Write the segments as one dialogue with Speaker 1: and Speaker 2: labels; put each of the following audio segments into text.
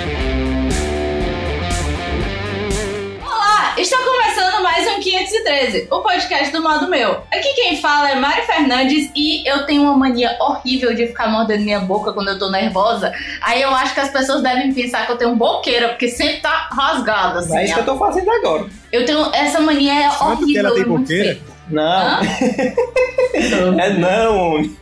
Speaker 1: um 213, o podcast do modo meu. Aqui quem fala é Mari Fernandes e eu tenho uma mania horrível de ficar mordendo minha boca quando eu tô nervosa. Aí eu acho que as pessoas devem pensar que eu tenho boqueira, porque sempre tá rasgada, assim.
Speaker 2: É isso que eu tô fazendo agora.
Speaker 1: Eu tenho. Essa mania é
Speaker 3: Sabe
Speaker 1: horrível.
Speaker 3: que ela
Speaker 1: é
Speaker 3: tem
Speaker 1: muito
Speaker 3: boqueira?
Speaker 1: feia.
Speaker 2: Não,
Speaker 1: Hã?
Speaker 2: é não, homem.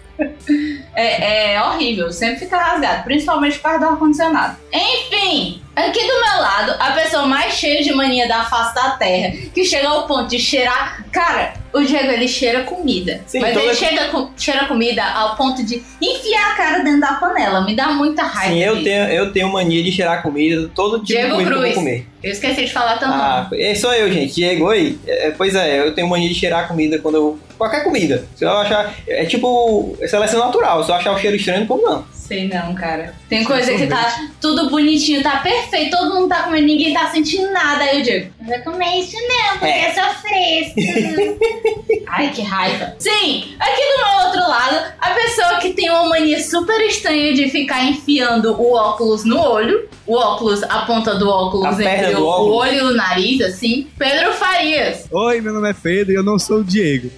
Speaker 1: É, é horrível, sempre fica rasgado, principalmente por causa do ar-condicionado. Enfim, aqui do meu lado, a pessoa mais cheia de mania da face da terra, que chega ao ponto de cheirar. Cara, o Diego ele cheira comida.
Speaker 2: Sim, então é
Speaker 1: mas
Speaker 2: toda-
Speaker 1: ele chega com- cheira comida ao ponto de enfiar a cara dentro da panela. Me dá muita raiva.
Speaker 2: Sim, eu
Speaker 1: isso.
Speaker 2: tenho, eu tenho mania de cheirar comida, todo tipo
Speaker 1: Diego
Speaker 2: de comida que eu
Speaker 1: Cruz.
Speaker 2: vou comer.
Speaker 1: Eu esqueci de falar também.
Speaker 2: Ah, é só eu, gente. Diego, oi. É, pois é, eu tenho mania de cheirar comida quando eu. Qualquer comida. Se eu achar. É tipo seleção natural. Se eu achar o cheiro estranho, não como não.
Speaker 1: Sei não, cara. Tem coisa que tá tudo bonitinho, tá perfeito, todo mundo tá comendo, ninguém tá sentindo nada. Aí o Diego, não vai comer isso não, porque
Speaker 2: É.
Speaker 1: eu sou fresco. Ai, que raiva. Sim, aqui do meu outro lado, a pessoa que tem uma mania super estranha de ficar enfiando o óculos no olho, o óculos, a ponta do óculos
Speaker 2: A perna
Speaker 1: entre
Speaker 2: do
Speaker 1: o,
Speaker 2: óculos.
Speaker 1: o olho e o nariz, assim. Pedro Farias.
Speaker 3: Oi, meu nome é Pedro e eu não sou o Diego.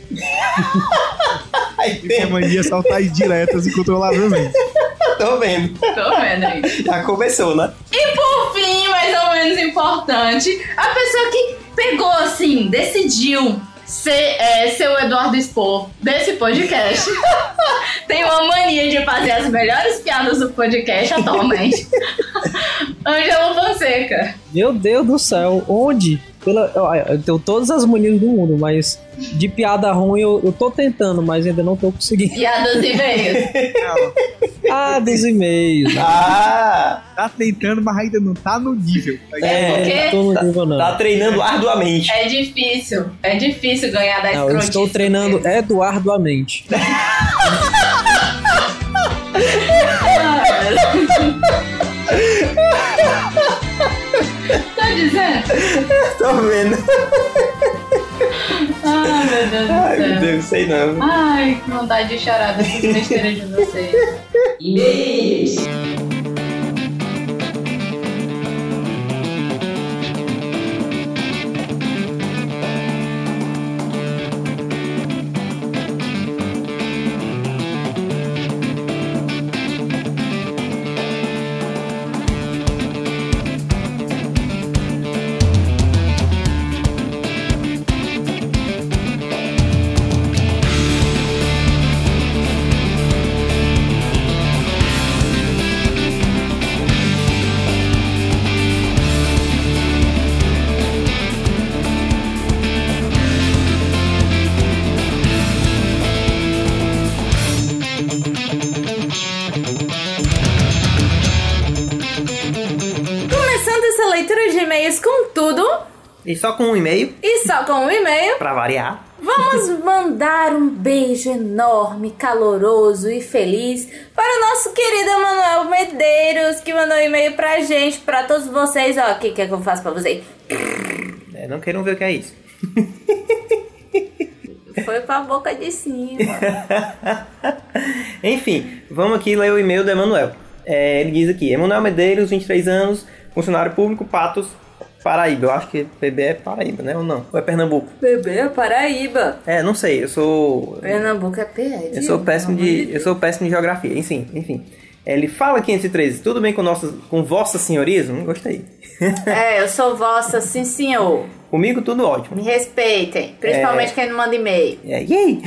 Speaker 2: Aí
Speaker 3: E minha mania é soltar as diretas incontrolavelmente.
Speaker 2: tô vendo.
Speaker 1: Tô vendo aí.
Speaker 2: Já começou, né?
Speaker 1: Por fim, mais ou menos importante, a pessoa que pegou assim, decidiu ser, é, ser o Eduardo Expor desse podcast. Tem uma mania de fazer as melhores piadas do podcast atualmente. Ângelo Fonseca.
Speaker 4: Meu Deus do céu, onde? Pela, ó, eu tenho todas as manias do mundo, mas de piada ruim eu, eu tô tentando, mas ainda não tô conseguindo.
Speaker 1: E a dos e-mails.
Speaker 3: Calma.
Speaker 4: Ah, dos e-mails.
Speaker 2: Tá Ah!
Speaker 3: Tá tentando, mas ainda não tá no nível.
Speaker 1: É, porque
Speaker 4: não tô no nível, não.
Speaker 2: Tá treinando arduamente.
Speaker 1: é difícil. É difícil ganhar da
Speaker 4: Não, eu
Speaker 1: escrotice.
Speaker 4: estou treinando eduardoamente.
Speaker 1: Tá Tô dizendo?
Speaker 2: Tô vendo.
Speaker 1: Ai, Ah, meu Deus
Speaker 2: Ai,
Speaker 1: do
Speaker 2: meu
Speaker 1: céu.
Speaker 2: Deus, sei não.
Speaker 1: Ai, que vontade de chorar dessas besteiras de vocês.
Speaker 5: Começando essa leitura de e-mails com tudo,
Speaker 2: E só com um e-mail,
Speaker 5: e só com um e-mail,
Speaker 2: pra variar.
Speaker 5: vamos mandar um beijo enorme, caloroso e feliz para o nosso querido Emanuel Medeiros, que mandou um e-mail pra gente, pra todos vocês. Ó, o que, que é que eu faço pra vocês?
Speaker 2: É, não queiram ver o que é isso.
Speaker 5: Foi pra boca de cima.
Speaker 2: Enfim, vamos aqui ler o e-mail do Emanuel. É, ele diz aqui: Emanuel Medeiros, 23 anos, funcionário público, Patos, Paraíba. Eu acho que PB é Paraíba, né? Ou não? Ou é Pernambuco?
Speaker 5: Bebê é Paraíba.
Speaker 2: É, não sei, eu sou.
Speaker 5: Pernambuco é PL.
Speaker 2: Eu sou péssimo de, eu sou péssimo de geografia, enfim, enfim. Ele fala 513, tudo bem com nossas, com vossa senhorias? Hum, gostei.
Speaker 5: É, eu sou vossa, sim senhor.
Speaker 2: Comigo tudo ótimo.
Speaker 5: Me respeitem. Principalmente quem não manda e-mail.
Speaker 2: É, yay!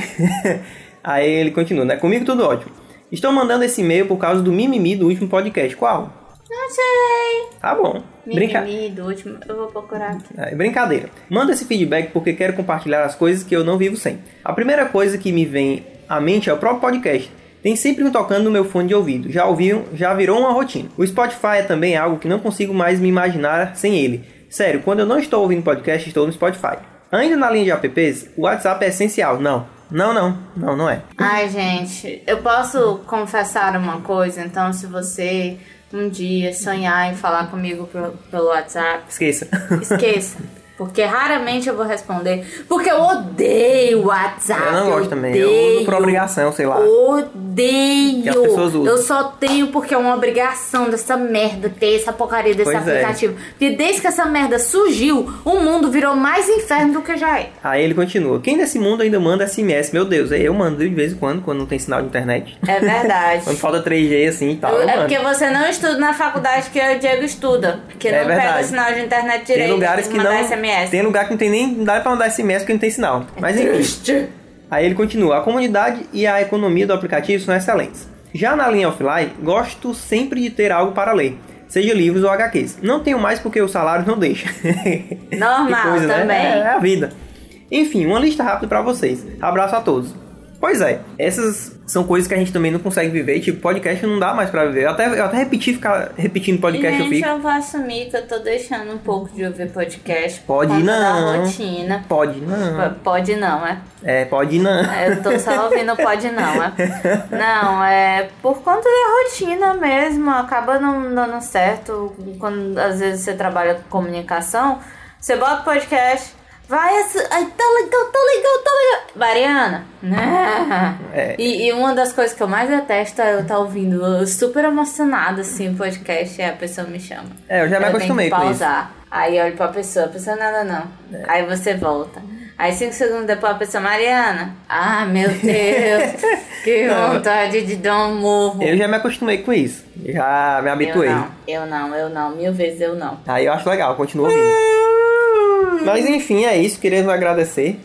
Speaker 2: Aí ele continua, né? Comigo tudo ótimo. Estou mandando esse e-mail por causa do mimimi do último podcast. Qual?
Speaker 5: Não sei.
Speaker 2: Tá bom. Brinca...
Speaker 5: Mimimi do último. Eu vou procurar aqui.
Speaker 2: É, Brincadeira. Manda esse feedback porque quero compartilhar as coisas que eu não vivo sem. A primeira coisa que me vem à mente é o próprio podcast. Tem sempre um tocando no meu fone de ouvido. Já ouviu, já virou uma rotina. O Spotify é também algo que não consigo mais me imaginar sem ele. Sério, quando eu não estou ouvindo podcast, estou no Spotify. Ainda na linha de apps, o WhatsApp é essencial. Não. Não, não. Não, não é.
Speaker 5: Ai, gente, eu posso confessar uma coisa, então se você um dia sonhar em falar comigo pro- pelo WhatsApp,
Speaker 2: Esqueça.
Speaker 5: esqueça. Porque raramente eu vou responder. Porque eu odeio WhatsApp.
Speaker 2: Eu não gosto também. Eu
Speaker 5: Odeio,
Speaker 2: uso por obrigação, sei lá.
Speaker 5: Odeio.
Speaker 2: Que as pessoas usam.
Speaker 5: Eu só tenho porque é uma obrigação dessa merda ter essa porcaria desse
Speaker 2: Pois é.
Speaker 5: aplicativo. Porque desde que essa merda surgiu, o mundo virou mais inferno do que já é.
Speaker 2: Aí ele continua. Quem nesse mundo ainda manda SMS? Meu Deus, é, eu mando de vez em quando, quando não tem sinal de internet.
Speaker 5: É verdade.
Speaker 2: Quando falta 3G assim e tal. eu
Speaker 5: é
Speaker 2: mando.
Speaker 5: porque você não estuda na faculdade que o Diego estuda. Que
Speaker 2: É
Speaker 5: não pega
Speaker 2: verdade.
Speaker 5: sinal de internet direito.
Speaker 2: Tem lugares que
Speaker 5: mandar
Speaker 2: não.
Speaker 5: SMS.
Speaker 2: Tem lugar que não tem nem. Não dá pra mandar SMS porque não tem sinal. Mas enfim.
Speaker 5: É Triste.
Speaker 2: Aí ele continua: a comunidade e a economia do aplicativo são excelentes. Já na linha offline, gosto sempre de ter algo para ler, seja livros ou HQs. Não tenho mais porque o salário não deixa.
Speaker 5: Normal
Speaker 2: Que né?
Speaker 5: também.
Speaker 2: É, é a vida. Enfim, uma lista rápida pra vocês. Abraço a todos. Pois é, essas são coisas que a gente também não consegue viver. Tipo, podcast não dá mais pra viver. Eu até, eu até repeti ficar repetindo podcast eu
Speaker 5: Gente,
Speaker 2: fico.
Speaker 5: eu vou assumir que eu tô deixando um pouco de ouvir podcast. por
Speaker 2: Pode
Speaker 5: conta Da
Speaker 2: não. Hum.
Speaker 5: rotina.
Speaker 2: Pode não.
Speaker 5: P- Pode não, é.
Speaker 2: É, pode não.
Speaker 5: Eu tô só ouvindo pode não, é. Não, é por conta da rotina mesmo. Acaba não dando certo. Quando às vezes você trabalha com comunicação, você bota podcast. Vai, assi- ai, tá legal, tá legal, tá legal. Mariana, né?
Speaker 2: É.
Speaker 5: E, e uma das coisas que eu mais detesto é eu estar ouvindo eu super emocionada assim o podcast e a pessoa me chama.
Speaker 2: É, eu já me
Speaker 5: tenho que
Speaker 2: acostumei com isso.
Speaker 5: pausar. tá. Aí eu olho pra pessoa, a pessoa nada
Speaker 2: É.
Speaker 5: não. Aí você volta. Aí cinco segundos depois a pessoa, Mariana. Ah, meu Deus. que
Speaker 2: Não.
Speaker 5: vontade de dar um murro.
Speaker 2: Eu já me acostumei com isso. Já me
Speaker 5: eu
Speaker 2: habituei.
Speaker 5: não, eu não, eu não. Mil vezes eu não.
Speaker 2: Aí eu acho legal, continua ouvindo. Mas enfim, é isso. Queremos agradecer.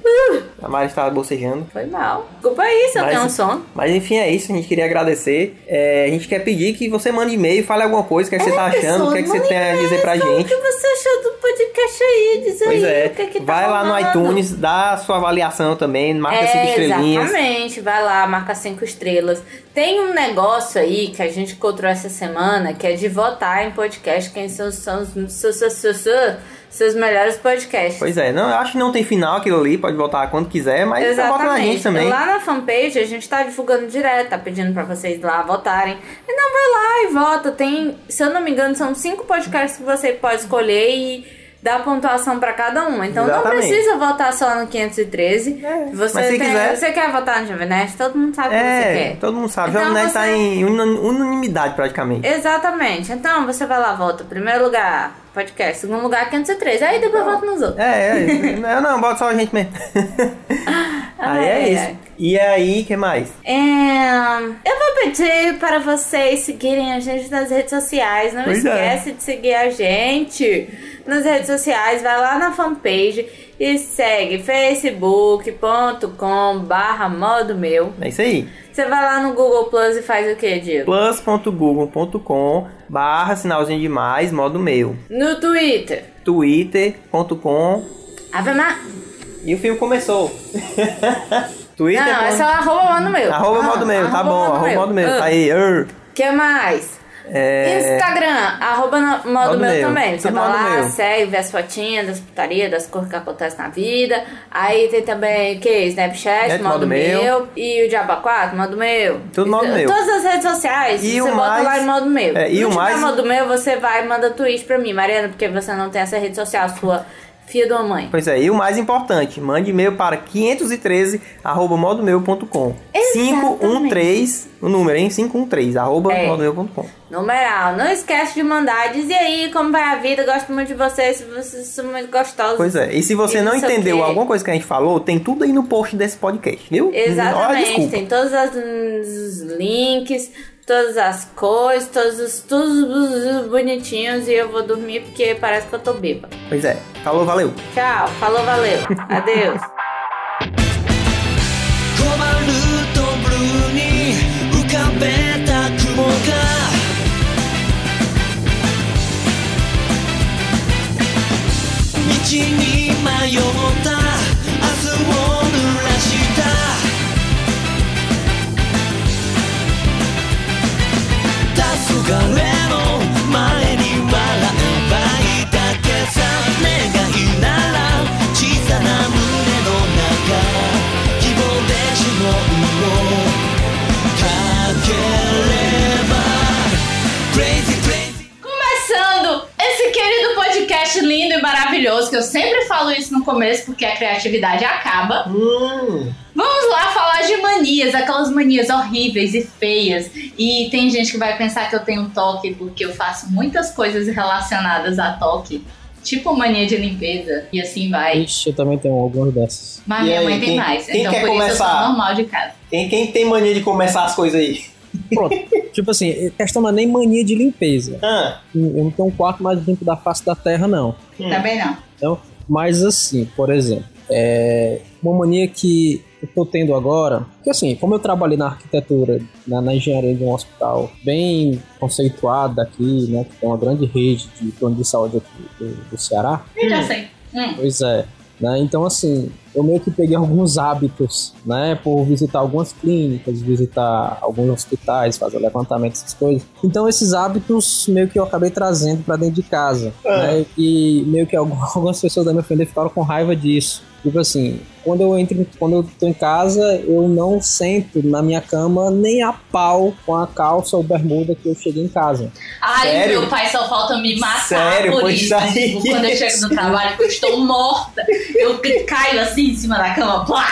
Speaker 2: A Mari está bocejando.
Speaker 5: Foi mal. Desculpa aí se eu
Speaker 2: Mas-
Speaker 5: tenho um sono.
Speaker 2: Mas enfim, é isso. A gente queria agradecer. É, a gente quer pedir que você mande e-mail, fale alguma coisa, o que, é que você tá achando, o que, é que você
Speaker 5: manda
Speaker 2: tem a dizer pra
Speaker 5: Então, O
Speaker 2: gente.
Speaker 5: que você achou do podcast aí? Diz
Speaker 2: Pois
Speaker 5: aí
Speaker 2: é.
Speaker 5: o que, que tá
Speaker 2: Vai lá no
Speaker 5: rolando.
Speaker 2: iTunes, dá a sua avaliação também, marca cinco
Speaker 5: É,
Speaker 2: estrelinhas.
Speaker 5: exatamente, vai lá, marca cinco estrelas. Tem um negócio aí que a gente encontrou essa semana, que é de votar em podcast quem são, são os seus, seus, seus, seus, seus melhores podcasts.
Speaker 2: Pois é, não, eu acho que não tem final aquilo ali, pode voltar quando quiser, mas você
Speaker 5: Exatamente.
Speaker 2: bota na gente também.
Speaker 5: Lá na fanpage a gente tá divulgando direto, tá pedindo pra vocês lá votarem. Então vai lá e vota. Tem, se eu não me engano, são cinco podcasts que você pode escolher e dar pontuação pra cada um. Então não
Speaker 2: Exatamente. É.
Speaker 5: precisa votar só no 513. você,
Speaker 2: mas se
Speaker 5: tem-
Speaker 2: quiser-
Speaker 5: você quer votar no Jovem Nerd, todo mundo sabe o que você
Speaker 2: É,
Speaker 5: quer.
Speaker 2: todo mundo sabe.
Speaker 5: Então
Speaker 2: Jovem Nerd tá
Speaker 5: você-
Speaker 2: em unan- unanimidade praticamente.
Speaker 5: Exatamente. Então você vai lá, vota. Primeiro lugar, podcast. Segundo lugar, 513. Aí depois vota nos outros.
Speaker 2: É, é. não, não, bota só a gente mesmo. aí é
Speaker 5: Ai,
Speaker 2: isso.
Speaker 5: ai.
Speaker 2: E aí, que mais?
Speaker 5: É, eu vou pedir para vocês seguirem a gente nas redes sociais. Não
Speaker 2: Pois é.
Speaker 5: esquece de seguir a gente nas redes sociais. Vai lá na fanpage e segue facebook.com barra modo meu.
Speaker 2: É isso aí.
Speaker 5: Você vai lá no Google Plus e faz o que, Diego?
Speaker 2: plus.google.com barra sinalzinho de mais, modo meu.
Speaker 5: No Twitter.
Speaker 2: twitter.com
Speaker 5: Ave Ma-
Speaker 2: e o filme começou. Twitter.
Speaker 5: Não, é só arroba modo meu.
Speaker 2: Arroba
Speaker 5: Ah,
Speaker 2: modo meu, tá bom, arroba modo meu.
Speaker 5: Ah,
Speaker 2: Tá aí. er.
Speaker 5: que mais?
Speaker 2: É,
Speaker 5: Instagram, arroba no- modo,
Speaker 2: Modo
Speaker 5: meu,
Speaker 2: meu.
Speaker 5: também. Você
Speaker 2: Tudo
Speaker 5: vai
Speaker 2: modo
Speaker 5: lá,
Speaker 2: meu.
Speaker 5: segue, vê as fotinhas das putarias, das coisas que acontecem na vida. Aí tem também, que? é Snapchat,
Speaker 2: Net, É,
Speaker 5: modo,
Speaker 2: modo
Speaker 5: meu.
Speaker 2: meu.
Speaker 5: E o Diaba 4, modo meu.
Speaker 2: Tudo modo
Speaker 5: Isso-
Speaker 2: meu.
Speaker 5: Todas as redes sociais,
Speaker 2: E
Speaker 5: você
Speaker 2: o
Speaker 5: bota
Speaker 2: mais-
Speaker 5: lá em modo meu.
Speaker 2: É, e
Speaker 5: Se
Speaker 2: o
Speaker 5: não
Speaker 2: mais-
Speaker 5: tiver modo meu, você vai e manda tweet pra mim, Mariana, porque você não tem essa rede social sua, filha da mãe.
Speaker 2: Pois é, e o mais importante, mande e-mail para 513 arroba modomeu.com. 513, o número, hein? 513 arroba
Speaker 5: É.
Speaker 2: modomeu.com.
Speaker 5: Numeral, não esquece de mandar, diz e aí como vai a vida, gosto muito de vocês, vocês são muito gostosos.
Speaker 2: Pois é, e se você
Speaker 5: E
Speaker 2: não
Speaker 5: não sei o
Speaker 2: entendeu
Speaker 5: quê.
Speaker 2: alguma coisa que a gente falou, tem tudo aí no post desse podcast, viu? Olha,
Speaker 5: Exatamente,
Speaker 2: desculpa.
Speaker 5: tem todos as- os links, todas as cores, todos os todos os bonitinhos e eu vou dormir porque parece que eu tô bêbada.
Speaker 2: Pois é, falou, valeu.
Speaker 5: Tchau, falou, valeu, adeus.
Speaker 6: 困るとブルーに浮かべた雲が道に迷った明日を濡らした黄昏の前に笑えばいいだけさ願いなら小さな胸の中希望で呪文をかければ Crazy, crazy
Speaker 1: Começando esse querido podcast lindo e maravilhoso que eu sempre falo falo isso no começo porque a criatividade acaba.
Speaker 2: Hum,
Speaker 1: Vamos lá falar de manias, aquelas manias horríveis e feias. E tem gente que vai pensar que eu tenho toque porque eu faço muitas coisas relacionadas a toque, tipo mania de limpeza e assim vai.
Speaker 4: Ixi, eu também tenho algumas dessas.
Speaker 1: Mas
Speaker 2: E
Speaker 1: minha
Speaker 2: aí,
Speaker 1: mãe tem
Speaker 2: quem-
Speaker 1: mais,
Speaker 2: quem
Speaker 1: então
Speaker 2: quer
Speaker 1: por isso eu
Speaker 2: começar?
Speaker 1: sou normal de casa.
Speaker 2: quem, quem tem mania de começar as coisas aí?
Speaker 4: Pronto. tipo assim, questão não é nem mania de limpeza.
Speaker 2: Ah,
Speaker 4: Eu não tenho um quarto mais limpo da face da terra, não. Então,
Speaker 2: Hum.
Speaker 1: Também não.
Speaker 4: Mas assim, por exemplo, é uma mania que eu tô tendo agora, que assim, como eu trabalhei na arquitetura, na, na engenharia de um hospital bem conceituado aqui, né, que tem uma grande rede de plano de saúde aqui do, do Ceará,
Speaker 1: Eu já sei. Hum.
Speaker 4: pois é, né, então assim, eu meio que peguei alguns hábitos, né, por visitar algumas clínicas, visitar alguns hospitais, fazer levantamento, essas coisas. Então esses hábitos meio que eu acabei trazendo pra dentro de casa
Speaker 2: ah,
Speaker 4: né? E meio que algum- algumas pessoas da minha família ficaram com raiva disso. Tipo assim, quando eu entro, quando eu tô em casa, eu não sento na minha cama nem a pau com a calça ou bermuda que eu cheguei em casa.
Speaker 1: Ai,
Speaker 2: Sério?
Speaker 1: meu pai só falta me matar
Speaker 2: Sério?
Speaker 1: por
Speaker 2: Pois
Speaker 1: isso.
Speaker 2: tá aí.
Speaker 1: Tipo, quando eu chego no trabalho, que eu estou morta, eu caio assim em cima da cama, plá!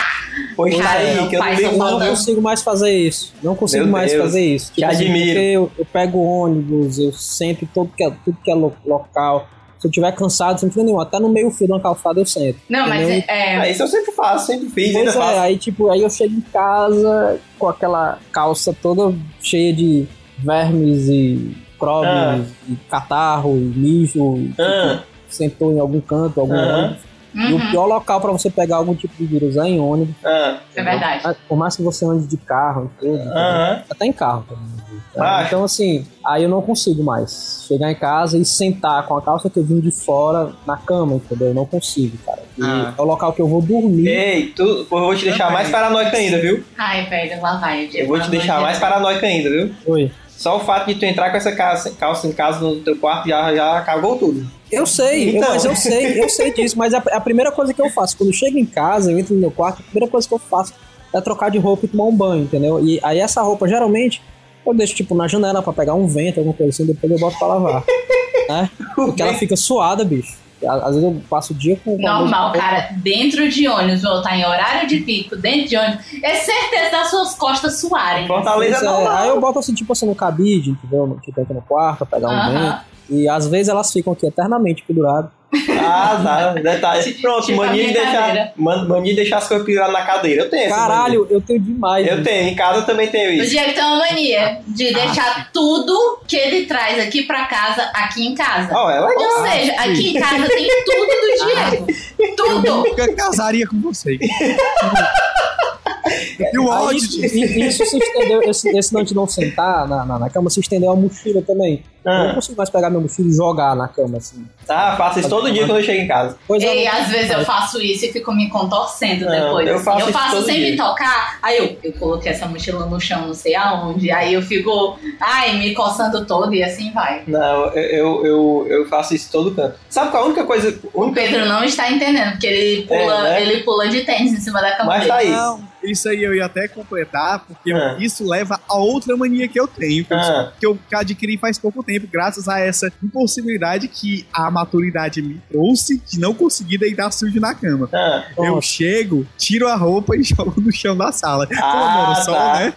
Speaker 2: pois tá
Speaker 1: Cara,
Speaker 2: aí,
Speaker 1: meu
Speaker 2: que eu não
Speaker 1: pai
Speaker 2: bebo
Speaker 1: só
Speaker 2: não.
Speaker 4: Eu não
Speaker 1: falta-
Speaker 4: consigo mais fazer isso. Não consigo
Speaker 2: Meu
Speaker 4: mais
Speaker 2: Deus,
Speaker 4: fazer isso. Tipo assim,
Speaker 2: te admiro.
Speaker 4: porque eu, eu pego ônibus, eu sento em todo que é, tudo que é lo- local. Se eu tiver cansado, sem problema nenhum, até no meio fio de uma calçada eu sento.
Speaker 1: Não, mas
Speaker 4: Entendeu?
Speaker 1: é,
Speaker 2: Ah, isso eu sempre faço, sempre fiz, ainda
Speaker 4: Pois é,
Speaker 2: faço.
Speaker 4: aí tipo, aí eu chego em casa com aquela calça toda cheia de vermes e croves
Speaker 2: Ah.
Speaker 4: e catarro e mijo, e
Speaker 2: Ah,
Speaker 4: sentou em algum canto, algum
Speaker 2: Aham.
Speaker 4: ônibus. E o
Speaker 1: uhum,
Speaker 4: pior local pra você pegar algum tipo de vírus é em ônibus.
Speaker 2: ah,
Speaker 1: é verdade.
Speaker 4: Ah, Por mais que você ande de carro, e tudo,
Speaker 2: ah,
Speaker 4: até em carro. tá?
Speaker 2: Ah.
Speaker 4: Então assim, aí eu não consigo mais chegar em casa e sentar com a calça que eu vim de fora na cama, entendeu? Eu não consigo, cara. E
Speaker 2: Ah.
Speaker 4: é o local que eu vou dormir.
Speaker 2: Ei, tu, eu vou te deixar mais paranoica ainda, viu?
Speaker 1: Ai, velho, lá vai.
Speaker 2: Eu vou te deixar
Speaker 1: né?
Speaker 2: mais paranoica ainda, viu?
Speaker 4: Oi.
Speaker 2: Só o fato de tu entrar com essa calça, calça em casa no teu quarto já, já cagou tudo.
Speaker 4: Eu sei, eu-
Speaker 2: Então.
Speaker 4: mas eu sei, eu sei disso, mas a, a primeira coisa que eu faço, quando eu chego em casa, eu entro no meu quarto, a primeira coisa que eu faço é trocar de roupa e tomar um banho, entendeu? E aí essa roupa, geralmente, eu deixo, tipo, na janela pra pegar um vento, alguma coisa assim, depois eu boto pra lavar. né? Porque ela fica suada, bicho. Á- Às vezes eu passo o dia com... com a
Speaker 1: Normal,
Speaker 4: mesma roupa.
Speaker 1: cara. Dentro de ônibus, ou tá em horário de pico, dentro de ônibus, é certeza das suas costas suarem.
Speaker 2: Fortaleza
Speaker 4: Pois é,
Speaker 2: não.
Speaker 4: aí eu boto assim, tipo assim, no cabide, entendeu? No- Que tem aqui no quarto, pra pegar um vento.
Speaker 1: Aham.
Speaker 4: E às vezes elas ficam aqui eternamente penduradas.
Speaker 2: Ah, tá. Detalhe. Pronto,
Speaker 1: Tipo a
Speaker 2: mania de
Speaker 1: minha
Speaker 2: deixar.
Speaker 1: cadeira.
Speaker 2: man- Mania de deixar as coisas penduradas na cadeira. Eu tenho essa. mania.
Speaker 4: Caralho, eu tenho demais.
Speaker 2: Eu
Speaker 4: bicho.
Speaker 2: tenho, em casa eu também tenho
Speaker 1: O
Speaker 2: isso.
Speaker 1: Diego tem uma mania
Speaker 2: Ah,
Speaker 1: de deixar tudo que ele traz aqui pra casa, aqui em casa.
Speaker 2: Ó, é legal.
Speaker 1: Ou seja, aqui em casa tem tudo do
Speaker 2: Ah,
Speaker 1: Diego. Tudo.
Speaker 3: Nunca casaria com você. e o
Speaker 4: Aí,
Speaker 3: ódio disso.
Speaker 4: e- e isso se estendeu, esse, esse não de não sentar na, na, na cama se estendeu a mochila também. Eu não
Speaker 2: Ah,
Speaker 4: consigo mais pegar meu mochila e jogar na cama assim.
Speaker 2: tá, faço isso todo dia quando eu chego em casa.
Speaker 4: Pois é,
Speaker 1: E às vezes eu faço isso e fico me contorcendo
Speaker 2: Não,
Speaker 1: depois.
Speaker 2: eu
Speaker 1: assim.
Speaker 2: faço isso todo
Speaker 1: sem me
Speaker 2: dia.
Speaker 1: tocar. Aí eu, eu coloquei essa mochila no chão, não sei aonde. Aí eu fico, ai, me coçando todo e assim vai.
Speaker 2: Não, eu, eu, eu, eu faço isso todo canto. Sabe qual é a única coisa.
Speaker 1: O
Speaker 2: Única...
Speaker 1: Pedro não está entendendo, porque ele pula,
Speaker 2: né?
Speaker 1: ele pula de tênis em cima da cama
Speaker 2: Mas
Speaker 1: dele.
Speaker 2: tá aí.
Speaker 3: Não, isso aí eu ia até completar, porque
Speaker 2: Ah.
Speaker 3: isso leva a outra mania que eu tenho, que eu
Speaker 2: Ah,
Speaker 3: que eu adquiri faz pouco tempo, graças a essa impossibilidade que a maturidade me trouxe de não conseguir deitar sujo na cama.
Speaker 2: ah,
Speaker 3: Eu
Speaker 4: Nossa.
Speaker 3: chego, tiro a roupa e jogo no chão da sala. Como
Speaker 2: Ah,
Speaker 3: eu moro só,
Speaker 2: tá.
Speaker 3: né?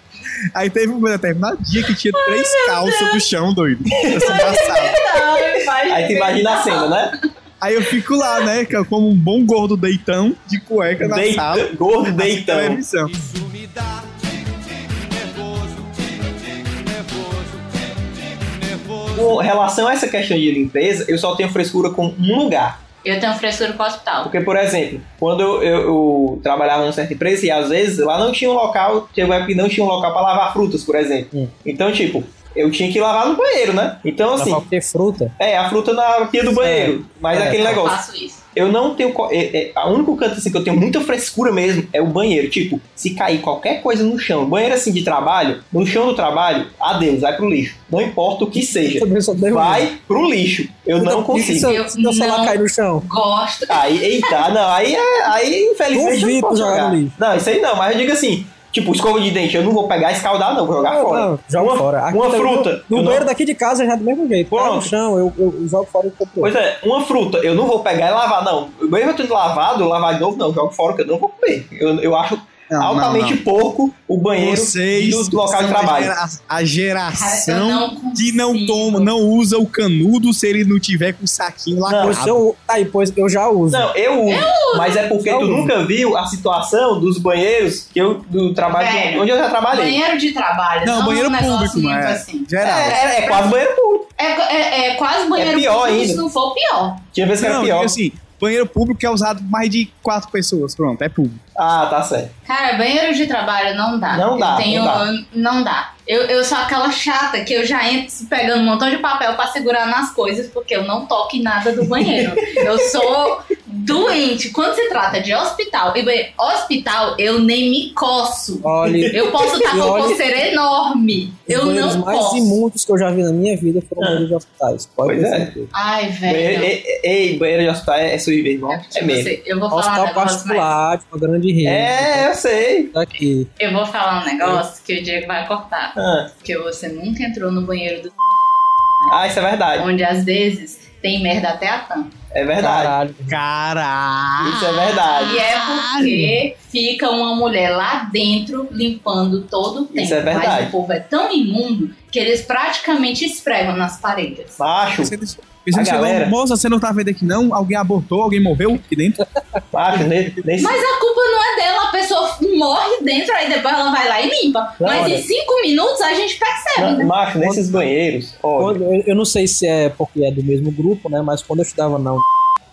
Speaker 3: Aí teve um determinado dia que tinha três calças do chão, doido. assim, da sala.
Speaker 1: Não, eu imagino.
Speaker 2: aí tu imagina a cena, né?
Speaker 3: Aí eu fico lá, né? que eu Como um bom gordo deitão de cueca na
Speaker 2: Deita-
Speaker 3: sala.
Speaker 2: gordo
Speaker 3: na
Speaker 2: deitão.
Speaker 3: televisão.
Speaker 7: Isso me dá tique-tique nervoso, tique-tique nervoso, tique-tique nervoso.
Speaker 2: Com relação a essa questão de limpeza, eu só tenho frescura com um lugar.
Speaker 1: Eu tenho frescura com o hospital.
Speaker 2: Porque, por exemplo, quando eu, eu- eu trabalhava numa certa empresa e às vezes lá não tinha um local, tinha uma época que não tinha um local pra lavar frutas, por exemplo.
Speaker 4: Hum.
Speaker 2: Então, tipo, eu tinha que lavar no banheiro, né? Então,
Speaker 4: pra
Speaker 2: assim,
Speaker 4: qualquer fruta.
Speaker 2: é, a fruta na pia do banheiro. Mas
Speaker 4: É.
Speaker 2: aquele
Speaker 1: Eu
Speaker 2: negócio.
Speaker 1: faço isso.
Speaker 2: Eu não tenho. co- É, é, a único canto assim que eu tenho muita frescura mesmo é o banheiro. Tipo, se cair qualquer coisa no chão, banheiro assim de trabalho, no chão do trabalho, adeus, vai pro lixo. Não importa o que seja.
Speaker 4: Também só dei um-
Speaker 2: Vai pro lixo. Eu não
Speaker 4: Então, e
Speaker 2: consigo.
Speaker 4: Se eu, se meu celular
Speaker 1: Não.
Speaker 4: cair no chão.
Speaker 1: Gosto.
Speaker 2: Aí, eita, não, aí, é- aí infelizmente eu não
Speaker 4: Duvido
Speaker 2: posso
Speaker 4: jogar no
Speaker 2: jogar.
Speaker 4: lixo.
Speaker 2: Não, isso aí não, mas eu digo assim, Tipo, escova de dente, eu não vou pegar e escaldar, não, vou jogar
Speaker 4: Não,
Speaker 2: fora.
Speaker 4: não, joga
Speaker 2: uma,
Speaker 4: fora. Aqui
Speaker 2: uma
Speaker 4: também,
Speaker 2: fruta.
Speaker 4: No,
Speaker 2: eu
Speaker 4: no
Speaker 2: não-
Speaker 4: banheiro daqui de casa já é do mesmo jeito. Tá no
Speaker 2: Pronto.
Speaker 4: chão, eu, eu jogo fora e compro.
Speaker 2: Pois é, uma fruta, eu não vou pegar e lavar, não. Mesmo eu tendo lavado, eu lavar de novo, não, jogo fora, que eu não vou comer. Eu, eu acho
Speaker 3: Não, não,
Speaker 2: altamente
Speaker 3: não.
Speaker 2: porco o banheiro
Speaker 3: Vocês
Speaker 2: dos locais de
Speaker 3: são a
Speaker 2: trabalho.
Speaker 3: gera- A
Speaker 1: Cara, eu
Speaker 3: geração
Speaker 1: não
Speaker 3: que não
Speaker 1: consigo.
Speaker 3: toma, não usa o canudo se ele não tiver com o saquinho
Speaker 2: Ah,
Speaker 3: lá.
Speaker 4: Pois eu, tá aí, pois eu já uso.
Speaker 2: Não, eu uso, mas é porque
Speaker 4: Eu
Speaker 2: tu
Speaker 4: uso.
Speaker 2: nunca viu a situação dos banheiros que eu do trabalho que-
Speaker 1: Velho.
Speaker 2: onde eu já trabalhei.
Speaker 1: Banheiro de trabalho.
Speaker 3: Não,
Speaker 1: um
Speaker 3: banheiro público,
Speaker 1: negocinho
Speaker 3: mas é.
Speaker 1: assim.
Speaker 2: É,
Speaker 3: Geral.
Speaker 2: é, é quase banheiro público.
Speaker 1: É, é- é quase banheiro
Speaker 2: É pior
Speaker 1: público, se
Speaker 2: ainda.
Speaker 1: não for pior.
Speaker 2: Tinha vez que era
Speaker 3: Não,
Speaker 2: pior.
Speaker 3: digo assim, banheiro público é usado por mais de quatro pessoas. Pronto, é público.
Speaker 2: Ah, tá certo.
Speaker 1: Cara, banheiro de trabalho não dá.
Speaker 2: Não
Speaker 1: Eu
Speaker 2: dá,
Speaker 1: tenho-
Speaker 2: não dá.
Speaker 1: não dá. Eu, eu sou aquela chata que eu já entro pegando um montão de papel pra segurar nas coisas, porque eu não toco em nada do banheiro. eu sou doente. Quando se trata de hospital, e banheiro, hospital eu nem me coço.
Speaker 4: Olha,
Speaker 1: Eu posso estar
Speaker 4: E
Speaker 1: com
Speaker 4: olha-
Speaker 1: uma coceira enorme.
Speaker 4: os
Speaker 1: Eu
Speaker 4: banheiros
Speaker 1: não
Speaker 4: mais
Speaker 1: posso. Ah.
Speaker 4: imundos que eu já vi na minha vida foram banheiros de hospitais. Pode
Speaker 2: Pois
Speaker 4: ter
Speaker 2: é.
Speaker 4: certeza.
Speaker 1: Ai,
Speaker 2: Banheiro,
Speaker 1: velho.
Speaker 2: ei, ei, banheiro de hospital é, é suíço, irmão. É
Speaker 1: Eu,
Speaker 2: mesmo.
Speaker 1: então. sei, eu vou falar um
Speaker 4: Hospital
Speaker 1: negócio, mas
Speaker 4: particular, de uma grande rede. tá
Speaker 2: É, eu sei.
Speaker 4: Daqui.
Speaker 1: eu vou falar um negócio que o Diego vai cortar.
Speaker 2: Ah,
Speaker 1: Porque você nunca entrou no banheiro do
Speaker 2: ah, isso é verdade.
Speaker 1: onde às vezes tem merda até a tampa.
Speaker 2: É verdade.
Speaker 4: Caralho.
Speaker 3: Caralho!
Speaker 2: Isso é verdade.
Speaker 1: E é porque fica uma mulher lá dentro limpando todo o tempo.
Speaker 2: Isso é verdade.
Speaker 1: Mas o povo é tão imundo que eles praticamente esfregam nas paredes.
Speaker 2: Macho,
Speaker 3: Você não- você não
Speaker 2: A
Speaker 3: chegou,
Speaker 2: galera-
Speaker 3: moça, você não tá vendo aqui não? Alguém abortou, alguém morreu aqui dentro?
Speaker 2: macho, nem, nem
Speaker 1: Mas a culpa não é dela, a pessoa morre dentro, aí depois ela vai lá e limpa.
Speaker 2: Não,
Speaker 1: Mas
Speaker 2: olha.
Speaker 1: em cinco minutos a gente percebe. né?
Speaker 2: na- macho, nesses banheiros, olha,
Speaker 4: Quando- eu, eu não sei se é porque é do mesmo grupo, né? Mas quando eu estudava na,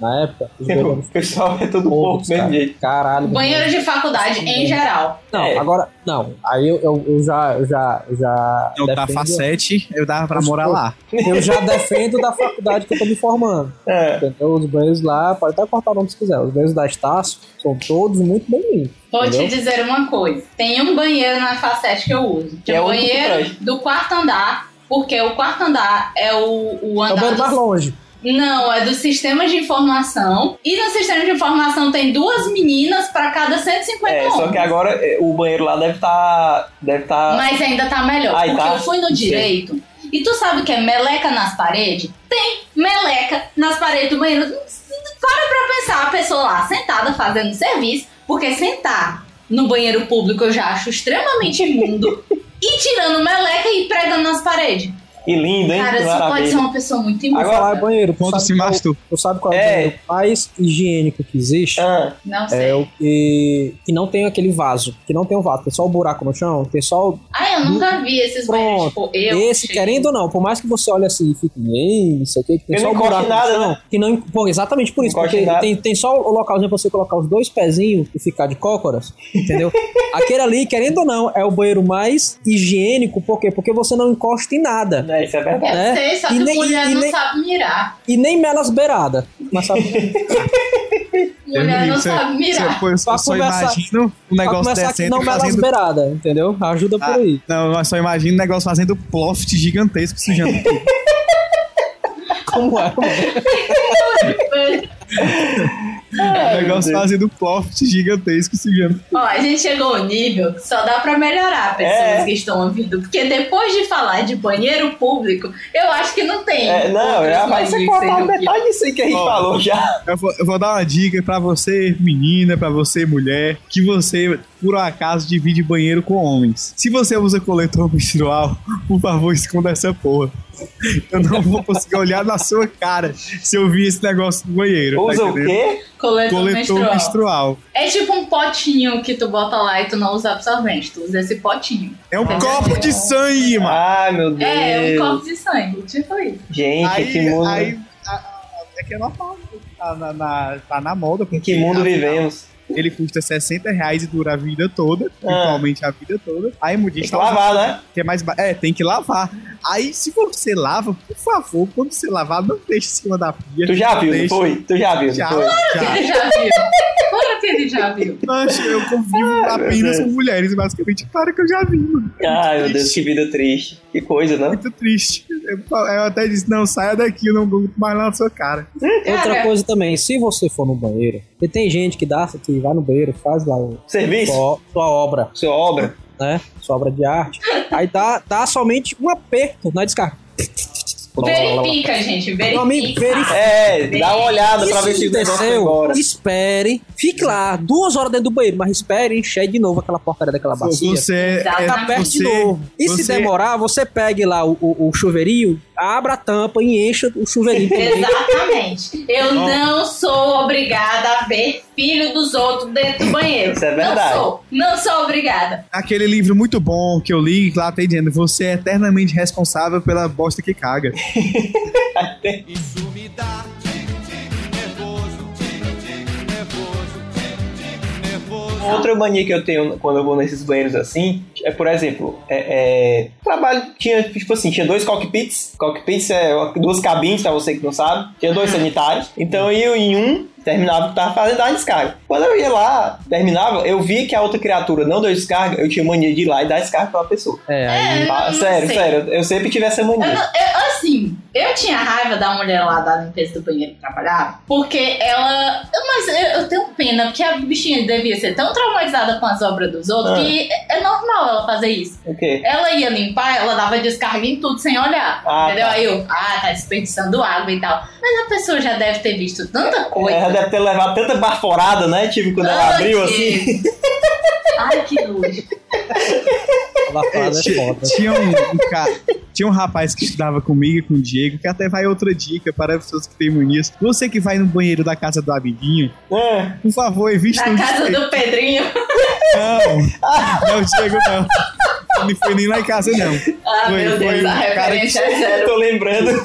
Speaker 4: na época, os
Speaker 2: o
Speaker 4: banheiros
Speaker 2: pessoal é todo porco
Speaker 4: todos,
Speaker 2: do mesmo
Speaker 4: cara.
Speaker 2: jeito.
Speaker 4: Caralho.
Speaker 1: Banheiro de faculdade em geral.
Speaker 4: Não,
Speaker 2: É.
Speaker 4: agora, não. Aí eu, eu, eu já, eu já, eu já.
Speaker 3: Eu da
Speaker 4: defendo-
Speaker 3: tá facete, eu dava pra
Speaker 4: Os-
Speaker 3: morar lá.
Speaker 4: eu já defendo da faculdade que eu tô me formando.
Speaker 2: É.
Speaker 4: Entendeu? Os banheiros lá, pode até cortar o nome se quiser. Os banheiros da Estácio são todos muito bem limpos.
Speaker 1: Vou
Speaker 4: entendeu?
Speaker 1: te dizer uma coisa. Tem um banheiro na facete que eu uso. Que
Speaker 2: é
Speaker 1: é o
Speaker 2: o único que
Speaker 1: banheiro do quarto andar. Porque o quarto andar é o, o
Speaker 4: É o
Speaker 1: andar
Speaker 4: banheiro
Speaker 1: dos
Speaker 4: mais longe.
Speaker 1: Não, é do sistema de informação. E no sistema de informação tem duas meninas pra cada 150
Speaker 2: É,
Speaker 1: homens.
Speaker 2: só que agora é, o banheiro lá deve estar. deve estar.
Speaker 1: Mas ainda tá melhor,
Speaker 2: Aí
Speaker 1: porque
Speaker 2: tá?
Speaker 1: eu fui no
Speaker 2: Sim.
Speaker 1: direito. E tu sabe o que é meleca nas paredes? Tem meleca nas paredes do banheiro. Para pra pensar, a pessoa lá sentada fazendo serviço, porque sentar no banheiro público eu já acho extremamente imundo. e tirando meleca e pregando nas paredes.
Speaker 2: E lindo, hein?
Speaker 1: Cara,
Speaker 2: que
Speaker 1: você pode ser
Speaker 2: maravilha.
Speaker 1: uma pessoa muito imunda.
Speaker 2: Agora-
Speaker 4: Falar em banheiro. Tu
Speaker 3: Quando
Speaker 4: sabe,
Speaker 3: se
Speaker 4: qual,
Speaker 3: masturba.
Speaker 4: tu sabe qual é,
Speaker 2: É.
Speaker 4: o banheiro mais higiênico que existe?
Speaker 1: um
Speaker 2: Ah,
Speaker 1: Não sei.
Speaker 4: É o que, que não tem aquele vaso, que não tem o vaso, tem só o buraco no chão, tem só o
Speaker 1: Ai, Ah, eu nunca vi esses banheiros. Tipo, eu.
Speaker 4: Hum, Esse,
Speaker 1: achei-
Speaker 4: querendo ou não, por mais que você olhe assim e fique, ei, não sei o que, que tem
Speaker 2: Eu
Speaker 4: só
Speaker 2: não
Speaker 4: o
Speaker 2: encosto
Speaker 4: buraco
Speaker 2: em nada, né?
Speaker 4: no chão", que não, pô, exatamente por
Speaker 2: Não
Speaker 4: isso,
Speaker 2: encosto em
Speaker 4: porque
Speaker 2: nada.
Speaker 4: tem, tem só o localzinho pra você colocar os dois pezinhos e ficar de cócoras, entendeu? Aquele ali, querendo ou não, é o banheiro mais higiênico, por quê? Porque você não encosta em nada.
Speaker 2: né, isso é verdade.
Speaker 1: Eu
Speaker 4: né?
Speaker 1: sei, só que
Speaker 4: E nem-
Speaker 1: mulher
Speaker 4: e
Speaker 1: não
Speaker 4: nem-
Speaker 1: sabe mirar.
Speaker 4: E nem melas beiradas. Mas
Speaker 2: Um
Speaker 4: sabe,
Speaker 1: Mulher não
Speaker 3: Você-
Speaker 1: sabe mirar.
Speaker 3: você- eu só,
Speaker 4: Pra
Speaker 3: só
Speaker 4: conversar-
Speaker 3: imagino um
Speaker 4: pra
Speaker 3: negócio
Speaker 4: começar que
Speaker 3: descendo
Speaker 4: não
Speaker 3: e
Speaker 4: melas
Speaker 3: fazendo...
Speaker 4: beiradas, entendeu? Ajuda
Speaker 2: Ah.
Speaker 4: por aí.
Speaker 3: Não, eu só imagino um negócio fazendo ploft gigantesco sujando Um tudo.
Speaker 4: Como é?
Speaker 3: um negócio fazendo ploft gigantesco sujando tudo.
Speaker 1: Ó, a gente chegou ao nível que só dá pra melhorar pessoas
Speaker 2: É.
Speaker 1: que estão ouvindo. Porque depois de falar de banheiro público, eu acho que não tem.
Speaker 2: É, não,
Speaker 1: outros
Speaker 2: já vai
Speaker 1: mais
Speaker 2: ser
Speaker 1: que
Speaker 2: cortado
Speaker 4: um
Speaker 1: sejam
Speaker 2: metade disso aí que a gente
Speaker 3: Ó.
Speaker 2: falou já.
Speaker 3: Eu vou, eu vou dar uma dica pra você, menina, pra você, mulher, que você, por um acaso, divide banheiro com homens. Se você usa coletor menstrual, por favor, esconda essa porra. Eu não vou conseguir olhar na sua cara se eu vi esse negócio no banheiro. tá
Speaker 2: Usa o
Speaker 3: entendendo?
Speaker 2: quê?
Speaker 1: Coletor,
Speaker 3: Coletor
Speaker 1: menstrual.
Speaker 3: menstrual.
Speaker 1: É tipo um potinho que tu bota lá e tu não usa absorvente. Tu usa esse potinho.
Speaker 3: É um
Speaker 1: É.
Speaker 3: copo de sangue, mano.
Speaker 2: Ai, meu Deus.
Speaker 1: É, um copo de sangue. Tipo isso.
Speaker 2: Gente, que
Speaker 3: Aí,
Speaker 2: mundo. né?
Speaker 3: aí a- a- é que é normal. Tá na, na- tá na moda.
Speaker 2: Em
Speaker 3: porque
Speaker 2: que mundo
Speaker 3: a-
Speaker 2: vivemos?
Speaker 3: Ele custa 60 reais e dura a vida toda, principalmente a vida toda. Aí
Speaker 2: Ah. Tem que
Speaker 3: modista
Speaker 2: lavar, né?
Speaker 3: que é mais ba- é, tem que lavar. Aí se você lava, por favor, quando você lavar, não deixe em cima da pia.
Speaker 2: Tu já viu, não
Speaker 3: Deixa-
Speaker 2: foi? Tu já viu,
Speaker 1: Tá.
Speaker 2: não
Speaker 3: Já,
Speaker 2: foi?
Speaker 3: já.
Speaker 1: Tu já viu? Claro que ele já viu.
Speaker 3: Mas eu convivo apenas
Speaker 2: Ah, Deus.
Speaker 3: com mulheres, basicamente. Claro que eu já vi, mano. É muito
Speaker 2: Ai, meu Deus,
Speaker 3: triste,
Speaker 2: que vida triste. Que coisa, né?
Speaker 3: Muito triste. Eu, fa- eu até disse, não, saia daqui, eu não aguento mais lá na sua cara.
Speaker 4: Outra
Speaker 1: Cara.
Speaker 4: coisa também, se você for no banheiro, e tem gente que dá, que vai no banheiro, faz lá o,
Speaker 2: Serviço?
Speaker 4: sua, sua obra,
Speaker 2: Sua obra?
Speaker 4: né? Sua obra de arte. Aí dá, dá somente um aperto na descarga.
Speaker 1: Verifica, gente,
Speaker 4: Meu amigo,
Speaker 1: verifica.
Speaker 4: verifica.
Speaker 2: É, dá uma olhada pra ver
Speaker 4: Isso
Speaker 2: se o negócio foi
Speaker 4: aconteceu,
Speaker 2: embora.
Speaker 4: espere, fique lá, duas horas dentro do banheiro, mas espere encher de novo aquela porcaria daquela bacia.
Speaker 3: Você é,
Speaker 1: Tá
Speaker 4: tá perto
Speaker 3: você,
Speaker 4: de novo. E se
Speaker 3: você-
Speaker 4: demorar, você pegue lá o, o- o chuveirinho, abra a tampa e encha o chuveirinho também.
Speaker 1: Exatamente. Eu
Speaker 3: Bom.
Speaker 1: não sou obrigada a ver filho dos outros dentro do banheiro.
Speaker 2: Isso é verdade.
Speaker 1: Não sou. Não sou obrigada.
Speaker 3: é Aquele livro muito bom que eu li, que lá tem dizendo, você é eternamente responsável pela bosta que caga.
Speaker 6: Isso me dá tique-tique nervoso, tique-tique nervoso, tique-tique nervoso.
Speaker 2: Outra mania que eu tenho quando eu vou nesses banheiros assim é, por exemplo, é, é, trabalho tinha, tipo assim, tinha dois cockpits. Cockpits é uma- duas cabines, pra você que não sabe. Tinha
Speaker 1: Uhum.
Speaker 2: dois sanitários. Então eu em um terminava o que tava fazendo dar descarga. Quando eu ia lá, terminava, eu via que a outra criatura não deu descarga, eu tinha mania de ir lá e dar descarga pra pessoa.
Speaker 4: É, aí
Speaker 1: É, eu
Speaker 2: Ah,
Speaker 1: não
Speaker 2: sério,
Speaker 1: sei.
Speaker 2: sério, eu sempre tive essa
Speaker 1: Eu
Speaker 2: mania.
Speaker 1: não- eu- assim, eu tinha raiva da mulher lá da limpeza do banheiro que trabalhava, porque ela. Mas eu, eu tenho pena, porque a bichinha devia ser tão traumatizada com as obras dos outros
Speaker 2: Ah.
Speaker 1: que é é normal ela fazer isso.
Speaker 2: O quê?
Speaker 1: Ela ia limpar, ela dava descarga em tudo sem olhar.
Speaker 2: Ah,
Speaker 1: entendeu?
Speaker 2: tá.
Speaker 1: Aí eu, ah, tá desperdiçando água e tal. Mas a pessoa já deve ter visto tanta coisa.
Speaker 2: Ela deve ter levado tanta baforada, né? Tipo, quando ela
Speaker 1: Ai,
Speaker 2: abriu assim.
Speaker 1: que- Ai, que nojo.
Speaker 4: ela faz é foda.
Speaker 3: Tinha um, um ca- tinha um rapaz que estudava comigo e com o Diego, que até vai outra dica para as pessoas que têm manias. Você que vai no banheiro da casa do amiguinho,
Speaker 2: É.
Speaker 3: por favor, evite um
Speaker 1: Na
Speaker 3: não
Speaker 1: casa do Pedrinho.
Speaker 3: Não, não, Diego, não. Não foi nem lá em casa, não.
Speaker 1: Ah,
Speaker 3: Foi-
Speaker 1: meu Deus,
Speaker 3: foi
Speaker 1: a
Speaker 3: um cara
Speaker 1: referência é zero.
Speaker 2: Tô lembrando.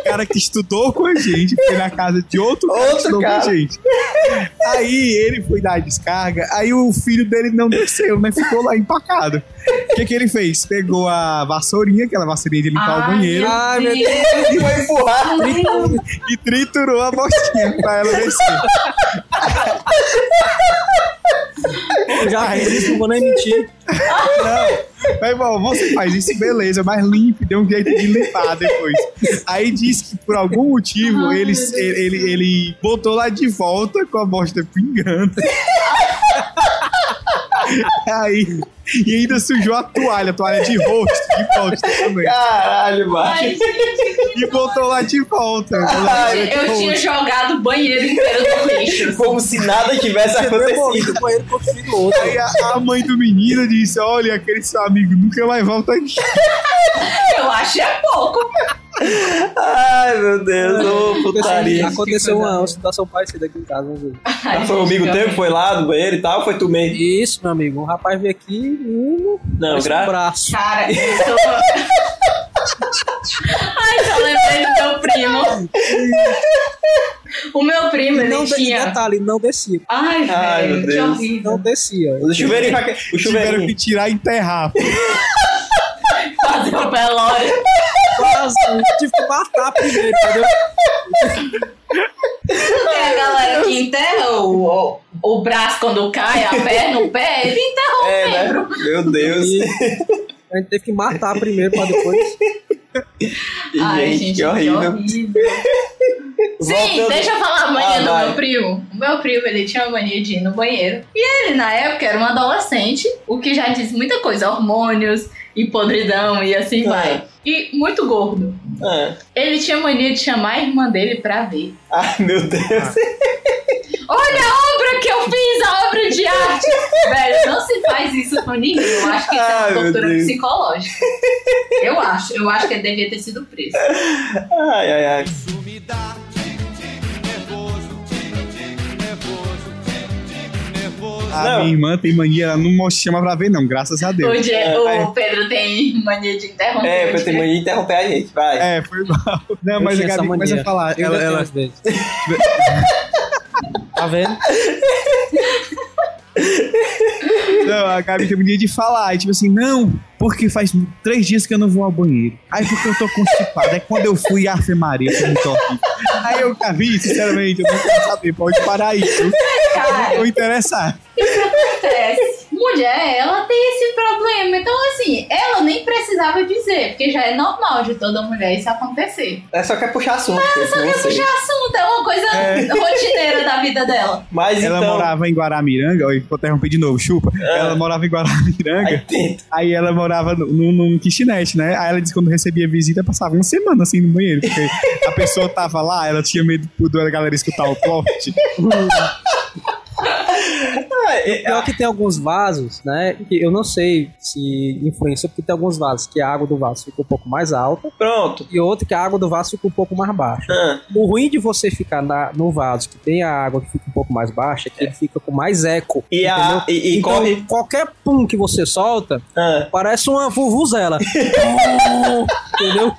Speaker 3: O cara que estudou com a gente foi na casa de outro, cara que
Speaker 2: Outro
Speaker 3: estudou
Speaker 2: cara.
Speaker 3: com a gente. Aí ele foi dar a descarga, aí o filho dele não desceu, né? Ficou lá empacado. O que, que ele fez? Pegou a vassourinha, aquela vassourinha de limpar
Speaker 1: Ai,
Speaker 3: o banheiro,
Speaker 4: Ai, meu
Speaker 1: meu
Speaker 4: Deus.
Speaker 1: Deus.
Speaker 2: E foi empurrar.
Speaker 3: e triturou a bostinha pra ela descer.
Speaker 4: Eu já fiz isso, não vou nem mentir.
Speaker 3: Não. Mas, bom, você faz isso, beleza, mas limpe, deu um jeito de limpar depois. Aí diz que por algum motivo
Speaker 1: Ai,
Speaker 3: ele,
Speaker 1: meu Deus.
Speaker 3: ele, ele, ele botou lá de volta com a bosta pingando. Aí, e ainda sujou a toalha, a toalha de rosto, de bosta também.
Speaker 2: Caralho,
Speaker 1: Ai,
Speaker 2: macho.
Speaker 1: gente, que
Speaker 3: E botou lá de volta.
Speaker 1: nojo. Eu tinha jogado o banheiro inteiro no lixo.
Speaker 2: Como se nada tivesse
Speaker 4: Demolido
Speaker 2: acontecido.
Speaker 4: o banheiro pro filho do outro.
Speaker 3: Aí a, a mãe do menino disse: Olha, aquele seu amigo nunca mais volta aqui.
Speaker 1: Eu acho é pouco.
Speaker 2: Ai, meu Deus, é ô putaria.
Speaker 4: Aconteceu uma, uma situação parecida aqui em casa. né, gente?
Speaker 1: Ai,
Speaker 2: Foi um amigo
Speaker 1: gente,
Speaker 2: teu que foi lá do banheiro e tal, foi tu mesmo.
Speaker 4: Isso, meu amigo. Um rapaz veio aqui e um
Speaker 2: Não, graças.
Speaker 4: braço.
Speaker 1: Cara, eu sou... Ai, só lembrei do meu primo. O meu primo, ele
Speaker 4: Não, tá de- um
Speaker 1: tinha...
Speaker 4: detalhe, não descia.
Speaker 1: Ai,
Speaker 2: Ai,
Speaker 1: velho,
Speaker 2: meu
Speaker 1: que
Speaker 2: Deus.
Speaker 1: horrível.
Speaker 4: Não descia.
Speaker 2: O chuveirinho, pra que- o
Speaker 3: Tiveram que
Speaker 2: chuveirinho.
Speaker 3: tirar e enterrar.
Speaker 1: Fazer o velório.
Speaker 4: Quase. Tive que matar primeiro, entendeu?
Speaker 1: Tem a galera que enterra o, o, o braço quando cai, a perna, o pé, ele enterra o
Speaker 2: É, né?
Speaker 1: membro.
Speaker 2: Meu Deus.
Speaker 4: E a gente teve que matar primeiro pra depois.
Speaker 1: Ai,
Speaker 2: Gente, que horrível.
Speaker 1: Sim,
Speaker 2: Voltando-
Speaker 1: deixa eu falar a
Speaker 2: Ah,
Speaker 1: mania do
Speaker 2: vai.
Speaker 1: meu primo. O meu primo, ele tinha a mania de ir no banheiro. E ele, na época, era um adolescente, o que já diz muita coisa, hormônios e podridão e assim
Speaker 2: Ah.
Speaker 1: vai. E muito gordo.
Speaker 2: Ah.
Speaker 1: Ele tinha mania de chamar a irmã dele pra ver.
Speaker 2: Ai, meu Deus.
Speaker 1: Olha a obra que eu fiz, a obra de arte! Velho, não se faz isso com ninguém. Eu acho que isso é
Speaker 2: Ai,
Speaker 1: uma
Speaker 2: meu
Speaker 1: tortura
Speaker 2: Deus.
Speaker 1: psicológica. Eu acho, eu acho que ele devia ter sido preso.
Speaker 2: Ai, ai, ai.
Speaker 6: Isso me dá tique-tique nervoso, tique-tique nervoso, tique-tique nervoso.
Speaker 3: A
Speaker 2: Não.
Speaker 3: minha irmã tem mania, ela não mo- chama pra ver, não, graças a Deus.
Speaker 1: O, Je-
Speaker 2: É,
Speaker 1: o
Speaker 2: vai.
Speaker 1: Pedro tem mania de interromper.
Speaker 2: É,
Speaker 1: o
Speaker 2: pra ter
Speaker 1: Diego.
Speaker 2: mania de interromper a gente, vai.
Speaker 3: É, foi mal. Não, mas a
Speaker 4: tinha essa
Speaker 3: Gabi começa
Speaker 4: mania.
Speaker 3: a falar.
Speaker 4: Eu
Speaker 3: Ela,
Speaker 4: ainda tenho
Speaker 3: ela,
Speaker 4: às vezes. tá vendo?
Speaker 3: Não, a Gabi tem mania de falar. E tipo assim, não, porque faz três dias que eu não vou ao banheiro. Aí porque eu tô constipado. Aí quando eu fui, a Maria, foi muito horrível. Aí eu, Gabi, sinceramente, eu não quero saber. Pode parar isso. Eu não
Speaker 1: Cara,
Speaker 3: tô interessado.
Speaker 1: acontece. Mulher, ela tem esse problema. Então, assim, ela nem precisava dizer, porque já é normal de toda mulher isso acontecer.
Speaker 2: É só quer puxar assunto. Não, só quer
Speaker 1: Puxar assunto é uma coisa rotineira da vida dela.
Speaker 2: Mas
Speaker 3: Ela
Speaker 2: então. Ah.
Speaker 3: morava em Guaramiranga. Oi, vou interromper de novo, chupa. Ela morava em
Speaker 2: Aí
Speaker 3: Guaramiranga.
Speaker 2: tenta.
Speaker 3: Aí ela morava no- num, num kitnet, né? Aí ela disse que quando recebia visita, passava uma semana assim no banheiro. Porque a pessoa tava lá, ela tinha medo da galera escutar o plot.
Speaker 2: Ah, é-
Speaker 4: Pior que tem alguns vasos, né? Que eu não sei se influencia, porque tem alguns vasos que a água do vaso fica um pouco mais alta
Speaker 2: Pronto.
Speaker 4: e outro que a água do vaso fica um pouco mais baixa.
Speaker 2: Ah,
Speaker 4: O ruim de você ficar na- no vaso que tem a água que fica um pouco mais baixa é que ele fica com mais eco.
Speaker 2: E, a,
Speaker 4: entendeu?
Speaker 2: e, e
Speaker 4: então,
Speaker 2: corre.
Speaker 4: qualquer pum que você solta,
Speaker 2: ah,
Speaker 4: parece uma vuvuzela. entendeu?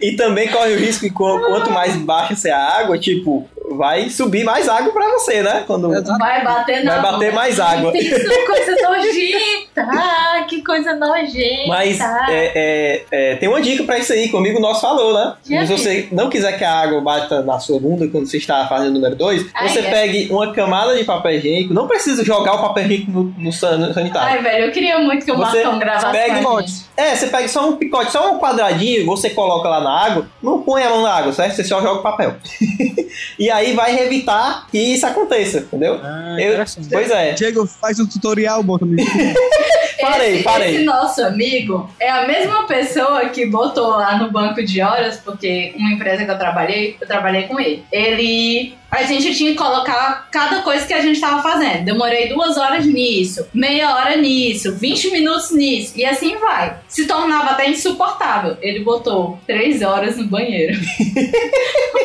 Speaker 2: e também corre o risco que qu- quanto mais baixa ser a água, tipo, vai subir mais água pra você, né? Quando
Speaker 4: Exato.
Speaker 1: Vai bater na
Speaker 2: vai bater mais água.
Speaker 1: Isso é coisa nojenta. Ah, Que coisa nojenta.
Speaker 2: Mas é, é, é, tem uma dica pra isso aí, que o amigo nosso falou, né?
Speaker 1: Já
Speaker 2: Se você não quiser que a água bata na sua bunda quando você está fazendo o número 2,
Speaker 1: Ai,
Speaker 2: você
Speaker 1: é.
Speaker 2: pegue uma camada de papel higiênico, não precisa jogar o papel higiênico no, no san- sanitário.
Speaker 1: Ai, velho, eu queria muito que o
Speaker 2: tá. Você
Speaker 1: Marcão gravasse
Speaker 2: pega
Speaker 1: com a
Speaker 2: e
Speaker 1: gente.
Speaker 2: É, você pega só um picote, só um quadradinho, você coloca lá na água, não põe a mão na água, certo? Você só joga o papel. e aí vai evitar que isso aconteça, entendeu? Eu-
Speaker 4: interessante.
Speaker 2: pois é.
Speaker 3: Diego, faz um tutorial, bota no YouTube.
Speaker 2: Parei,
Speaker 1: esse,
Speaker 2: parei.
Speaker 1: esse nosso amigo é a mesma pessoa que botou lá no banco de horas, porque uma empresa que eu trabalhei, eu trabalhei com ele. Ele. A gente tinha que colocar cada coisa que a gente tava fazendo. Demorei duas horas nisso, meia hora nisso, 20 minutos nisso, e assim vai. Se tornava até insuportável. Ele botou três horas no banheiro.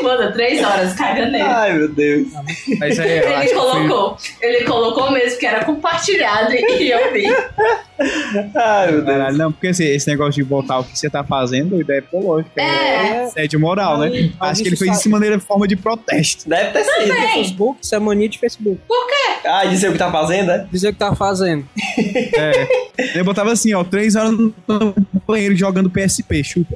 Speaker 1: Manda três horas cagando nele.
Speaker 2: Ai, meu Deus.
Speaker 3: Mas é, Ah, eu acho
Speaker 1: Ele
Speaker 3: que foi-
Speaker 1: colocou, ele colocou mesmo que era compartilhado e eu vi.
Speaker 2: Ai, meu Deus.
Speaker 3: Caralho, não, porque assim, esse negócio de botar o que você tá fazendo, ideia é ecológica.
Speaker 1: É.
Speaker 3: É assédio moral, né?
Speaker 4: Aí,
Speaker 3: Acho
Speaker 4: aí
Speaker 3: que ele
Speaker 4: isso
Speaker 3: fez
Speaker 4: sai-
Speaker 3: de maneira forma de protesto.
Speaker 2: Deve ter sido.
Speaker 1: Bem,
Speaker 4: Facebook, isso é mania de Facebook.
Speaker 2: Ah, dizer o que tá fazendo, né?
Speaker 4: Dizer o que tá fazendo.
Speaker 3: É. Eu botava assim, ó, três horas no banheiro jogando PSP, chupa.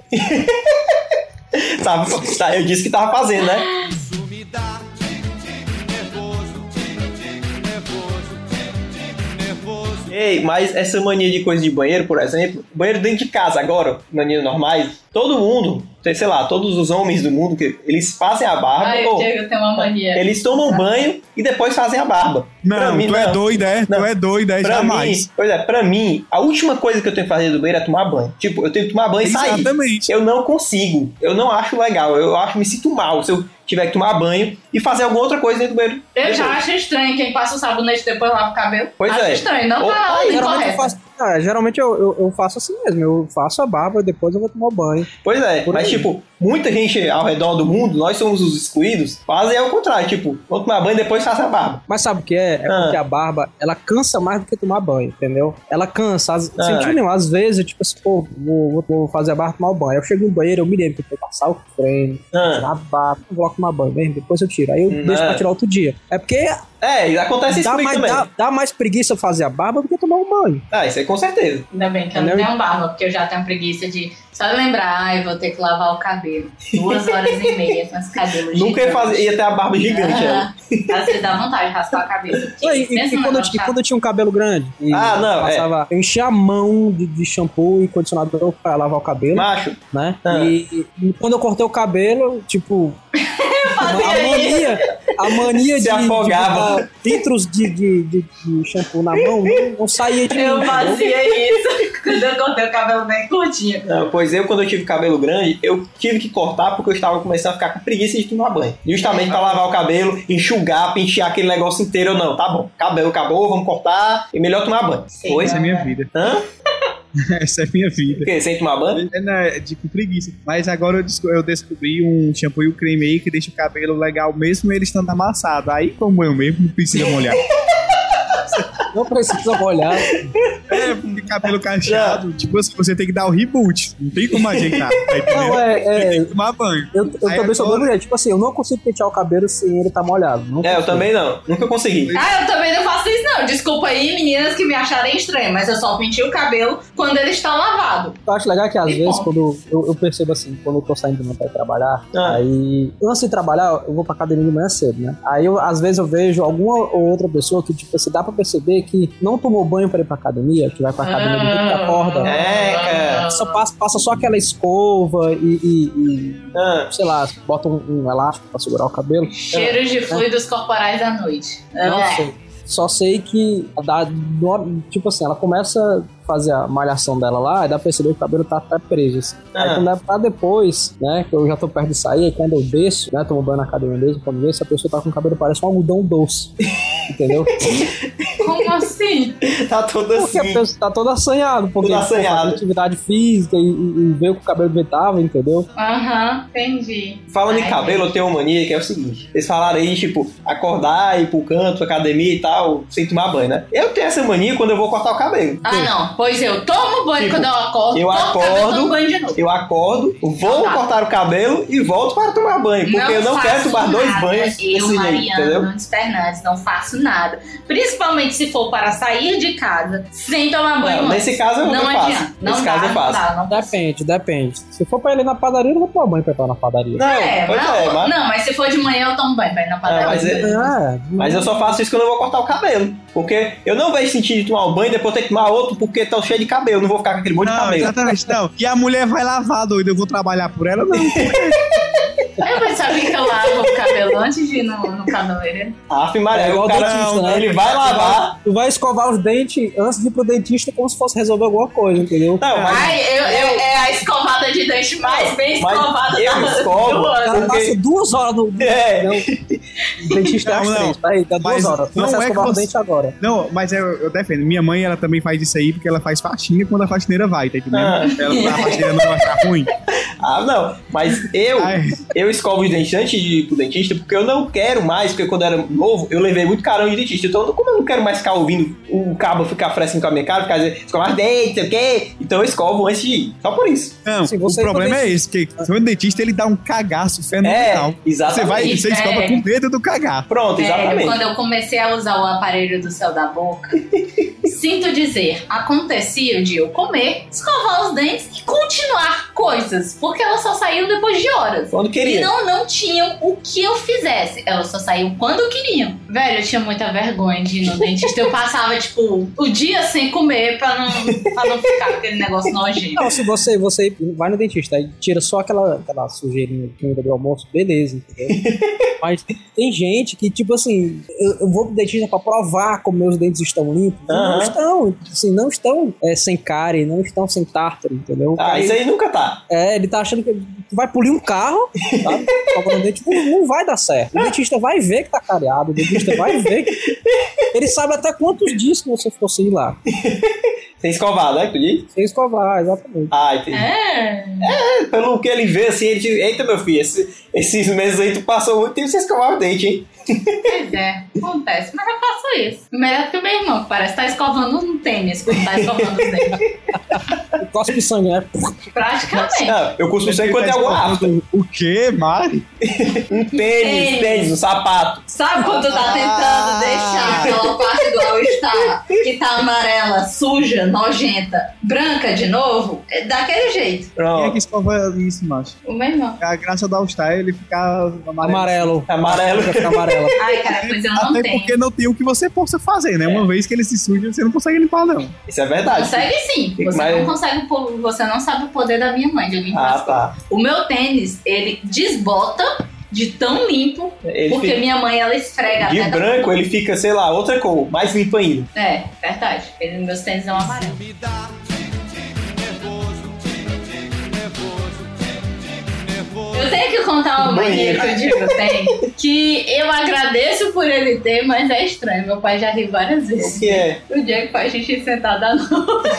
Speaker 2: Tava, tá, eu disse que tava fazendo, né?
Speaker 6: Isso me dá tic-tic nervoso, tic-tic nervoso, tic-tic nervoso.
Speaker 2: Ei, mas essa mania de coisa de banheiro, por exemplo, banheiro dentro de casa agora, mania normais, todo mundo, sei lá, todos os homens do mundo, que eles fazem a barba,
Speaker 1: Ai, o
Speaker 2: ou
Speaker 1: Diego tem uma mania.
Speaker 2: eles tomam banho e depois fazem a barba. Pra
Speaker 3: Não,
Speaker 2: mim,
Speaker 3: tu é doida, é?
Speaker 2: Não.
Speaker 3: Tu é doida, é?
Speaker 2: Pra
Speaker 3: Jamais.
Speaker 2: mim, pois é, pra mim, a última coisa que eu tenho que fazer do banheiro é tomar banho. Tipo, eu tenho que tomar banho e sair.
Speaker 3: Exatamente.
Speaker 2: Eu não consigo, eu não acho legal, eu acho, me sinto mal se eu tiver que tomar banho e fazer alguma outra coisa dentro do banheiro.
Speaker 1: Eu já
Speaker 2: Depois.
Speaker 1: acho estranho quem passa o sabonete depois lava o cabelo.
Speaker 2: Pois
Speaker 1: acho
Speaker 2: é.
Speaker 1: estranho, não
Speaker 2: Ou-
Speaker 1: tá na ordem
Speaker 4: Geralmente, eu
Speaker 1: correta.
Speaker 4: faço, ah, geralmente eu, eu- eu faço assim mesmo. Eu faço a barba e depois eu vou tomar banho.
Speaker 2: Pois é,
Speaker 4: Por
Speaker 2: mas
Speaker 4: aí.
Speaker 2: tipo, muita gente ao redor do mundo, nós somos os excluídos, fazem ao contrário, tipo, vão tomar banho e depois faça a barba.
Speaker 4: Mas sabe o que é? É
Speaker 2: Ah.
Speaker 4: porque a barba, ela cansa mais do que tomar banho, entendeu? Ela cansa. Às,
Speaker 2: Ah.
Speaker 4: sentido nenhum. Às vezes, eu, tipo assim, pô, vou, vou- vou fazer a barba e tomar o banho. Aí Eu chego no banheiro, eu me lembro que eu vou passar o creme,
Speaker 2: Ah,
Speaker 4: a barba, eu vou tomar banho mesmo, depois eu tiro. Aí eu
Speaker 2: Não.
Speaker 4: deixo pra tirar outro dia. É porque
Speaker 2: É, acontece isso
Speaker 4: dá
Speaker 2: comigo
Speaker 4: mais,
Speaker 2: também.
Speaker 4: dá, dá mais preguiça fazer a barba do que tomar um banho.
Speaker 2: Ah, isso aí com certeza.
Speaker 1: Ainda bem que eu não
Speaker 4: Entendeu?
Speaker 1: tenho barba, porque eu já tenho preguiça de só lembrar, ai, vou ter que lavar o cabelo. Duas horas e meia com esse cabelo
Speaker 2: Nunca ia, fazer, ia ter a barba gigante. né?
Speaker 1: Ah, às vezes dá vontade de raspar a cabeça.
Speaker 4: E, e- e
Speaker 1: Pensa num
Speaker 4: quando, eu,
Speaker 1: negócio
Speaker 4: ti-
Speaker 1: chato.
Speaker 4: quando eu tinha um cabelo grande, e
Speaker 2: Ah, não, é.
Speaker 4: passava, eu enchia a mão de, de shampoo e condicionador pra lavar o cabelo,
Speaker 2: Macho,
Speaker 4: né?
Speaker 2: Ah.
Speaker 4: E, e quando eu cortei o cabelo, tipo, A
Speaker 1: Fazia isso.
Speaker 4: mania, a mania
Speaker 2: Se
Speaker 4: de,
Speaker 2: afogava.
Speaker 4: de botar litros de, de, de- de shampoo na mão não, não saía de
Speaker 1: Eu
Speaker 4: mim. entendeu?
Speaker 1: fazia isso quando eu cortei o cabelo bem curtinho.
Speaker 2: Não, Ah, pois eu, quando eu tive cabelo grande, eu tive que cortar porque eu estava começando a ficar com preguiça de tomar banho. Justamente pra lavar o cabelo, enxugar, pentear aquele negócio inteiro. Eu, não, tá bom, cabelo acabou, vamos cortar, e melhor tomar banho.
Speaker 1: Sim.
Speaker 2: Oi?
Speaker 3: Essa é minha vida.
Speaker 2: Hã?
Speaker 3: Essa é minha
Speaker 2: O
Speaker 3: vida.
Speaker 2: quê? Sem tomar banho?
Speaker 3: É, né, de com preguiça. Mas agora eu, desco- eu descobri um shampoo e um creme aí que deixa o cabelo legal, mesmo ele estando amassado. Aí, como eu mesmo, não precisa molhar.
Speaker 4: Não precisa molhar.
Speaker 3: é, porque cabelo
Speaker 4: É.
Speaker 3: cacheado, tipo assim, você tem que dar o reboot. Não tem como ajeitar. Tá
Speaker 4: Não,
Speaker 3: entendendo?
Speaker 4: é. é,
Speaker 3: Tem que tomar banho.
Speaker 4: eu, eu
Speaker 3: Aí
Speaker 2: é
Speaker 4: também sou
Speaker 3: agora-
Speaker 4: boa mulher. Tipo assim, eu não consigo pentear o cabelo sem ele tá molhado. Não
Speaker 2: É, eu
Speaker 4: consigo.
Speaker 2: também não. Nunca consegui.
Speaker 1: Ah, eu também não faço isso, Não, desculpa aí, meninas que me acharem estranho, mas eu só pentei o cabelo quando ele está lavado.
Speaker 4: Eu acho legal que às
Speaker 1: E
Speaker 4: vezes,
Speaker 1: bom.
Speaker 4: quando eu, eu percebo assim, quando eu tô saindo não pra ir trabalhar,
Speaker 2: Ah.
Speaker 4: aí. Antes de trabalhar, eu vou pra academia de manhã cedo, né? Aí eu, às vezes eu vejo alguma ou outra pessoa que, tipo, se dá pra perceber que não tomou banho pra ir pra academia, que vai pra
Speaker 2: Tá
Speaker 4: academia do jeito
Speaker 1: Ah.
Speaker 4: que acorda. né?
Speaker 2: É, cara.
Speaker 4: Só passa, passa só aquela escova e, e-
Speaker 2: Ah,
Speaker 4: e, sei lá, bota um, um elástico pra segurar o cabelo.
Speaker 1: Cheiros de fluidos corporais à noite.
Speaker 4: Não
Speaker 1: É.
Speaker 4: sei. Só sei que dá, do- tipo assim, ela começa a fazer a malhação dela lá, e dá pra perceber que o cabelo tá até preso. assim. Aí
Speaker 2: Ah.
Speaker 4: quando é pra depois, né, que eu já tô perto de sair, aí quando eu desço, né, tomo banho na academia mesmo, quando eu desço, a pessoa tá com o cabelo parece um algodão doce. Entendeu?
Speaker 1: É. Como assim?
Speaker 2: tá todo
Speaker 4: Porque a
Speaker 2: Então, assim.
Speaker 4: pessoa tá toda assanhada, porque
Speaker 2: Toda
Speaker 4: pô, faz
Speaker 2: assanhada.
Speaker 4: atividade física e, e, e veio com o cabelo inventava, entendeu?
Speaker 1: Aham, entendi.
Speaker 2: Falando em
Speaker 1: Ai,
Speaker 2: cabelo, eu tenho uma mania que é o seguinte: vocês falaram aí, tipo, acordar, ir pro canto, academia e tal, sem tomar banho, né? Eu tenho essa mania quando eu vou cortar o cabelo.
Speaker 1: Ah, não. Pois eu tomo banho
Speaker 2: Tipo,
Speaker 1: quando eu acordo.
Speaker 2: eu
Speaker 1: corto o cabelo,
Speaker 2: acordo-
Speaker 1: tomo banho de novo.
Speaker 2: Eu acordo, vou
Speaker 1: Tá.
Speaker 2: cortar o cabelo e volto para tomar banho, porque eu não quero
Speaker 1: faço
Speaker 2: tomar dois
Speaker 1: nada.
Speaker 2: banhos
Speaker 1: Eu,
Speaker 2: desse jeito,
Speaker 1: Mariana
Speaker 2: entendeu?
Speaker 1: Nunes Fernandes, não faço nada. Principalmente se for para sair de casa sem tomar banho.
Speaker 2: Não,
Speaker 1: antes.
Speaker 2: nesse caso eu
Speaker 1: não
Speaker 2: não faço.
Speaker 1: adianta. Não
Speaker 2: Nesse
Speaker 1: dá,
Speaker 2: caso eu
Speaker 1: não
Speaker 2: faço.
Speaker 1: dá, não dá.
Speaker 4: Depende, depende. Se for pra ele ir na padaria, eu não vou tomar banho pra ir lá na padaria.
Speaker 2: Não,
Speaker 1: É,
Speaker 2: pois
Speaker 1: não,
Speaker 2: é, mas,
Speaker 1: não, mas se for de manhã eu tomo banho, vai na padaria.
Speaker 2: Ah, mas é-
Speaker 4: É,
Speaker 2: mas eu só faço isso quando eu vou cortar o cabelo. Porque eu não vejo sentido de tomar um banho e depois ter que tomar outro porque tá cheio de cabelo. Não vou ficar com aquele monte de
Speaker 3: Não,
Speaker 2: cabelo.
Speaker 3: exatamente, não. E a mulher vai lavar, doido. Eu vou trabalhar por ela? Não.
Speaker 1: É, mas sabe que eu lavo o cabelo antes de ir no, no cabeleireiro?
Speaker 2: Aff, Maria,
Speaker 4: É igual
Speaker 2: o cara
Speaker 4: dentista, né?
Speaker 2: ele vai lavar.
Speaker 4: Tu vai escovar os dentes antes de ir pro dentista como se fosse resolver alguma coisa, entendeu?
Speaker 2: Não, mas
Speaker 1: Ai, eu, eu- é a escovada de dente mais bem
Speaker 2: Mas
Speaker 1: escovada
Speaker 2: eu
Speaker 1: da-
Speaker 2: escovo.
Speaker 1: do
Speaker 4: O
Speaker 1: ano.
Speaker 4: cara
Speaker 2: porque-
Speaker 4: passa duas horas no.
Speaker 2: É.
Speaker 4: Não, o dentista é às
Speaker 3: Não, não.
Speaker 4: três, tá aí, dá duas
Speaker 3: Mas
Speaker 4: horas. Tu
Speaker 3: não
Speaker 4: começa a
Speaker 3: é que
Speaker 4: escovar o
Speaker 3: você-
Speaker 4: dente agora.
Speaker 3: Não, mas eu, eu defendo. Minha mãe, ela também faz isso aí porque ela faz faxina quando a faxineira vai, tá entendendo?
Speaker 2: Ah.
Speaker 3: Ela, a faxineira não vai ficar ruim.
Speaker 2: Ah, não. Mas eu,
Speaker 3: Ai.
Speaker 2: eu escovo os dentes antes de ir pro dentista porque eu não quero mais, porque quando eu era novo, eu levei muito carão de dentista. Então, como eu não quero mais ficar ouvindo o cabo ficar fresco com a minha cara, ficar dizendo, escovar os dentes, sei o quê? Então eu escovo antes de ir. Só por isso.
Speaker 3: Não,
Speaker 4: Sim,
Speaker 3: o
Speaker 4: você
Speaker 3: problema
Speaker 4: também-
Speaker 3: é esse, porque o dentista, ele dá um cagaço
Speaker 2: É,
Speaker 3: fenomenal. Você
Speaker 2: exatamente.
Speaker 3: vai e você
Speaker 1: É.
Speaker 3: escova com medo do cagar.
Speaker 2: Pronto,
Speaker 1: Sério, quando
Speaker 2: exatamente.
Speaker 1: É, eu comecei a usar o aparelho do céu da boca, sinto dizer, acontecia de eu comer, escovar os dentes e continuar coisas, porque elas só saíam depois de horas.
Speaker 2: Quando
Speaker 1: E
Speaker 2: queria.
Speaker 1: não, não tinham o que eu fizesse. Elas só saíam quando queriam. Velho, eu tinha muita vergonha de ir no dentista. Eu passava, tipo, o dia sem comer pra não, pra não ficar com aquele negócio nojento.
Speaker 4: Não, se você, você vai no dentista e tira só aquela, aquela sujeirinha de comida do almoço, beleza, entendeu? Mas tem gente que, tipo assim, eu, eu vou pro dentista pra provar como meus dentes estão limpos. E Não
Speaker 2: Aham.
Speaker 4: estão, assim, não estão é, sem cárie, não estão sem tártaro, entendeu? O
Speaker 2: Ah,
Speaker 4: cara,
Speaker 2: isso aí nunca tá.
Speaker 4: É, ele tá achando que tu vai polir um carro, sabe? Toca no dente, tipo, não, não vai dar certo. O dentista vai ver que tá careado, o dentista vai ver que. Ele sabe até quantos dias que você ficou sem ir lá.
Speaker 2: Sem escovar, né? que tu diz?
Speaker 4: Sem escovar, exatamente.
Speaker 2: Ah, entendi.
Speaker 1: É.
Speaker 2: Pelo que ele vê, assim, ele diz, eita, meu filho, esse- esses meses aí tu passou muito tempo sem escovar o dente, hein?
Speaker 1: Pois é, acontece. Mas eu faço isso. Melhor que o meu irmão, que parece que tá escovando um tênis quando tá escovando os dentes.
Speaker 4: O cospe sangue, né?
Speaker 1: Praticamente.
Speaker 2: Ah, eu cuspo sangue quando é
Speaker 3: Tá
Speaker 2: água
Speaker 3: escovando-
Speaker 2: afta.
Speaker 3: O quê, Mari?
Speaker 2: Um tênis,
Speaker 1: Tênis.
Speaker 2: tênis, um sapato.
Speaker 1: Sabe quando tu tá tentando
Speaker 3: Ah.
Speaker 1: deixar aquela parte do all-star que tá amarela, suja, nojenta, branca de novo? É daquele jeito.
Speaker 3: Quem é
Speaker 2: Pronto.
Speaker 3: que escova isso, macho?
Speaker 1: O meu irmão.
Speaker 3: A graça do All-Star é ele ficar amarelo.
Speaker 4: Amarelo.
Speaker 2: Amarelo.
Speaker 4: Fica amarelo.
Speaker 1: Ai, cara, pois eu não
Speaker 3: Até
Speaker 1: tenho.
Speaker 3: porque não tem o que você possa fazer, né? Uma vez que ele se suja, você não consegue limpar, não.
Speaker 2: Isso é verdade.
Speaker 1: Consegue sim. Você
Speaker 2: Mas-
Speaker 1: não consegue, o po- você não sabe o poder da minha mãe de limpar
Speaker 2: Ah,
Speaker 1: as coisas.
Speaker 2: tá.
Speaker 1: O meu tênis, ele desbota de tão limpo,
Speaker 2: Ele
Speaker 1: porque
Speaker 2: fica...
Speaker 1: minha mãe ela esfrega
Speaker 2: De
Speaker 1: até da-
Speaker 2: branco, ele fica, sei lá, outra cor, mais limpo ainda.
Speaker 1: É, verdade. Ele, meus tênis são amarelos.
Speaker 6: Me dá tic-tic nervoso, tic-tic nervoso, tic-tic nervoso.
Speaker 1: Eu tenho que contar uma mania que o Diego tem, que eu agradeço por ele ter, mas é estranho. Meu pai já riu várias
Speaker 2: O
Speaker 1: vezes.
Speaker 2: que é?
Speaker 1: O Diego faz xixi sentado à noite.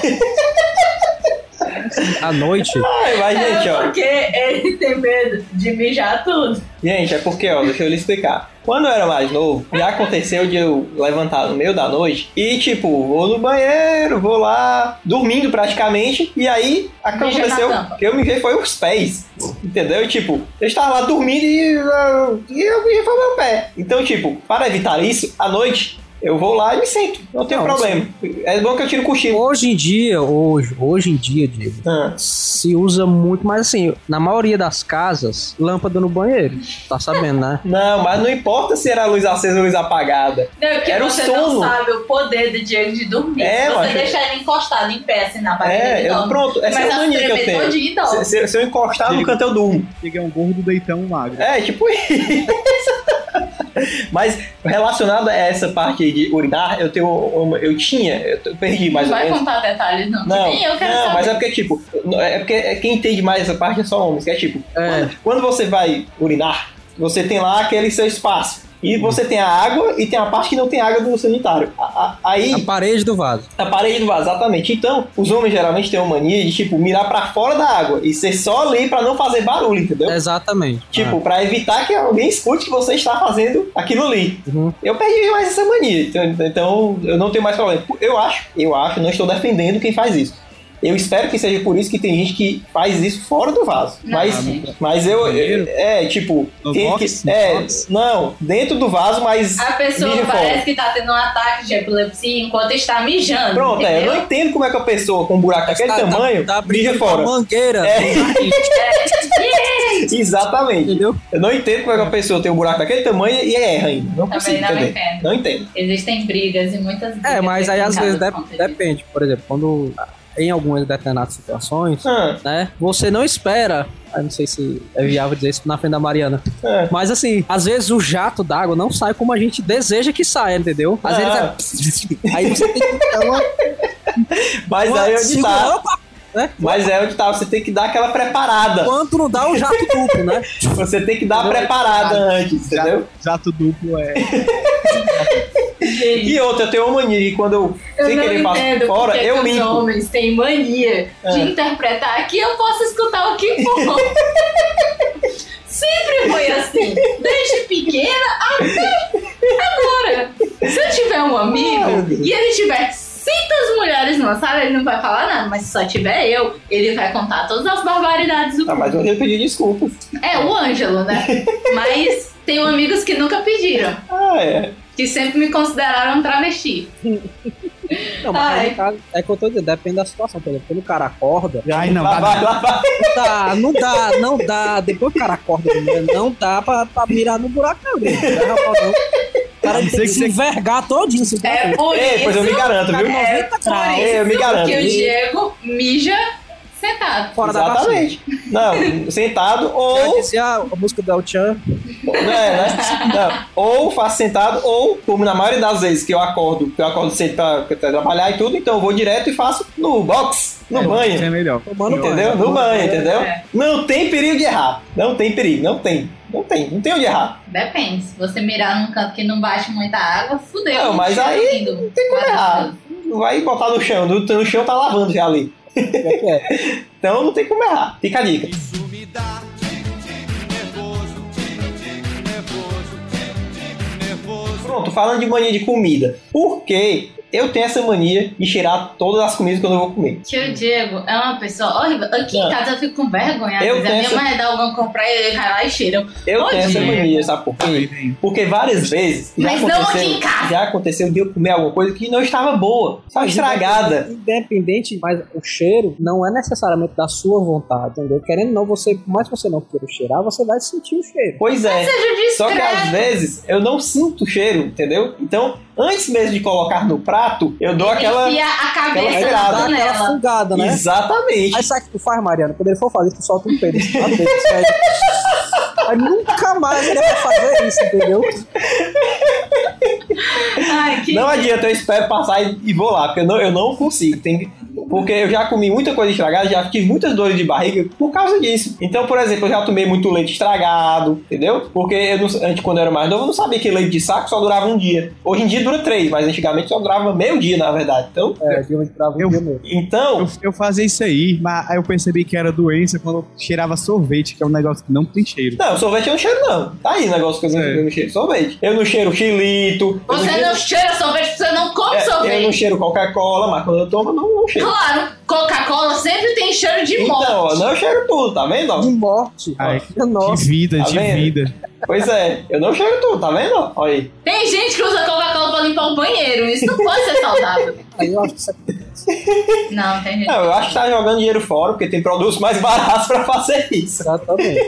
Speaker 4: À noite,
Speaker 2: Ai, mas, gente,
Speaker 1: É
Speaker 2: ó.
Speaker 1: porque ele tem medo de mijar tudo.
Speaker 2: Gente, é porque, ó, deixa eu lhe explicar. Quando eu era mais novo, já aconteceu de eu levantar no meio da noite e, tipo, vou no banheiro, vou lá, dormindo praticamente, e aí a que
Speaker 1: Mija na
Speaker 2: aconteceu
Speaker 1: tampa.
Speaker 2: que eu mijei foi os pés. Entendeu? Tipo, eu estava lá dormindo e, ah, e eu mijei foi meu pé. Então, tipo, para evitar isso, à noite. Eu vou lá e me sento. Não tem
Speaker 4: Não,
Speaker 2: problema. É bom que eu tiro o cochilo.
Speaker 4: Hoje em dia, hoje, hoje em dia, Diego,
Speaker 2: Ah,
Speaker 4: se usa muito, mas assim, na maioria das casas, lâmpada no banheiro. Tá sabendo, né?
Speaker 2: Não, mas não importa se era a luz acesa ou luz apagada.
Speaker 1: Não, é porque
Speaker 2: Era o
Speaker 1: você
Speaker 2: sono.
Speaker 1: não sabe o poder do Diego de dormir.
Speaker 2: É,
Speaker 1: Se você
Speaker 2: mas-
Speaker 1: deixar ele encostado em pé assim na parede,
Speaker 2: É,
Speaker 1: ele
Speaker 2: eu,
Speaker 1: dorme.
Speaker 2: pronto. Essa
Speaker 1: Mas
Speaker 2: é a
Speaker 1: as
Speaker 2: mania que eu
Speaker 1: tremê todinha e
Speaker 2: tenho.
Speaker 1: dorme.
Speaker 2: Se, se- se eu encostar no
Speaker 3: Digo-
Speaker 2: canto, eu durmo.
Speaker 3: Cheguei um gordo deitão magro.
Speaker 2: É, tipo isso. Mas relacionado a essa parte de urinar, eu tenho uma- eu tinha, eu perdi mais
Speaker 1: Não
Speaker 2: ou
Speaker 1: vai
Speaker 2: menos.
Speaker 1: contar detalhes, não.
Speaker 2: Não,
Speaker 1: Nem eu quero
Speaker 2: não,
Speaker 1: saber.
Speaker 2: mas é porque, tipo, é porque é- quem entende mais essa parte é só homens, que é tipo,
Speaker 4: É.
Speaker 2: quando você vai urinar, você tem lá aquele seu espaço. E você tem a água e tem a parte que não tem água do sanitário. A- a- aí.
Speaker 4: É, A parede do vaso.
Speaker 2: A parede do vaso, exatamente. Então, os homens geralmente têm uma mania de, tipo, mirar pra fora da água e ser só ali pra não fazer barulho, entendeu?
Speaker 4: Exatamente. Ah.
Speaker 2: Tipo, pra evitar que alguém escute que você está fazendo aquilo ali.
Speaker 4: Uhum.
Speaker 2: Eu perdi mais essa mania, então- então eu não tenho mais problema. Eu acho, eu acho, não estou defendendo quem faz isso. Eu espero que seja por isso que tem gente que faz isso fora do vaso.
Speaker 1: Não,
Speaker 2: mas,
Speaker 1: gente.
Speaker 2: mas eu,
Speaker 3: Banheiro?
Speaker 2: é, tipo,
Speaker 3: No
Speaker 2: tem
Speaker 3: box?
Speaker 2: que,
Speaker 3: No
Speaker 2: é,
Speaker 3: box?
Speaker 2: não, dentro do vaso, mas
Speaker 1: A
Speaker 2: mídia
Speaker 1: pessoa
Speaker 2: fora.
Speaker 1: parece que tá tendo um ataque de epilepsia enquanto está mijando.
Speaker 2: Pronto, é, eu
Speaker 1: entendeu?
Speaker 2: não entendo como é que a pessoa com um buraco daquele
Speaker 4: Tá- tá-
Speaker 2: tamanho
Speaker 4: tá,
Speaker 2: mija
Speaker 4: brigando com a
Speaker 2: fora.
Speaker 4: mangueira.
Speaker 2: É.
Speaker 1: Ih,
Speaker 2: Exatamente.
Speaker 4: Entendeu?
Speaker 2: Eu não entendo como é que a pessoa tem um buraco daquele tamanho e erra ainda. Não
Speaker 1: Também
Speaker 2: consigo
Speaker 1: não
Speaker 2: entender.
Speaker 1: entendo.
Speaker 2: Não entendo.
Speaker 1: Existem brigas e muitas brigas.
Speaker 4: É, mas aí às vezes
Speaker 1: deve
Speaker 4: dep- depende. Por exemplo, quando em algumas determinadas situações,
Speaker 2: Ah,
Speaker 4: né? Você não espera. Eu não sei se é viável dizer isso na frente da Mariana.
Speaker 2: ah.
Speaker 4: Mas assim, às vezes o jato d'água não sai como a gente deseja que saia, entendeu? Às
Speaker 2: Ah.
Speaker 4: vezes ele vai... Aí você tem que
Speaker 2: Mas aí é onde tá.
Speaker 4: segurar o pa- né?
Speaker 2: Mas é onde tá. Você tem que dar aquela preparada. Tipo,
Speaker 4: Quando não dá o jato duplo, né?
Speaker 2: Você tem que dar a
Speaker 4: Entendeu?
Speaker 2: preparada
Speaker 3: Tá.
Speaker 2: antes, entendeu?
Speaker 3: Jato duplo é.
Speaker 1: Gente,
Speaker 2: E outra, eu tenho uma mania que quando eu,
Speaker 1: eu
Speaker 2: sem
Speaker 1: não
Speaker 2: querer
Speaker 1: entendo
Speaker 2: passo
Speaker 1: porque
Speaker 2: fora,
Speaker 1: que
Speaker 2: eu
Speaker 1: os
Speaker 2: limpo.
Speaker 1: homens têm mania de
Speaker 2: É.
Speaker 1: interpretar aqui eu posso escutar o que for. Sempre foi assim, desde pequena até agora. Se eu tiver um
Speaker 2: Meu
Speaker 1: amigo
Speaker 2: Deus.
Speaker 1: e ele tiver cintas mulheres numa sala, ele não vai falar nada, mas se só tiver eu, ele vai contar todas as barbaridades do
Speaker 2: Ah, mas eu pedi desculpa.
Speaker 1: É, o Ângelo, né? Mas tenho amigos que nunca pediram,
Speaker 2: Ah, é.
Speaker 1: que sempre me consideraram travesti.
Speaker 4: Não, mas aí,
Speaker 1: Ai.
Speaker 4: no caso, é que eu tô dizendo, depende da situação. Por exemplo, quando o cara acorda,
Speaker 3: Ai, não,
Speaker 2: Lá
Speaker 3: dá
Speaker 2: vai,
Speaker 3: nada.
Speaker 2: lá vai.
Speaker 4: não dá, Tá, não dá, não dá. Depois que o cara acorda, né? não dá pra, pra mirar no buraco, não. né? Não dá, não. O cara tem
Speaker 3: Sei
Speaker 4: que
Speaker 3: que
Speaker 4: se
Speaker 3: você-
Speaker 4: envergar todinho. Assim,
Speaker 1: É por
Speaker 2: Ei, pois eu
Speaker 1: isso,
Speaker 2: me garanto, viu?
Speaker 4: Tá
Speaker 1: é por
Speaker 3: Tá.
Speaker 4: graus.
Speaker 1: isso
Speaker 2: Ei, eu me garanto.
Speaker 1: que o Diego mija sentado.
Speaker 4: Fora da bacia.
Speaker 2: Exatamente. Não, sentado
Speaker 4: Já
Speaker 2: ou.
Speaker 4: dizia a música do El Chan.
Speaker 2: É, né? Não, ou faço sentado, ou, como na maioria das vezes que eu acordo, que eu acordo cedo pra, pra trabalhar e tudo, então eu vou direto e faço no box, no
Speaker 3: É,
Speaker 2: banho.
Speaker 3: É melhor.
Speaker 4: Tomando
Speaker 2: Entendeu? No banho, entendeu?
Speaker 1: É.
Speaker 2: Não tem perigo de errar. Não tem perigo, não tem. Não tem, não tem onde errar.
Speaker 1: Depende, se você mirar num canto que não bate muita água, fudeu. Tá
Speaker 2: Não, mas
Speaker 1: Cheiro
Speaker 2: aí
Speaker 1: lindo.
Speaker 2: não tem como errar. Não vai botar no chão, no, no chão tá lavando já ali.
Speaker 4: É.
Speaker 2: Então não tem como errar. Fica a dica.
Speaker 6: Isso me dá tique-tique nervoso, tique-tique nervoso, tique-tique nervoso.
Speaker 2: Pronto, falando de mania de comida. Por que eu tenho essa mania de cheirar todas as comidas quando eu vou comer?
Speaker 1: Que o Diego é uma pessoa horrível. Aqui
Speaker 2: Não.
Speaker 1: em casa eu fico com vergonha. às
Speaker 2: Eu
Speaker 1: vezes a minha
Speaker 2: penso-
Speaker 1: mãe dá alguma compra e ele vai lá e cheira.
Speaker 2: Eu
Speaker 1: Ô,
Speaker 2: tenho essa
Speaker 1: Diego.
Speaker 2: mania, sabe por quê? Porque várias vezes já
Speaker 1: Mas não
Speaker 2: aconteceu,
Speaker 1: aqui em casa.
Speaker 2: já aconteceu de eu comer alguma coisa que não estava boa, estava estragada.
Speaker 4: Independente, mas o cheiro não é necessariamente da sua vontade, entendeu? Querendo ou não, você, por mais que você não queira cheirar, você vai sentir o cheiro.
Speaker 2: Pois é.
Speaker 1: Seja
Speaker 2: Só que às
Speaker 1: discreto.
Speaker 2: vezes eu não sinto o cheiro, entendeu? Então, antes mesmo de colocar no prato, eu dou aquela.
Speaker 1: Enfia a
Speaker 2: aquela
Speaker 1: cabeça na
Speaker 2: virada.
Speaker 4: Dá aquela
Speaker 1: panela.
Speaker 4: fungada, né?
Speaker 2: Exatamente.
Speaker 4: Aí sabe o que tu faz, Mariana? Quando ele for fazer, tu solta um peido. assim, lá dentro, isso Aí Aí nunca mais ele vai fazer isso, entendeu?
Speaker 1: Ai, que
Speaker 2: Não adianta, eu espero passar e e vou lá, porque eu não, eu não consigo. Tem, porque eu já comi muita coisa estragada, já tive muitas dores de barriga por causa disso. Então, por exemplo, eu já tomei muito leite estragado, entendeu? Porque eu não- antes, quando eu era mais novo, eu não sabia que leite de saco só durava um dia. Hoje em dia dura três, mas antigamente só durava meio dia, na verdade. Então,
Speaker 4: É, de onde pra um dia
Speaker 3: Eu-
Speaker 4: mesmo.
Speaker 2: então
Speaker 3: Eu, eu fazia isso aí, mas aí eu percebi que era doença quando eu cheirava sorvete, que é um negócio que não tem cheiro.
Speaker 2: Não, sorvete eu não cheiro, não. Tá aí o negócio que eu não,
Speaker 3: É.
Speaker 2: eu não cheiro. Sorvete. Eu não cheiro xilito. eu
Speaker 1: Você
Speaker 2: cheiro-
Speaker 1: não cheira sorvete, você não come
Speaker 2: É, Eu não
Speaker 1: sorvete.
Speaker 2: cheiro Coca-Cola, mas quando eu tomo, eu não, não cheiro.
Speaker 1: Claro, Coca-Cola sempre tem cheiro de morte.
Speaker 2: Então, ó, não eu cheiro tudo, tá vendo? ó?
Speaker 4: De morte.
Speaker 3: Ai,
Speaker 4: Nossa.
Speaker 3: De vida,
Speaker 2: Tá
Speaker 3: de
Speaker 2: vendo?
Speaker 3: vida.
Speaker 2: Pois é, eu não cheiro tudo, tá vendo? ó? Olha aí.
Speaker 1: Tem gente que usa Coca-Cola pra limpar o banheiro. banheiro. Isso não pode ser saudável.
Speaker 4: Aí eu acho que isso é
Speaker 1: Não, tem gente.
Speaker 2: Não, eu acho que tá jogando dinheiro fora, porque tem produtos mais baratos pra fazer isso.
Speaker 4: exatamente.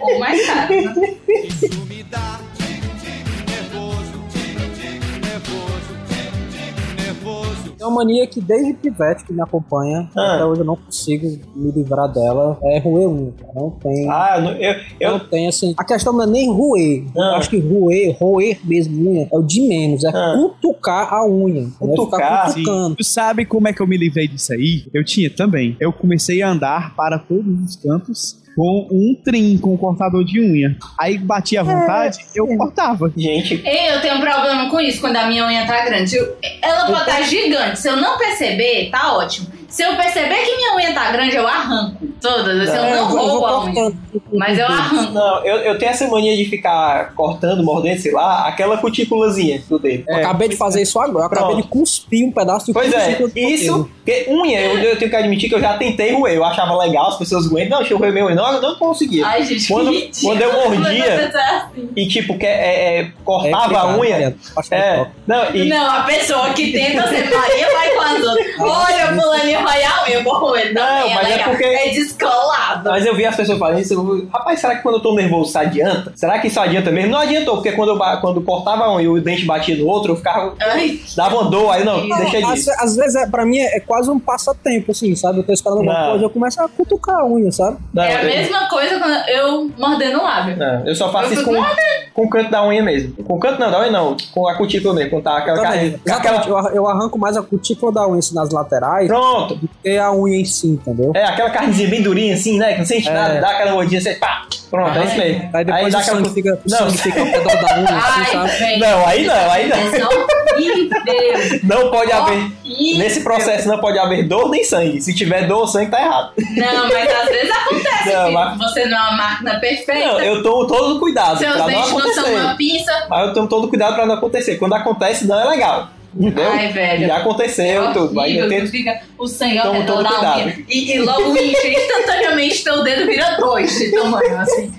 Speaker 1: Ou mais caro, né?
Speaker 6: Isso me dá tique-tique nervoso, tique-tique nervoso, tique-tique nervoso.
Speaker 4: É uma mania que desde pivete que me acompanha,
Speaker 2: Ah.
Speaker 4: até hoje eu não consigo me livrar dela. É roer unha. Não tem.
Speaker 2: Ah, eu não- eu, eu,
Speaker 4: Não tem, assim. A questão não é nem roer.
Speaker 2: Ah.
Speaker 4: Eu acho que roer, roer mesmo unha, é o de menos. É
Speaker 2: Ah.
Speaker 4: cutucar a unha. entendeu?
Speaker 2: Cutucar,
Speaker 4: Ficar
Speaker 3: Sim.
Speaker 4: cutucando.
Speaker 3: Tu sabe como é que eu me livrei disso aí? Eu tinha também. Eu comecei a andar para todos os cantos com um trim, com um cortador de unha. Aí batia à vontade, eu cortava.
Speaker 2: gente,
Speaker 1: Ei, eu tenho um problema com isso quando a minha unha tá grande. Eu- Ela pode estar gigante. Se eu não perceber, tá ótimo. Se eu perceber que minha unha tá grande, eu arranco todas. Se eu
Speaker 4: É,
Speaker 1: não roubo a unha.
Speaker 4: cortando.
Speaker 1: Mas eu arranco.
Speaker 2: não, eu, eu tenho essa mania de ficar cortando, mordendo, sei lá, aquela cutículazinha do dedo.
Speaker 4: Eu acabei de fazer isso agora. Eu acabei
Speaker 2: É, Pronto.
Speaker 4: de cuspir um pedaço de
Speaker 2: Pois é,
Speaker 4: cutícula do meu
Speaker 2: isso,
Speaker 4: dedo.
Speaker 2: porque unha, eu, eu tenho que admitir que eu já tentei roer, eu achava legal, as pessoas roem, não, deixa eu roer meu unha, não, eu não conseguia.
Speaker 1: Ai, gente,
Speaker 2: Quando-
Speaker 1: que ridículo.
Speaker 2: quando eu mordia-
Speaker 1: Quando você tá assim.
Speaker 2: E tipo, que, é, é,
Speaker 4: É
Speaker 2: cortava a
Speaker 4: complicado,
Speaker 2: unha,
Speaker 4: né? Acho que
Speaker 2: é,
Speaker 4: top.
Speaker 2: não, e
Speaker 1: Não, a pessoa que tenta ser Maria vai com as outras. Olha, fulaninho vai a unha, vou roer.
Speaker 2: Não,
Speaker 1: é
Speaker 2: mas é
Speaker 1: legal.
Speaker 2: porque-
Speaker 1: É descolado.
Speaker 2: Mas eu vi as pessoas falando isso, eu, rapaz, será que quando eu tô nervoso isso adianta? Será que isso adianta mesmo? Não adiantou, porque quando eu, ba- quando eu cortava um e o dente batia no outro, eu ficava.
Speaker 1: Ai,
Speaker 2: dava uma dor, aí não,
Speaker 1: Não,
Speaker 2: deixa
Speaker 4: Às,
Speaker 2: disso.
Speaker 4: às vezes, é, pra mim, é, é quase um passatempo, assim, sabe? Eu tô esperando alguma
Speaker 2: Não.
Speaker 4: coisa, eu começo a cutucar a unha, sabe?
Speaker 2: Não,
Speaker 1: é a
Speaker 2: eu,
Speaker 1: mesma coisa quando eu mordendo o lábio.
Speaker 2: não, eu só faço
Speaker 1: Eu
Speaker 2: isso com,
Speaker 1: fico,
Speaker 2: com o canto da unha mesmo. Com o canto não, da unha não, com a cutícula mesmo, com tá, aquela,
Speaker 4: Exatamente.
Speaker 2: aquela-
Speaker 4: Então, Exatamente. Eu, arran- eu arranco mais a cutícula da unha assim, nas laterais
Speaker 2: Pronto!
Speaker 4: do que a unha em si, entendeu?
Speaker 2: É, aquela carnezinha bem durinha assim, né? Que não sente
Speaker 4: É.
Speaker 2: nada, dá aquela mordinha, você pá! Pronto, é isso mesmo.
Speaker 4: Aí depois
Speaker 2: dá
Speaker 4: o sangue fica, o
Speaker 2: Não.
Speaker 4: sangue fica ao redor da unha, assim,
Speaker 1: Ai,
Speaker 4: sabe?
Speaker 1: velho.
Speaker 2: Não, aí não, aí não.
Speaker 1: Isso é horrível.
Speaker 2: Não pode haver.
Speaker 1: Horrível.
Speaker 2: Nesse processo não pode haver dor nem sangue. Se tiver dor ou sangue, tá errado.
Speaker 1: Não, mas às vezes acontece
Speaker 2: Não,
Speaker 1: que
Speaker 2: mas-
Speaker 1: você não é uma máquina perfeita.
Speaker 2: Não, eu tomo todo o cuidado
Speaker 1: tá- Seus
Speaker 2: pra não
Speaker 1: dentes não são
Speaker 2: acontecer.
Speaker 1: uma pinça.
Speaker 2: Mas eu tomo todo o cuidado pra não acontecer. Quando acontece, não é legal. Entendeu?
Speaker 1: Ai, velho. é
Speaker 2: Já aconteceu tudo. Mas eu
Speaker 1: Horrível,
Speaker 2: tento.
Speaker 1: que fica o sangue ao
Speaker 2: Tomo
Speaker 1: redor
Speaker 2: todo
Speaker 1: da
Speaker 2: cuidado.
Speaker 1: unha. E, e logo incha, instantaneamente teu dedo vira dois de tamanho, assim.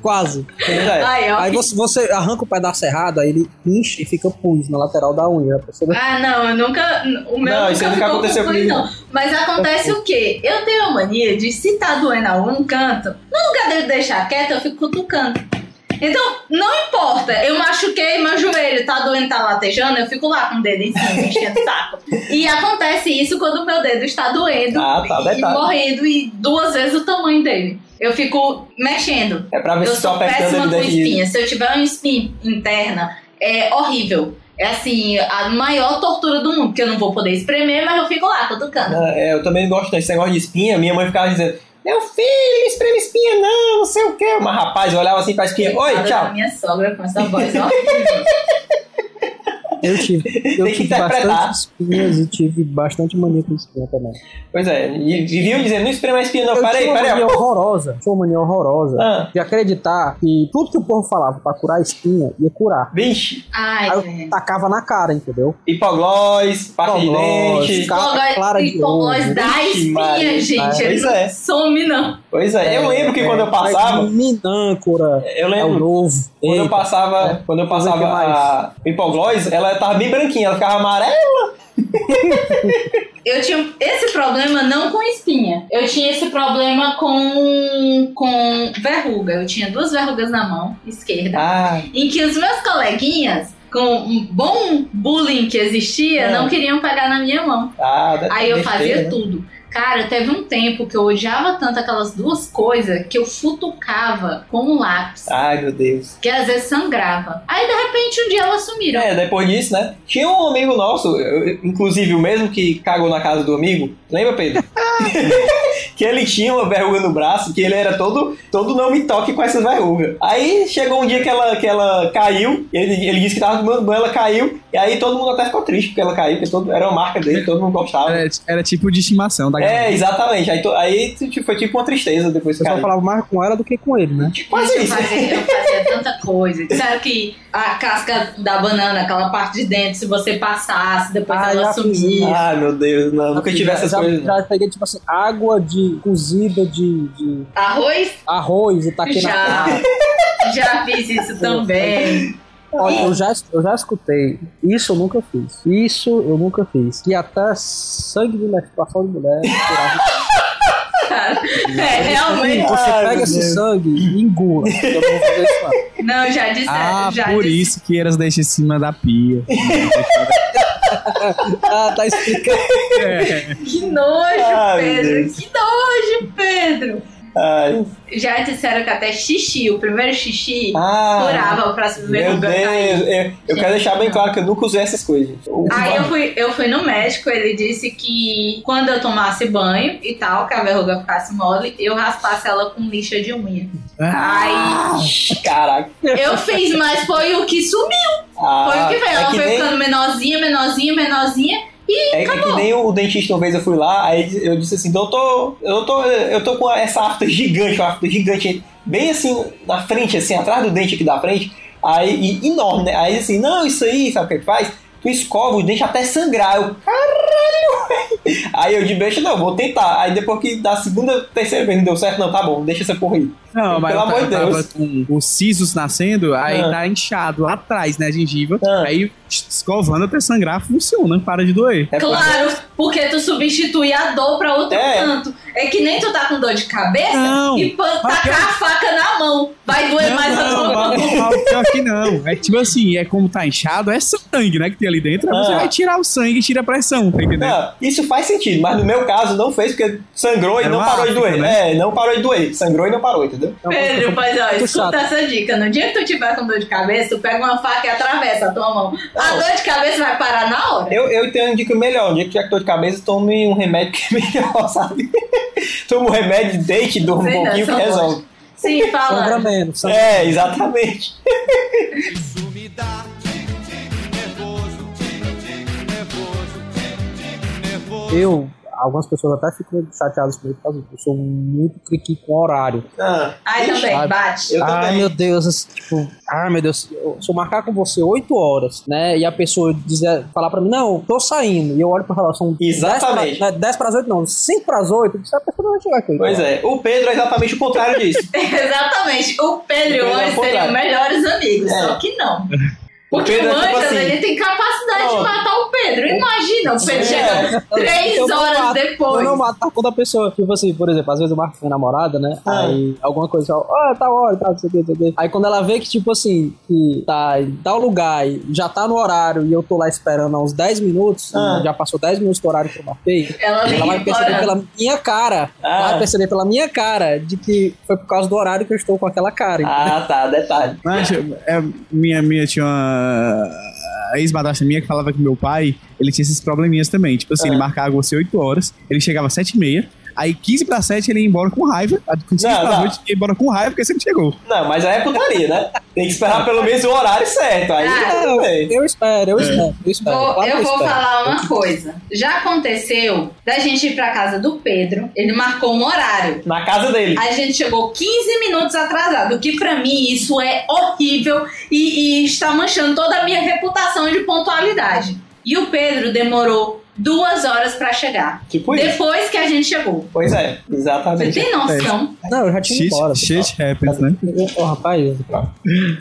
Speaker 4: Quase.
Speaker 2: É.
Speaker 1: Ai, ó.
Speaker 4: Aí você, você arranca o pedaço errado, aí ele incha e fica pus na lateral da unha. já percebeu?
Speaker 1: Ah, não, eu nunca. O meu
Speaker 2: Não,
Speaker 1: nunca
Speaker 2: isso nunca
Speaker 1: ficou
Speaker 2: aconteceu
Speaker 1: concluído,
Speaker 2: comigo.
Speaker 1: não. Mas acontece o quê? Eu tenho a mania de, se tá doendo algum canto, no lugar dele deixar quieto, eu fico cutucando. Então, não importa, eu machuquei meu joelho, tá doendo, tá latejando, eu fico lá com o dedo em cima, enchendo o saco. E acontece isso quando o meu dedo está doendo
Speaker 2: Ah, tá,
Speaker 1: e
Speaker 2: detalhe.
Speaker 1: morrendo e duas vezes o tamanho dele. Eu fico mexendo.
Speaker 2: É pra ver
Speaker 1: Eu
Speaker 2: se tô
Speaker 1: sou
Speaker 2: apertando
Speaker 1: péssima
Speaker 2: ele
Speaker 1: com
Speaker 2: daqui.
Speaker 1: espinha. Se eu tiver uma espinha interna, é horrível. É assim, a maior tortura do mundo, porque eu não vou poder espremer, mas eu fico lá cutucando.
Speaker 2: É, eu também não gosto desse negócio de espinha. Minha mãe ficava dizendo: Meu filho, espreme espinha, não, não sei o quê. Mas rapaz, eu olhava assim pra espinha: Oi,
Speaker 1: Coitada da
Speaker 4: né?
Speaker 2: tchau.
Speaker 1: minha sogra com essa voz horrível.
Speaker 4: Eu tive, eu
Speaker 2: Tem que
Speaker 4: tive
Speaker 2: interpretar.
Speaker 4: bastante espinhas e tive bastante mania com espinha também.
Speaker 2: Pois é, e viviam dizendo: Não espreme a espinha, não.
Speaker 4: eu
Speaker 2: Parei,
Speaker 4: tinha uma
Speaker 2: parei.
Speaker 4: mania horrorosa. Tinha uma mania horrorosa.
Speaker 2: Ah.
Speaker 4: De acreditar que tudo que o povo falava pra curar a espinha, ia curar.
Speaker 2: Vixe,
Speaker 1: Ai,
Speaker 4: Aí eu
Speaker 1: velho.
Speaker 4: tacava na cara, entendeu?
Speaker 2: hipoglós, parte de
Speaker 4: Hipoglós,
Speaker 2: dente.
Speaker 4: cara clara de
Speaker 1: Hipoglós
Speaker 4: ovo.
Speaker 1: da
Speaker 2: Vixe,
Speaker 1: espinha,
Speaker 2: Maria,
Speaker 1: gente.
Speaker 2: cara.
Speaker 1: Ele
Speaker 2: Pois
Speaker 1: não
Speaker 2: é.
Speaker 1: some, não.
Speaker 2: Pois é, eu lembro que quando eu passava.
Speaker 4: Minâncora.
Speaker 2: Eu
Speaker 4: É
Speaker 2: lembro.
Speaker 4: o novo.
Speaker 2: Quando eu
Speaker 4: Eita.
Speaker 2: passava, quando eu
Speaker 4: Fazer o que
Speaker 2: passava a hipoglós, ela tava bem branquinha, ela ficava amarela.
Speaker 1: Eu tinha esse problema não com espinha. Eu tinha esse problema com, com verruga. Eu tinha duas verrugas na mão esquerda.
Speaker 2: Ah,
Speaker 1: em que os meus coleguinhas, com um bom bullying que existia,
Speaker 2: É.
Speaker 1: não queriam pegar na minha mão.
Speaker 2: ah deve
Speaker 1: Aí
Speaker 2: ser
Speaker 1: eu
Speaker 2: besteira,
Speaker 1: fazia
Speaker 2: né?
Speaker 1: tudo. Cara, teve um tempo que eu odiava tanto aquelas duas coisas que eu futucava com um lápis,
Speaker 2: Ai, meu Deus.
Speaker 1: que às vezes sangrava. Aí de repente um dia elas sumiram.
Speaker 2: É, depois disso, né? Tinha um amigo nosso, eu- inclusive o mesmo que cagou na casa do amigo, lembra, Pedro? que ele tinha uma verruga no braço, que ele era todo, todo não me toque com essas verrugas. Aí chegou um dia que ela, que ela caiu, ele, ele disse que tava tomando banho, ela caiu, e aí todo mundo até ficou triste porque ela caiu, porque todo, era uma marca
Speaker 4: É.
Speaker 2: dele, todo mundo gostava.
Speaker 3: Era, era tipo de estimação da galera.
Speaker 2: É, exatamente. Aí, to- aí tipo, foi tipo uma tristeza depois que
Speaker 4: Eu só
Speaker 2: caiu.
Speaker 4: falava mais com ela do que com ele, né?
Speaker 2: Quase
Speaker 1: Gente, eu
Speaker 2: isso.
Speaker 1: fazia, eu fazia tanta coisa. Sabe que a casca da banana, aquela parte de dentro, se você passasse, depois
Speaker 4: Ah,
Speaker 1: ela
Speaker 4: já fiz.
Speaker 1: sumia.
Speaker 2: Ah, meu Deus, não, nunca
Speaker 4: Assim,
Speaker 2: tive
Speaker 4: já-
Speaker 2: essas
Speaker 4: já,
Speaker 2: coisas. não.
Speaker 4: Já peguei, tipo assim, água de cozida de, de
Speaker 1: Arroz?
Speaker 4: arroz e taquei na
Speaker 1: Já.
Speaker 4: cara.
Speaker 1: Já fiz isso também.
Speaker 2: É.
Speaker 4: Olha, eu já, eu já escutei. Isso eu nunca fiz. Isso eu nunca fiz. E até sangue de menstruação de mulher. tirava-
Speaker 1: É, realmente.
Speaker 4: Você
Speaker 2: Ai, meu
Speaker 4: pega esse
Speaker 2: Deus.
Speaker 4: sangue e engula. Eu não vou fazer isso, não.
Speaker 1: Não, já disse.
Speaker 3: Ah,
Speaker 1: já
Speaker 3: por
Speaker 1: disse.
Speaker 3: isso que elas deixam em cima da pia.
Speaker 4: Ah, tá explicando.
Speaker 3: É.
Speaker 1: Que nojo,
Speaker 2: Ai, meu
Speaker 1: Pedro.
Speaker 2: Deus.
Speaker 1: Que nojo, Pedro.
Speaker 2: Ai.
Speaker 1: Já disseram que até xixi, o primeiro xixi,
Speaker 2: Ah.
Speaker 1: curava o próximo
Speaker 2: Meu
Speaker 1: verruga
Speaker 2: Deus, eu, eu quero deixar bem claro que eu nunca usei essas coisas. gente. Eu-
Speaker 1: Aí eu fui, eu fui no médico, ele disse que quando eu tomasse banho e tal, que a verruga ficasse mole, eu raspasse ela com lixa de unha.
Speaker 3: Ah.
Speaker 1: Aí
Speaker 2: Caraca.
Speaker 1: eu fiz, mas foi o que sumiu, foi
Speaker 2: Ah,
Speaker 1: o que veio.
Speaker 2: é
Speaker 1: Ela
Speaker 2: que
Speaker 1: foi
Speaker 2: nem-
Speaker 1: ficando menorzinha, menorzinha, menorzinha.
Speaker 2: É que, que nem o dentista uma vez eu fui lá, aí eu disse assim, doutor, eu tô, eu tô com essa afta gigante, uma afta gigante, bem assim, na frente, assim, atrás do dente aqui da frente, aí e enorme, né? Aí assim, não, isso aí, sabe o que que faz? Tu escova o dente até sangrar. Eu, caralho, velho. Aí eu de beijo, não, vou tentar. Aí depois que da segunda, terceira vez não deu certo, não, tá bom, deixa essa porra aí.
Speaker 3: Não, mas
Speaker 2: Pelo
Speaker 3: eu,
Speaker 2: amor de
Speaker 3: tava
Speaker 2: Deus.
Speaker 3: com os sisos nascendo, aí
Speaker 2: Ah.
Speaker 3: tá inchado lá atrás, né, a gengiva.
Speaker 2: Ah.
Speaker 3: Aí escovando até sangrar funciona, para de doer.
Speaker 2: É
Speaker 1: Claro, porque tu substitui a dor pra outro
Speaker 2: É.
Speaker 1: canto. É que nem tu tá com dor de cabeça
Speaker 3: Não.
Speaker 1: e pan- tacar
Speaker 3: Mas
Speaker 1: a faca na mão. Vai doer mais a
Speaker 3: não,
Speaker 1: tua mão.
Speaker 3: não, não, pior que não. É tipo assim, é como tá inchado, é sangue, né, que tem ali dentro. Aí
Speaker 4: É.
Speaker 3: você
Speaker 2: Ah.
Speaker 3: vai tirar o sangue e tira a pressão, tá entendendo?
Speaker 2: Não, isso faz sentido, mas no meu caso não fez, porque sangrou e
Speaker 3: Era
Speaker 2: não
Speaker 3: uma
Speaker 2: parou de
Speaker 3: afta,
Speaker 2: doer. É, não parou de doer. Sangrou e não parou, entendeu?
Speaker 1: Pedro, pois ó,
Speaker 4: Tô
Speaker 1: escuta
Speaker 4: chato.
Speaker 1: essa dica. No dia que tu tiver com dor de cabeça, tu pega uma faca e atravessa a tua mão. A
Speaker 2: Não.
Speaker 1: dor de cabeça vai parar na hora.
Speaker 2: Eu, eu tenho uma dica melhor. Um dia que tiver com dor de cabeça, tome um remédio que é melhor, sabe? Toma um remédio, deite, durma um
Speaker 1: Sei não,
Speaker 2: pouquinho que
Speaker 1: né? são
Speaker 2: resolve.
Speaker 1: Sim,
Speaker 4: Sangra
Speaker 1: fala.
Speaker 4: menos. sangra-
Speaker 2: É, exatamente.
Speaker 6: Isso me dá tique-tique nervoso, tique-tique nervoso, tique-tique nervoso.
Speaker 4: Eu, algumas pessoas até ficam chateadas comigo por causa disso. Eu sou muito clique com horário.
Speaker 2: Ah,
Speaker 1: Ai, também,
Speaker 4: Sabe.
Speaker 1: bate.
Speaker 2: eu
Speaker 4: ah,
Speaker 2: também.
Speaker 4: meu Deus, assim, tipo, ah, meu Deus, eu- se eu marcar com você 8 horas, né? E a pessoa dizer, falar pra mim, não, tô saindo, e eu olho pra relação.
Speaker 2: Exatamente.
Speaker 4: 10 pra, né, 10 pras 8, não, 5 pras 8, a pessoa não vai chegar aqui.
Speaker 2: Pois é. O Pedro é exatamente o contrário disso.
Speaker 1: Exatamente. O Pedro e
Speaker 2: Pedro
Speaker 1: o
Speaker 2: é
Speaker 1: Anjo
Speaker 2: ao contrário.
Speaker 1: seriam melhores amigos,
Speaker 2: É.
Speaker 1: só que não.
Speaker 2: O
Speaker 1: Porque
Speaker 2: Pedro
Speaker 1: o
Speaker 2: é tipo
Speaker 1: Anjas,
Speaker 2: assim.
Speaker 1: ele tem capacidade
Speaker 2: Não.
Speaker 1: de matar o Pedro. Imagina, o Pedro
Speaker 2: É.
Speaker 1: chega três
Speaker 4: Então, Eu não
Speaker 1: horas
Speaker 4: mato, Eu
Speaker 1: depois.
Speaker 4: não mato toda a pessoa. Tipo assim, por exemplo, às vezes eu marco com minha namorada, né?
Speaker 2: Ah.
Speaker 4: Aí alguma coisa, ó, ah, tá hora, e tal, não sei o que, não sei o que. Aí quando ela vê que, tipo assim, que tá em tal lugar e já tá no horário e eu tô lá esperando há uns 10 minutos,
Speaker 2: Ah.
Speaker 4: e já passou 10 minutos do horário que eu marquei.
Speaker 1: Ela vem
Speaker 4: Ela vai perceber
Speaker 1: embora.
Speaker 4: pela minha cara.
Speaker 2: Ah.
Speaker 4: Ela vai perceber pela minha cara de que foi por causa do horário que eu estou com aquela cara.
Speaker 2: Ah, tá, detalhe.
Speaker 3: Mas, é, minha, minha tinha uma a ex-madrasta minha que falava que meu pai, ele tinha esses probleminhas também. Tipo
Speaker 4: É.
Speaker 3: assim, ele marcava você 8 horas, ele chegava às 7 e meia, aí 15 pra 7 ele ia embora com raiva, aí com 15
Speaker 2: Não,
Speaker 3: pra
Speaker 2: não.
Speaker 3: 8 ele ia embora com raiva porque você não chegou.
Speaker 2: Não, mas aí é putaria, né? Tem que esperar pelo menos o horário certo. Aí
Speaker 1: Ah.
Speaker 2: tudo bem.
Speaker 4: Então, Eu espero,
Speaker 3: É.
Speaker 4: eu espero, eu espero.
Speaker 1: Vou-
Speaker 4: Claro que
Speaker 1: eu vou
Speaker 4: espero.
Speaker 1: falar uma coisa. Já aconteceu da gente ir pra casa do Pedro, ele marcou um horário.
Speaker 2: Na casa dele.
Speaker 1: A gente chegou 15 minutos atrasado, o que pra mim isso é horrível e, e está manchando toda a minha reputação de pontualidade. E o Pedro demorou duas horas pra chegar.
Speaker 2: Tipo isso.
Speaker 1: Depois que a gente chegou.
Speaker 2: Pois é,
Speaker 1: Você
Speaker 2: exatamente.
Speaker 1: tem noção?
Speaker 4: Não, eu já tinha ido
Speaker 3: Shit,
Speaker 4: embora.
Speaker 3: shit happens, né?
Speaker 4: Ô, rapaz.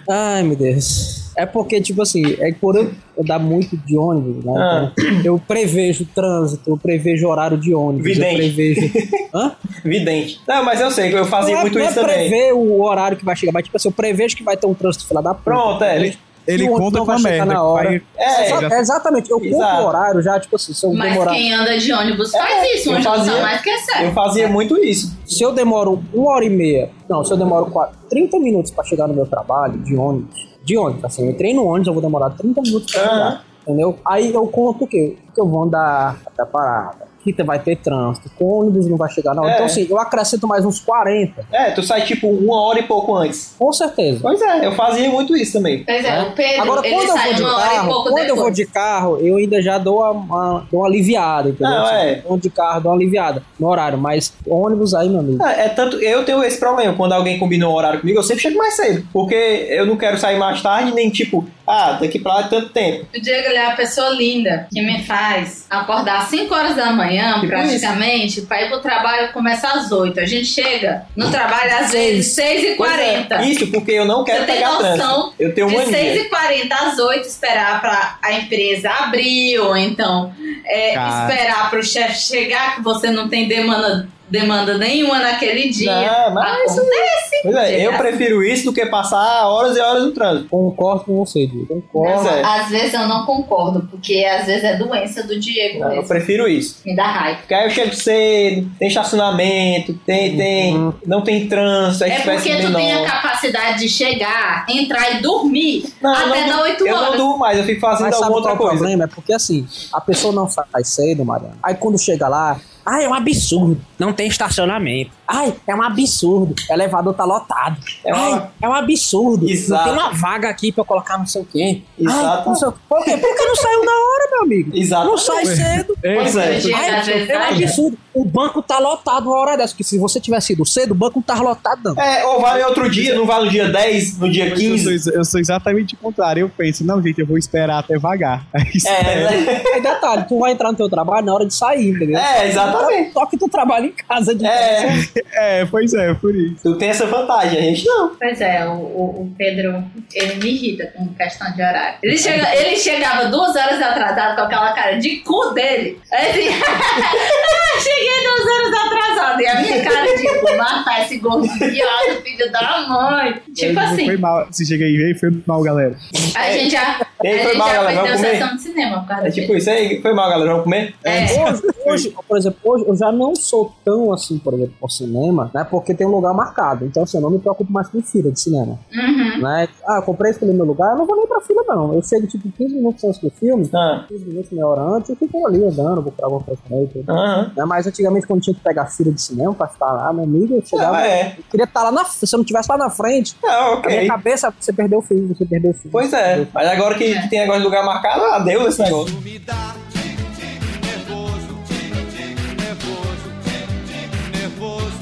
Speaker 4: Ai, meu Deus. É porque, tipo assim, é que por eu andar muito de ônibus, né?
Speaker 2: Ah.
Speaker 4: então Eu prevejo trânsito, eu prevejo horário de ônibus,
Speaker 2: Vidente.
Speaker 4: eu prevejo. Hã?
Speaker 2: Vidente. Não, mas eu sei que eu fazia
Speaker 4: não é,
Speaker 2: muito
Speaker 4: não é
Speaker 2: isso também.
Speaker 4: prever o horário que vai chegar, mas tipo assim, eu prevejo que vai ter um trânsito filha da puta.
Speaker 2: Pronto, é, ele-
Speaker 4: E
Speaker 3: Ele
Speaker 4: o ônibus
Speaker 3: conta
Speaker 4: não
Speaker 3: com a
Speaker 4: um vai chegar
Speaker 3: merda.
Speaker 4: na
Speaker 3: que
Speaker 4: hora.
Speaker 3: vai-
Speaker 2: É,
Speaker 4: Exa-
Speaker 3: já-
Speaker 4: exatamente, eu compro
Speaker 2: Exato.
Speaker 4: o horário já, tipo assim, se eu
Speaker 1: Mas
Speaker 4: demorar. É,
Speaker 1: quem anda de ônibus faz isso,
Speaker 2: eu
Speaker 1: onde
Speaker 2: fazia-
Speaker 1: não mais é quer
Speaker 2: Eu
Speaker 1: ser.
Speaker 2: fazia muito isso.
Speaker 4: Se eu demoro uma hora e meia, não, se eu demoro quatro- 30 minutos pra chegar no meu trabalho, de ônibus, de ônibus, assim, eu entrei no ônibus, eu vou demorar 30 minutos pra
Speaker 2: Aham.
Speaker 4: chegar, entendeu? Aí eu conto o quê? Que eu vou andar até a parada, que vai ter trânsito, que o ônibus não vai chegar na hora.
Speaker 2: É.
Speaker 4: Então, assim, eu acrescento mais uns 40,
Speaker 2: É, tu sai tipo uma hora e pouco antes.
Speaker 4: com certeza.
Speaker 2: Pois é, eu fazia muito isso também.
Speaker 1: Pois é, o Pedro,
Speaker 4: Né? Agora, quando
Speaker 1: ele
Speaker 4: eu
Speaker 1: sai
Speaker 4: vou de
Speaker 1: uma hora e
Speaker 4: carro,
Speaker 1: pouco
Speaker 4: quando eu
Speaker 1: depois.
Speaker 4: vou de carro, eu ainda já dou uma, uma- dou uma aliviada, entendeu?
Speaker 2: Não,
Speaker 4: Assim,
Speaker 2: é.
Speaker 4: Vou de carro, dou uma aliviada no horário, mas ônibus aí, meu amigo.
Speaker 2: Ah, É tanto, eu tenho esse problema. Quando alguém combina um horário comigo, eu sempre chego mais cedo. Porque eu não quero sair mais tarde, nem tipo, Ah, daqui pra lá é tanto tempo.
Speaker 1: O Diego ele é a pessoa linda que me faz acordar às 5 horas da manhã, praticamente, pra ir pro trabalho começar às 8. A gente chega no trabalho às vezes 6 e
Speaker 2: Pois é,
Speaker 1: 40
Speaker 2: Isso porque eu não quero
Speaker 1: Você tem
Speaker 2: pegar
Speaker 1: noção
Speaker 2: trânsito. Eu tenho
Speaker 1: De
Speaker 2: mania.
Speaker 1: 6h40 às 8 esperar pra a empresa abrir, ou então é,
Speaker 3: Cara.
Speaker 1: esperar pro chefe chegar, que você não tem demanda, demanda nenhuma naquele dia.
Speaker 2: Não, mas isso-
Speaker 1: Acontece.
Speaker 2: Pois é, eu prefiro isso do que passar horas e horas no trânsito.
Speaker 4: Concordo com você, Diego.
Speaker 2: Pois é.
Speaker 1: Às vezes eu não concordo, porque às vezes é doença do Diego
Speaker 2: Não, eu
Speaker 1: mesmo.
Speaker 2: prefiro isso.
Speaker 1: Me dá raiva.
Speaker 2: Porque aí eu chego cedo, tem estacionamento, tem, tem,
Speaker 4: Uhum.
Speaker 2: não tem trânsito, aí
Speaker 1: É porque tu tem a
Speaker 2: não.
Speaker 1: capacidade de chegar, entrar e dormir
Speaker 2: Não, eu
Speaker 1: até
Speaker 2: não,
Speaker 1: dar
Speaker 2: du-
Speaker 1: 8
Speaker 2: Eu não
Speaker 1: horas.
Speaker 2: durmo mais, eu fico fazendo
Speaker 4: Mas sabe
Speaker 2: alguma
Speaker 4: qual
Speaker 2: outra
Speaker 4: é o
Speaker 2: coisa.
Speaker 4: problema? É porque assim, a pessoa não sai cedo, Mariana. Aí quando chega lá, ai, é um absurdo. Não tem estacionamento. Ai, é um absurdo. O elevador tá lotado.
Speaker 2: É uma-
Speaker 4: Ai, é um absurdo.
Speaker 2: Exato.
Speaker 4: Não tem uma vaga aqui pra eu colocar não sei o quê.
Speaker 2: Exato.
Speaker 4: Ai, não sei o quê. Por quê? Porque não saiu na hora, meu amigo.
Speaker 2: Exato.
Speaker 4: Não sai cedo.
Speaker 3: Pois
Speaker 1: é.
Speaker 4: Ai,
Speaker 1: Chega, às vezes,
Speaker 4: é um
Speaker 1: sai, né?
Speaker 4: absurdo. O banco tá lotado uma hora dessa. Porque se você tivesse ido cedo, o banco não tava lotado, não.
Speaker 2: É, ou vale outro dia, não vale no dia 10, no dia
Speaker 3: Eu sou,
Speaker 2: 15.
Speaker 3: ex- eu sou exatamente o contrário. Eu penso, não, gente, eu vou esperar até vagar. Aí espero.
Speaker 2: É, né?
Speaker 4: Aí detalhe, tu vai entrar no teu trabalho na hora de sair, entendeu?
Speaker 2: é, exatamente.
Speaker 4: Só que tu trabalha em casa de
Speaker 2: É,
Speaker 3: É, pois é, por isso.
Speaker 2: tu tem essa vantagem, a gente não.
Speaker 1: Pois é, o, o- o Pedro, ele me irrita com questão de horário. Ele, chega, ele chegava duas horas atrasado com aquela cara de cu dele. Aí Assim, "Ah, cheguei duas horas atrasado. E a minha cara de vou matar esse gordo idiota, filho da mãe.
Speaker 2: é,
Speaker 1: Tipo
Speaker 3: Foi- Foi
Speaker 1: assim,
Speaker 3: mal. Se cheguei aí, foi mal, galera.
Speaker 1: a gente já, a
Speaker 2: Ei, foi
Speaker 1: gente
Speaker 2: mal,
Speaker 1: já
Speaker 2: galera,
Speaker 1: perdeu
Speaker 2: vamos comer?
Speaker 1: sessão de cinema por causa
Speaker 2: É
Speaker 1: disso.
Speaker 2: tipo isso aí, foi mal, galera, vamos comer?
Speaker 1: É.
Speaker 4: Hoje, hoje, por exemplo, hoje eu já não sou tão assim, por exemplo, com cinema, né? Porque tem um lugar marcado. Então, assim, eu não me preocupo mais com fila de cinema,
Speaker 1: Uhum.
Speaker 4: né? Ah, eu comprei esse meu lugar, eu não vou nem pra fila, não. Eu chego, tipo, 15 minutos antes do filme,
Speaker 2: Ah,
Speaker 4: 15 minutos, meia hora antes, eu fico ali andando, vou pra alguma coisa também. tudo.
Speaker 2: aham.
Speaker 4: Né? Mas antigamente, quando tinha que pegar fila de cinema pra ficar lá, meu amigo, eu
Speaker 2: Ah,
Speaker 4: chegava,
Speaker 2: mas é.
Speaker 4: eu queria estar lá na Se eu não estivesse lá na frente,
Speaker 2: Ah,
Speaker 4: na minha
Speaker 2: ok.
Speaker 4: cabeça, você perdeu o filme, você perdeu o filme.
Speaker 2: Pois é, mas agora que que tem negócio de lugar marcado, ah, deu esse negócio.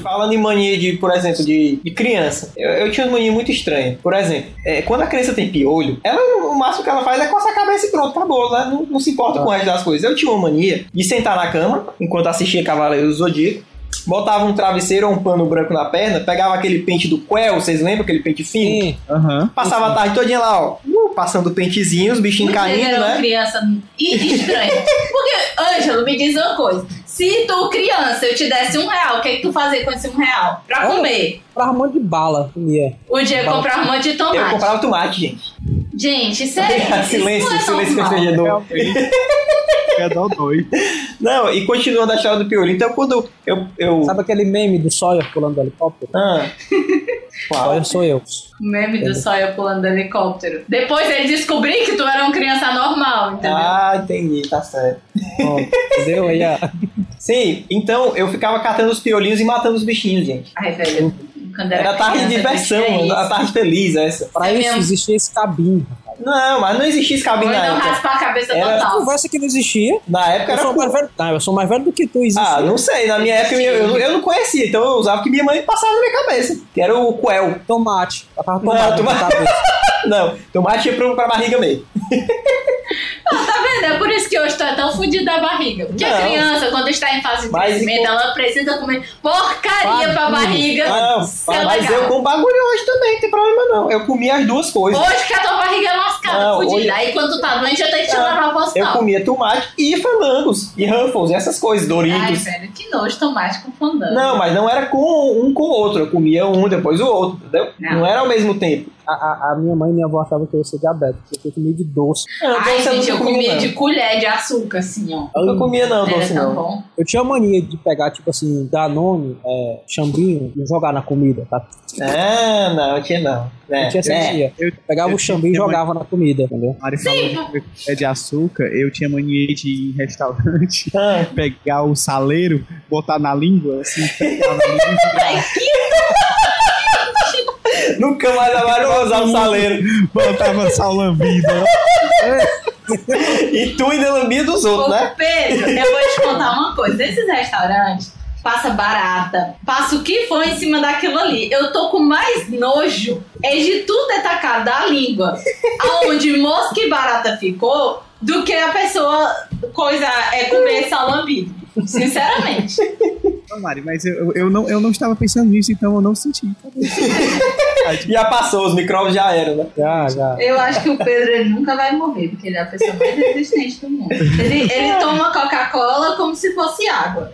Speaker 2: Falando em mania de, por exemplo, de, de criança, eu, eu tinha uma mania muito estranha. Por exemplo, é, quando a criança tem piolho, ela, o máximo que ela faz é coçar a cabeça e pronto, acabou, ela não, não se importa com o resto das coisas. Eu tinha uma mania de sentar na cama, enquanto assistia Cavaleiro do Zodíaco, botava um travesseiro ou um pano branco na perna, pegava aquele pente do Quel, vocês lembram aquele pente fino?
Speaker 4: Sim.
Speaker 3: Aham.
Speaker 2: Passava a tarde todinha lá, ó. uh, passando pentezinho, os bichinhos
Speaker 1: Muito
Speaker 2: caindo,
Speaker 1: legal,
Speaker 2: né?
Speaker 1: criança e estranha. Porque, Ângelo, me diz uma coisa. Se tu, criança, eu te desse um real, o que, que tu fazia com esse um real? Pra
Speaker 4: Olha.
Speaker 1: comer.
Speaker 4: Comprava um monte de bala, comia.
Speaker 1: O Diego comprava um monte de
Speaker 2: Eu
Speaker 1: tomate.
Speaker 2: comprava tomate, gente.
Speaker 1: Gente, sério. isso
Speaker 2: silêncio,
Speaker 1: não é
Speaker 2: silêncio
Speaker 1: normal.
Speaker 2: constrangedor.
Speaker 3: Realmente. É dodói.
Speaker 2: Não, e continuando a história do piolho. Então, quando eu. eu
Speaker 4: Sabe aquele meme do Sawyer pulando do helicóptero?
Speaker 2: ah,
Speaker 4: Sawyer sou eu.
Speaker 1: O meme do Sawyer pulando do helicóptero. Depois ele descobriu que tu era uma criança normal, entendeu?
Speaker 2: ah, entendi, tá certo.
Speaker 4: Ó, entendeu? Aí, ah, ó.
Speaker 2: Sim, então eu ficava catando os piolinhos e matando os bichinhos, gente.
Speaker 1: Ai, velho. Quando é
Speaker 2: Era tarde de diversão,
Speaker 1: Não
Speaker 2: a tarde feliz essa.
Speaker 4: Pra
Speaker 1: É
Speaker 4: isso
Speaker 1: mesmo.
Speaker 4: existia esse cabinho.
Speaker 2: Não, mas não existia esse cabinho na
Speaker 1: não
Speaker 2: época.
Speaker 1: raspa um a cabeça
Speaker 2: Era-
Speaker 1: total.
Speaker 4: Conversa que não existia.
Speaker 2: Na época
Speaker 4: Eu
Speaker 2: era.
Speaker 4: sou mais velho. Não, eu sou mais velho do que tu, existe. um
Speaker 2: Ah, não sei, na minha época eu, eu, eu não conhecia, então eu usava o que minha mãe passava na minha cabeça, que era o Quel.
Speaker 4: Tomate. Eu tava
Speaker 2: Não,
Speaker 4: tomate. na
Speaker 2: tomate.
Speaker 4: cabeça.
Speaker 2: Não, tomate ia pro- pra barriga mesmo.
Speaker 1: Tá vendo? É por isso que hoje tu é tão fudido da barriga. Porque
Speaker 2: Não.
Speaker 1: a criança, quando está em fase de
Speaker 2: Mas
Speaker 1: crescimento,
Speaker 2: enquanto-
Speaker 1: ela precisa comer porcaria
Speaker 4: Faz
Speaker 1: pra
Speaker 4: tudo.
Speaker 1: barriga.
Speaker 2: Não,
Speaker 1: ser
Speaker 2: Ah, mas
Speaker 1: legal.
Speaker 2: eu com bagulho hoje também, não tem problema não. Eu comi as duas coisas.
Speaker 1: Hoje que a tua barriga é lascada,
Speaker 2: Não,
Speaker 1: fudida.
Speaker 2: hoje-
Speaker 1: Aí quando tu tá doente, eu tenho que te levar pro
Speaker 2: Eu
Speaker 1: hospital.
Speaker 2: comia tomate e fandangos, e ruffles, essas
Speaker 1: Ai,
Speaker 2: coisas, Doritos.
Speaker 1: velho, que nojo tomate com fandango.
Speaker 2: não, mas não era com um com o outro. Eu comia um, depois o outro, entendeu?
Speaker 1: Não.
Speaker 2: Não, era ao mesmo tempo.
Speaker 4: A, a- a minha mãe e minha avó achavam que eu ia ser diabético. Porque eu comia de doce.
Speaker 2: Não,
Speaker 1: Ai,
Speaker 2: doce
Speaker 1: gente, Ah, eu
Speaker 2: nunca
Speaker 1: comia
Speaker 2: não.
Speaker 1: de colher de açúcar, assim, ó.
Speaker 2: Nunca comia não,
Speaker 1: Era
Speaker 2: doce
Speaker 1: tão
Speaker 2: não.
Speaker 1: bom.
Speaker 4: Eu tinha mania de pegar, tipo assim, Danone, é, chambinho e jogar na comida, tá?
Speaker 2: Ah, não, eu tinha não. É,
Speaker 4: Eu tinha essa
Speaker 2: é.
Speaker 4: mania.
Speaker 3: Eu-
Speaker 4: Pegava
Speaker 3: eu
Speaker 4: o chambinho e
Speaker 3: tinha
Speaker 4: jogava na comida, entendeu?
Speaker 3: Mari falou que é de açúcar, eu tinha mania de ir em restaurante,
Speaker 2: Ah,
Speaker 3: pegar o saleiro, botar na língua, assim, pegar na língua.
Speaker 2: nunca mais a Mari vai usar o
Speaker 3: Hum.
Speaker 2: saleiro.
Speaker 3: Botava sal lambido.
Speaker 2: É. E tu ainda lambia dos
Speaker 1: Ô,
Speaker 2: outros, né?
Speaker 1: Pedro, eu vou te contar uma coisa. Nesses restaurantes, passa barata, passa o que for em cima daquilo ali. Eu tô com mais nojo é de tudo é tacar da língua, aonde mosca e barata ficou, do que a pessoa coisa é comer salambido. Sinceramente.
Speaker 3: Não, Mari, mas eu, eu- eu não, eu não estava pensando nisso, então eu não senti.
Speaker 2: Já passou, os micróbios já eram, né?
Speaker 4: Já, já.
Speaker 1: Eu acho que o Pedro ele nunca vai morrer, porque ele é a pessoa mais resistente do mundo. Ele, ele toma Coca-Cola como se fosse água.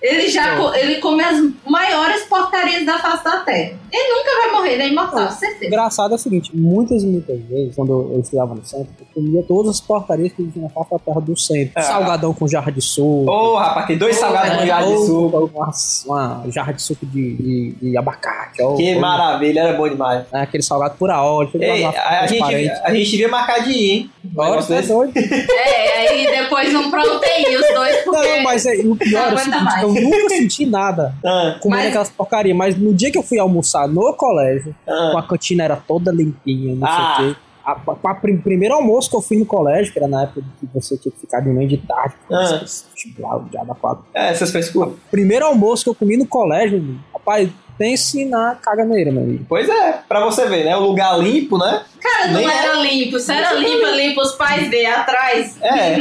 Speaker 1: Ele já co- ele come as maiores porcarias da face da terra. Ele nunca vai morrer, ele é imortal, certeza.
Speaker 4: Engraçado é o seguinte, muitas e muitas vezes, quando eu estudava no centro, eu comia todas as porcarias que tinha na face da terra do centro.
Speaker 3: É.
Speaker 2: Ah.
Speaker 4: Salgadão com jarra de suco.
Speaker 2: Ô, rapaz, tem dois
Speaker 1: Ô,
Speaker 2: salgados no
Speaker 1: velho,
Speaker 2: jardim
Speaker 4: ou-
Speaker 2: sul.
Speaker 4: ou Uma, uma jarra de suco de, de- de abacate. ou-
Speaker 2: Que
Speaker 4: ou-
Speaker 2: maravilha, era bom demais.
Speaker 4: É, aquele salgado por a óleo. tudo
Speaker 2: Ei,
Speaker 4: lá
Speaker 2: a, a gente,
Speaker 4: transparente.
Speaker 2: a gente devia marcar de ir, hein?
Speaker 4: Bora,
Speaker 2: negócio
Speaker 4: tá
Speaker 2: desse.
Speaker 4: doido.
Speaker 1: É, aí depois não prontei os dois,
Speaker 4: Não,
Speaker 1: porque.
Speaker 4: não, mas é, o pior é o
Speaker 1: aguenta
Speaker 4: seguinte,
Speaker 1: mais.
Speaker 4: eu nunca senti nada
Speaker 2: Ah,
Speaker 4: comendo
Speaker 1: Mas-
Speaker 4: aquelas porcarias, mas no dia que eu fui almoçar no colégio, com
Speaker 2: ah.
Speaker 4: a cantina era toda limpinha, não
Speaker 2: Ah.
Speaker 4: sei o quê. A, pa- pa- prim- primeiro almoço que eu fui no colégio, que era na época que você tinha que ficar de manhã e de tarde,
Speaker 2: Ah.
Speaker 4: tipo, lá, o diabo a quatro.
Speaker 2: É, essas frescuras.
Speaker 4: Primeiro almoço que eu comi no colégio, meu, rapaz, pense na caganeira, meu amigo.
Speaker 2: Pois é, pra você ver, né? O lugar limpo, né?
Speaker 1: Cara, não
Speaker 2: Nem-
Speaker 1: era limpo. Se era limpo, limpo os pais dele atrás.
Speaker 2: É,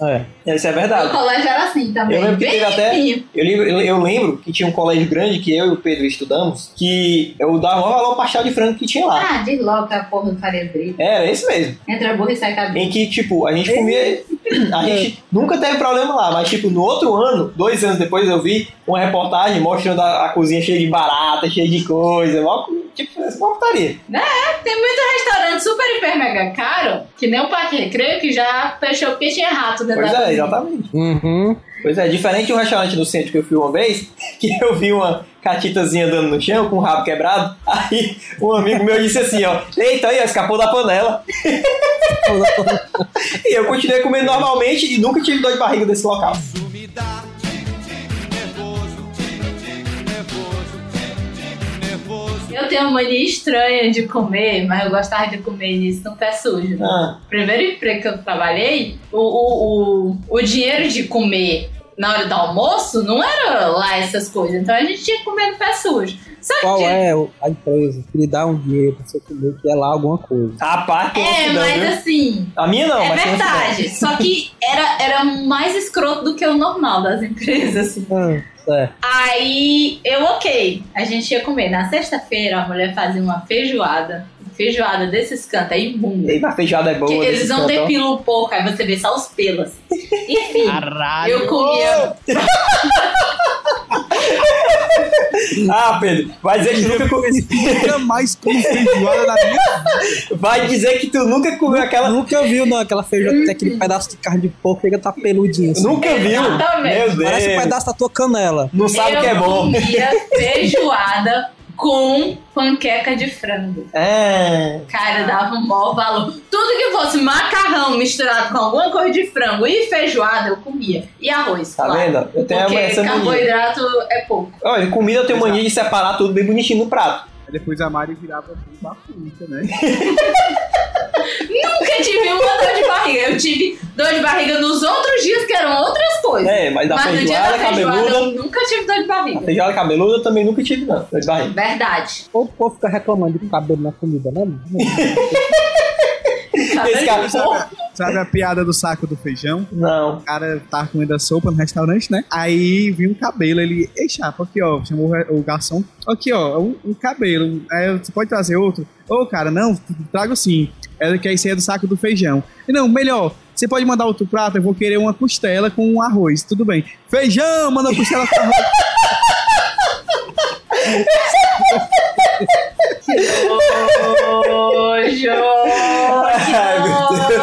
Speaker 4: É.
Speaker 2: isso é
Speaker 1: Meu
Speaker 2: verdade.
Speaker 1: colégio era assim Uhum. também.
Speaker 2: Eu lembro que é.
Speaker 1: bem
Speaker 2: teve até-
Speaker 1: limpinho.
Speaker 2: Eu lembro, eu lembro que tinha um colégio grande que eu e o Pedro estudamos, que eu dava maior valor ao pastel de frango que tinha lá.
Speaker 1: Ah, desloca a porra do farinha dele.
Speaker 2: Era esse mesmo.
Speaker 1: Entra burro e sai cabelo.
Speaker 2: Em que, tipo, a gente comia. A gente nunca teve problema lá, mas, tipo, no outro ano, dois anos depois, eu vi uma reportagem mostrando a, a cozinha cheia de barata, cheia de coisa, mó, co- tipo, essa portaria.
Speaker 1: Tem muito restaurante super, hiper, mega caro, que nem o Parque Recreio, que já fechou porque tinha rato dentro
Speaker 2: Pois
Speaker 1: da
Speaker 2: é,
Speaker 1: cozinha.
Speaker 2: exatamente.
Speaker 4: Uhum.
Speaker 2: Pois é, diferente de um restaurante do centro que eu fui uma vez, que eu vi uma catitazinha andando no chão com o rabo quebrado, aí um amigo meu disse assim, ó, eita, aí, ó, escapou da panela.
Speaker 4: é
Speaker 2: E eu continuei comendo normalmente e nunca tive dor de barriga desse local.
Speaker 6: Isso me dá tique-tique nervoso, tique-tique nervoso, tique-tique nervoso.
Speaker 1: Eu tenho uma mania estranha de comer, mas eu gostava de comer nisso no pé sujo.
Speaker 2: Ah,
Speaker 1: Primeiro emprego que eu trabalhei, o, o, o, o dinheiro de comer na hora do almoço não era lá essas coisas. Então a gente tinha que comer no pé sujo. Só que
Speaker 4: Qual
Speaker 1: tinha-
Speaker 4: é o- a empresa que lhe dá um dinheiro pra você comer que é lá alguma coisa?
Speaker 2: rapaz, que
Speaker 1: É,
Speaker 2: loucidão,
Speaker 1: mas
Speaker 2: viu?
Speaker 1: assim,
Speaker 2: A minha né? não,
Speaker 1: é
Speaker 2: mas tem uma cidade.
Speaker 1: verdade. Só que era, era mais escroto do que o normal das empresas, assim.
Speaker 4: Ah, é.
Speaker 1: Aí eu, ok. A gente ia comer. Na sexta-feira, a mulher fazia uma feijoada. Feijoada desses cantos, é imunda.
Speaker 2: Ei, mas feijada é boa.
Speaker 1: Que eles
Speaker 2: desse
Speaker 1: não
Speaker 2: cantão.
Speaker 1: depilam o pouco, aí você vê só os pelos. Enfim, eu comia.
Speaker 2: Ah, Pedro, vai dizer, que tu nunca come-
Speaker 3: Nunca mais comi feijoada na minha
Speaker 2: vai dizer que tu nunca comeu aquela.
Speaker 4: Nunca viu não, aquela feijoada, tem aquele pedaço de carne de porco que ainda tá peludinho. assim.
Speaker 2: Nunca viu?
Speaker 1: Exatamente.
Speaker 2: Meu Deus.
Speaker 4: Parece um pedaço da tua canela.
Speaker 2: Não sabe
Speaker 1: eu
Speaker 2: o que é bom.
Speaker 1: comia feijoada com panqueca de frango.
Speaker 2: É.
Speaker 1: Cara, dava um maior valor. Tudo que fosse macarrão misturado com alguma coisa de frango e feijoada, eu comia. E arroz,
Speaker 2: Tá
Speaker 1: claro.
Speaker 2: vendo? Eu tenho
Speaker 1: Porque
Speaker 2: essa mania.
Speaker 1: carboidrato é pouco.
Speaker 2: Olha, comida eu tenho mania de separar tudo bem bonitinho no prato.
Speaker 3: Aí Depois a Mari virava tudo uma puta, né?
Speaker 1: Nunca tive uma dor de barriga. Eu tive dor de barriga nos outros dias, que eram outras coisas.
Speaker 2: É, mas da
Speaker 1: Mas no dia
Speaker 2: feijoada,
Speaker 1: da feijoada,
Speaker 2: cabeluda.
Speaker 1: eu nunca tive dor de barriga.
Speaker 2: Feijoada cabeluda eu também nunca tive, não. Dor de barriga.
Speaker 1: Verdade.
Speaker 4: Ou o povo fica reclamando de cabelo na comida, né? mano?
Speaker 1: Tá
Speaker 2: Esse cara-
Speaker 1: Pô,
Speaker 3: Sabe a piada do saco do feijão?
Speaker 2: Não.
Speaker 3: O cara tava comendo a sopa no restaurante, né? Aí viu um cabelo, ele, ei, chapa, aqui ó, chamou o re- o garçom, aqui ó, um, um cabelo, é, você pode trazer outro? Ô, cara, não, trago sim, é que esse aí é do saco do feijão. E não, melhor, você pode mandar outro prato, eu vou querer uma costela com um arroz, tudo bem. Feijão, manda uma costela com arroz.
Speaker 1: Nojo! Que
Speaker 2: Ai, meu Deus.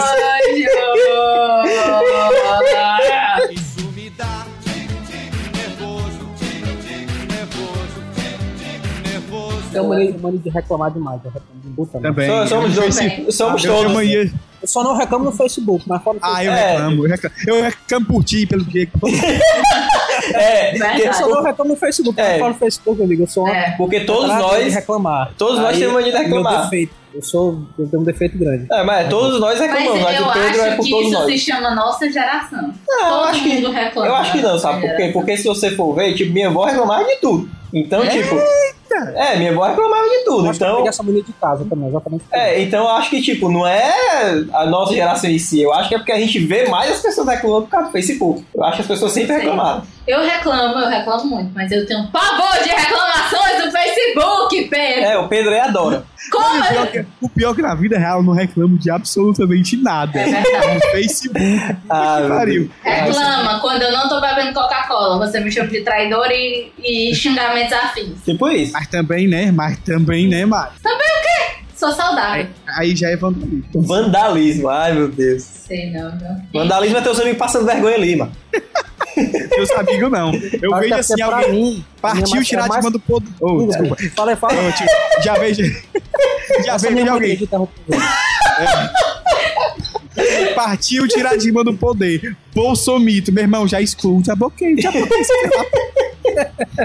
Speaker 1: nojo!
Speaker 6: Isso me dá tique-tique nervoso, tique-tique nervoso, tique-tique nervoso.
Speaker 2: é
Speaker 4: Eu mania, mania de reclamar demais, eu reclamo de puta, né?
Speaker 3: Também.
Speaker 2: So- Somos dois.
Speaker 1: Também.
Speaker 2: Somos
Speaker 3: eu,
Speaker 2: todos.
Speaker 3: mania-
Speaker 4: Eu só não reclamo no Facebook, mas fora do
Speaker 3: ah, eu
Speaker 2: É.
Speaker 3: reclamo, eu reclamo, eu reclamo por ti, pelo jeito.
Speaker 2: É.
Speaker 4: Facebook. Eu só
Speaker 1: Verdade.
Speaker 4: não reclamo no Facebook, mas
Speaker 2: É.
Speaker 4: fora do Facebook, amigo. Eu sou uma
Speaker 1: É.
Speaker 2: Porque todos
Speaker 4: atrás de
Speaker 2: nós.
Speaker 4: reclamar.
Speaker 2: Todos nós
Speaker 4: Aí,
Speaker 2: temos mania de
Speaker 4: é meu
Speaker 2: reclamar.
Speaker 4: defeito. Eu sou. Eu tenho um defeito grande.
Speaker 2: É, mas todos nós
Speaker 1: Mas
Speaker 2: reclamamos, mas
Speaker 1: eu
Speaker 2: o Pedro
Speaker 1: acho
Speaker 2: é por
Speaker 1: que
Speaker 2: todos
Speaker 1: isso
Speaker 2: nós.
Speaker 1: se chama nossa geração.
Speaker 2: Não, eu
Speaker 1: Todo
Speaker 2: acho que,
Speaker 1: mundo reclama.
Speaker 2: eu acho que não, sabe por
Speaker 1: Geração.
Speaker 2: quê? Porque se você for ver, tipo, minha avó reclamava de tudo. Então, tipo. É, minha avó reclamava de
Speaker 4: Eu
Speaker 2: tudo.
Speaker 4: acho que eu
Speaker 2: Então,
Speaker 4: peguei essa menina de casa também, exatamente.
Speaker 2: é, então eu acho que, tipo, não é a nossa geração em si. Eu acho que é porque a gente vê mais as pessoas reclamando por causa do Facebook. Eu acho que as pessoas sempre
Speaker 1: Sim.
Speaker 2: reclamaram.
Speaker 1: Eu reclamo, eu reclamo muito, mas eu tenho pavor de reclamações do Facebook, Pedro.
Speaker 2: É, o Pedro aí adora.
Speaker 1: Como? É
Speaker 3: O pior, é que, o pior que na vida real eu não reclamo de absolutamente nada.
Speaker 1: É verdade.
Speaker 3: No Facebook,
Speaker 2: Ah,
Speaker 3: que
Speaker 2: meu
Speaker 3: pariu.
Speaker 1: Reclama quando eu não tô bebendo Coca-Cola. Você me chama de traidor e, e xingamentos afins.
Speaker 2: Tipo isso.
Speaker 3: Mas também, né? Mas também, né, Mari?
Speaker 1: Sou saudável.
Speaker 3: Aí já é vandalismo.
Speaker 2: Vandalismo, ai meu Deus.
Speaker 1: Sei não, não.
Speaker 2: Vandalismo é teus amigos passando vergonha ali, mano.
Speaker 3: Meus amigos não. Eu
Speaker 4: Acho que
Speaker 3: vejo
Speaker 4: é
Speaker 3: assim,
Speaker 4: pra
Speaker 3: alguém
Speaker 4: mim, é
Speaker 3: partiu tirar de cima do podre. Oh, desculpa.
Speaker 4: Fala aí, fala.
Speaker 3: Ô, tio, já vejo. Já
Speaker 4: Essa
Speaker 3: vejo
Speaker 4: minha
Speaker 3: de
Speaker 4: mania
Speaker 3: alguém.
Speaker 4: de interromper.
Speaker 3: Partiu tirar de mão do poder. Bolsomito, meu irmão, já excluo, já bloqueio, já bloqueio. esse filho da puta.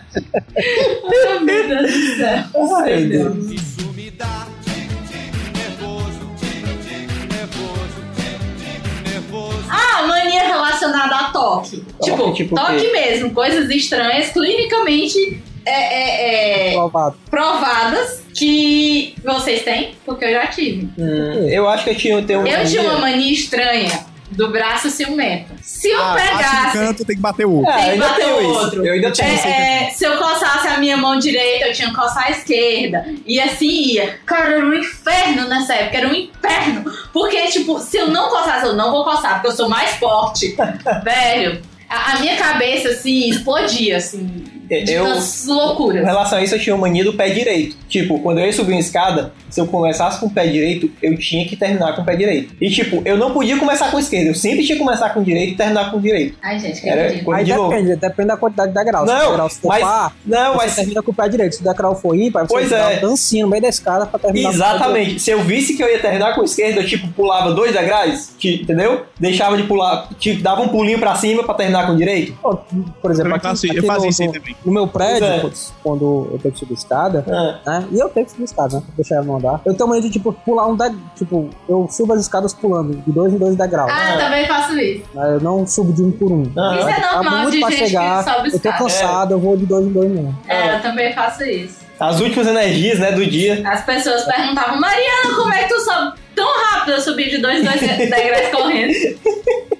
Speaker 1: Ai, meu Deus do céu.
Speaker 2: Ai, meu Deus.
Speaker 6: Isso me dá tic-tic nervoso, tic-tic nervoso, tic-tic nervoso.
Speaker 1: Ah, mania relacionada a toque. Tipo,
Speaker 2: tipo o
Speaker 1: toque
Speaker 2: quê?
Speaker 1: mesmo, coisas estranhas, clinicamente é, é, é,
Speaker 4: Provado.
Speaker 1: provadas que vocês têm, porque eu já tive.
Speaker 2: Hum, Eu acho que eu tinha, tenho um.
Speaker 1: Eu tinha uma mania estranha do braço ciumento. Se eu
Speaker 3: Ah, bate um
Speaker 1: pegasse.
Speaker 3: canto, tem que bater o outro.
Speaker 2: Ah, eu
Speaker 1: Tem que
Speaker 2: ainda
Speaker 1: bater
Speaker 2: tenho
Speaker 1: o
Speaker 2: isso.
Speaker 1: outro.
Speaker 2: Eu ainda tenho isso.
Speaker 1: É, é, se eu coçasse a minha mão direita, eu tinha que coçar a esquerda. E assim ia. Cara, era um inferno nessa época, era um inferno. Porque, tipo, se eu não coçasse, eu não vou coçar, porque eu sou mais forte. Velho, a, a minha cabeça, assim, explodia, assim. De
Speaker 2: Eu,
Speaker 1: tantas
Speaker 2: com
Speaker 1: loucuras.
Speaker 2: relação a isso, eu tinha uma mania do pé direito. Tipo, quando eu ia subir uma escada, se eu começasse com o pé direito, eu tinha que terminar com o pé direito. E, tipo, eu não podia começar com o esquerdo. Eu sempre tinha que começar com o direito e terminar com o direito.
Speaker 1: Ai, gente, que
Speaker 2: Era
Speaker 1: ridículo.
Speaker 2: coisa
Speaker 4: Aí
Speaker 2: de louco.
Speaker 4: depende, depende da quantidade da grau. se
Speaker 2: Não,
Speaker 4: o grau se
Speaker 2: mas-
Speaker 4: topar,
Speaker 2: Não,
Speaker 4: você
Speaker 2: mas.
Speaker 4: termina com o pé direito. Se der grau for ímpar, você
Speaker 2: Pois
Speaker 4: dá
Speaker 2: é.
Speaker 4: uma dancinha no meio da escada pra terminar. com o pé direito.
Speaker 2: Exatamente. Se eu visse que eu ia terminar com o esquerdo, eu tipo pulava dois degraus, que- entendeu? Deixava de pular, tipo, dava um pulinho pra cima pra terminar com o direito.
Speaker 4: Pô, Por exemplo,
Speaker 3: Eu
Speaker 4: aqui,
Speaker 3: faço- eu
Speaker 4: aqui
Speaker 3: faço
Speaker 4: no,
Speaker 3: isso aí
Speaker 4: no-
Speaker 3: também.
Speaker 4: no meu prédio,
Speaker 2: Pois é.
Speaker 4: putz, quando eu tenho que subir escada,
Speaker 2: Ah,
Speaker 4: né? E eu tenho que subir escada, né? Deixa eu mandar. Eu tenho medo de, tipo, pular um da... Tipo, eu subo as escadas pulando de dois em dois degraus.
Speaker 1: Ah, eu também faço isso.
Speaker 4: né? Eu não subo de um por um.
Speaker 2: ah.
Speaker 1: Isso é
Speaker 4: Tá
Speaker 1: normal
Speaker 4: muito
Speaker 1: de
Speaker 4: pra
Speaker 1: gente
Speaker 4: chegar,
Speaker 1: que sobe
Speaker 4: Eu tô
Speaker 1: escada.
Speaker 4: cansado, eu vou de dois em um. dois mesmo.
Speaker 1: É, eu também faço isso.
Speaker 2: As últimas energias, né, do dia.
Speaker 1: As pessoas perguntavam, Mariana, como é que tu sobe tão rápido? Eu subi de dois, dois degraus correndo.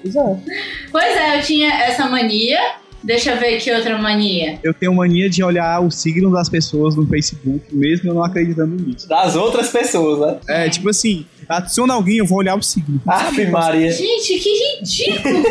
Speaker 4: Pois é.
Speaker 1: Pois é, eu tinha essa mania. Deixa eu ver que outra mania.
Speaker 3: Eu tenho mania de olhar o signo das pessoas no Facebook, mesmo eu não acreditando nisso.
Speaker 2: Das outras pessoas, né?
Speaker 3: É, tipo assim, adiciona alguém, eu vou olhar o signo.
Speaker 2: Ave Maria.
Speaker 1: Gente, que ridículo!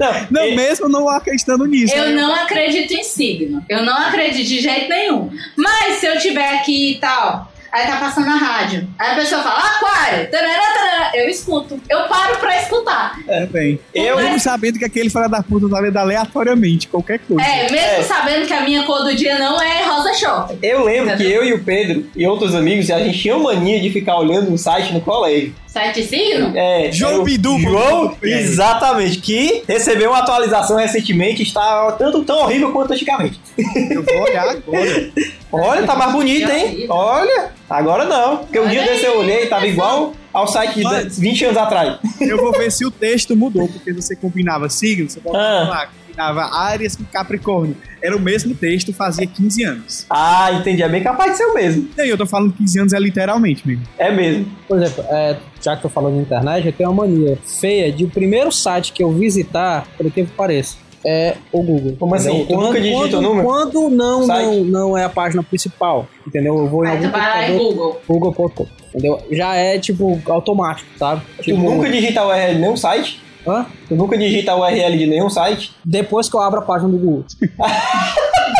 Speaker 2: Não,
Speaker 3: Não,
Speaker 4: É.
Speaker 2: e-
Speaker 3: mesmo não acreditando nisso.
Speaker 1: Eu não acredito em signo. Eu não acredito de jeito nenhum. Mas se eu tiver aqui e tal, aí tá passando na rádio. Aí a pessoa fala, aquário, tarará, tarará. eu escuto. Eu paro pra escutar.
Speaker 3: Também.
Speaker 2: Eu-
Speaker 3: É, Eu mesmo sabendo que aquele filho da puta tá lendo aleatoriamente, qualquer coisa.
Speaker 1: É, mesmo
Speaker 2: É.
Speaker 1: sabendo que a minha cor do dia não é rosa shopping.
Speaker 2: Eu lembro que eu e o Pedro e outros amigos, a gente tinha mania de ficar olhando um site no colégio.
Speaker 1: Site signo?
Speaker 2: É,
Speaker 3: João
Speaker 2: era o
Speaker 3: Bidu,
Speaker 2: João,
Speaker 3: ponto com.
Speaker 2: exatamente, que recebeu uma atualização recentemente, está tanto tão horrível quanto antigamente.
Speaker 3: É, Eu vou olhar agora.
Speaker 2: Olha, tá mais bonito, hein? Olha, agora não. Porque um
Speaker 1: Olha
Speaker 2: dia
Speaker 1: aí,
Speaker 2: desse eu olhei, tava igual ao site de
Speaker 3: Olha.
Speaker 2: 20 anos atrás.
Speaker 3: Eu vou ver se o texto mudou, porque você combinava signos, você botava
Speaker 2: Ah.
Speaker 3: lá, combinava áreas com Capricórnio. Era o mesmo texto, fazia 15 anos.
Speaker 2: Ah, entendi, é bem capaz de ser o mesmo.
Speaker 3: E aí eu tô falando 15 anos é literalmente mesmo.
Speaker 2: É mesmo.
Speaker 4: Por exemplo, é, já que tô falando de internet, eu tenho uma mania feia de o primeiro site que eu visitar, por que pareça, é o Google.
Speaker 2: Como assim?
Speaker 4: Entendeu?
Speaker 2: Tu nunca digita o número?
Speaker 4: Quando não,
Speaker 2: Site?
Speaker 4: não, não é a página principal, entendeu? Eu vou em
Speaker 1: Aí
Speaker 4: algum
Speaker 1: tu vai lá em é
Speaker 4: computador,
Speaker 1: Google.
Speaker 4: google.com, entendeu? Já é, tipo, automático, sabe?
Speaker 2: Tu
Speaker 4: Tipo,
Speaker 2: nunca digita o URL de nenhum site?
Speaker 4: hã?
Speaker 2: Tu nunca digita o URL de nenhum site?
Speaker 4: Depois que eu abro a página do Google.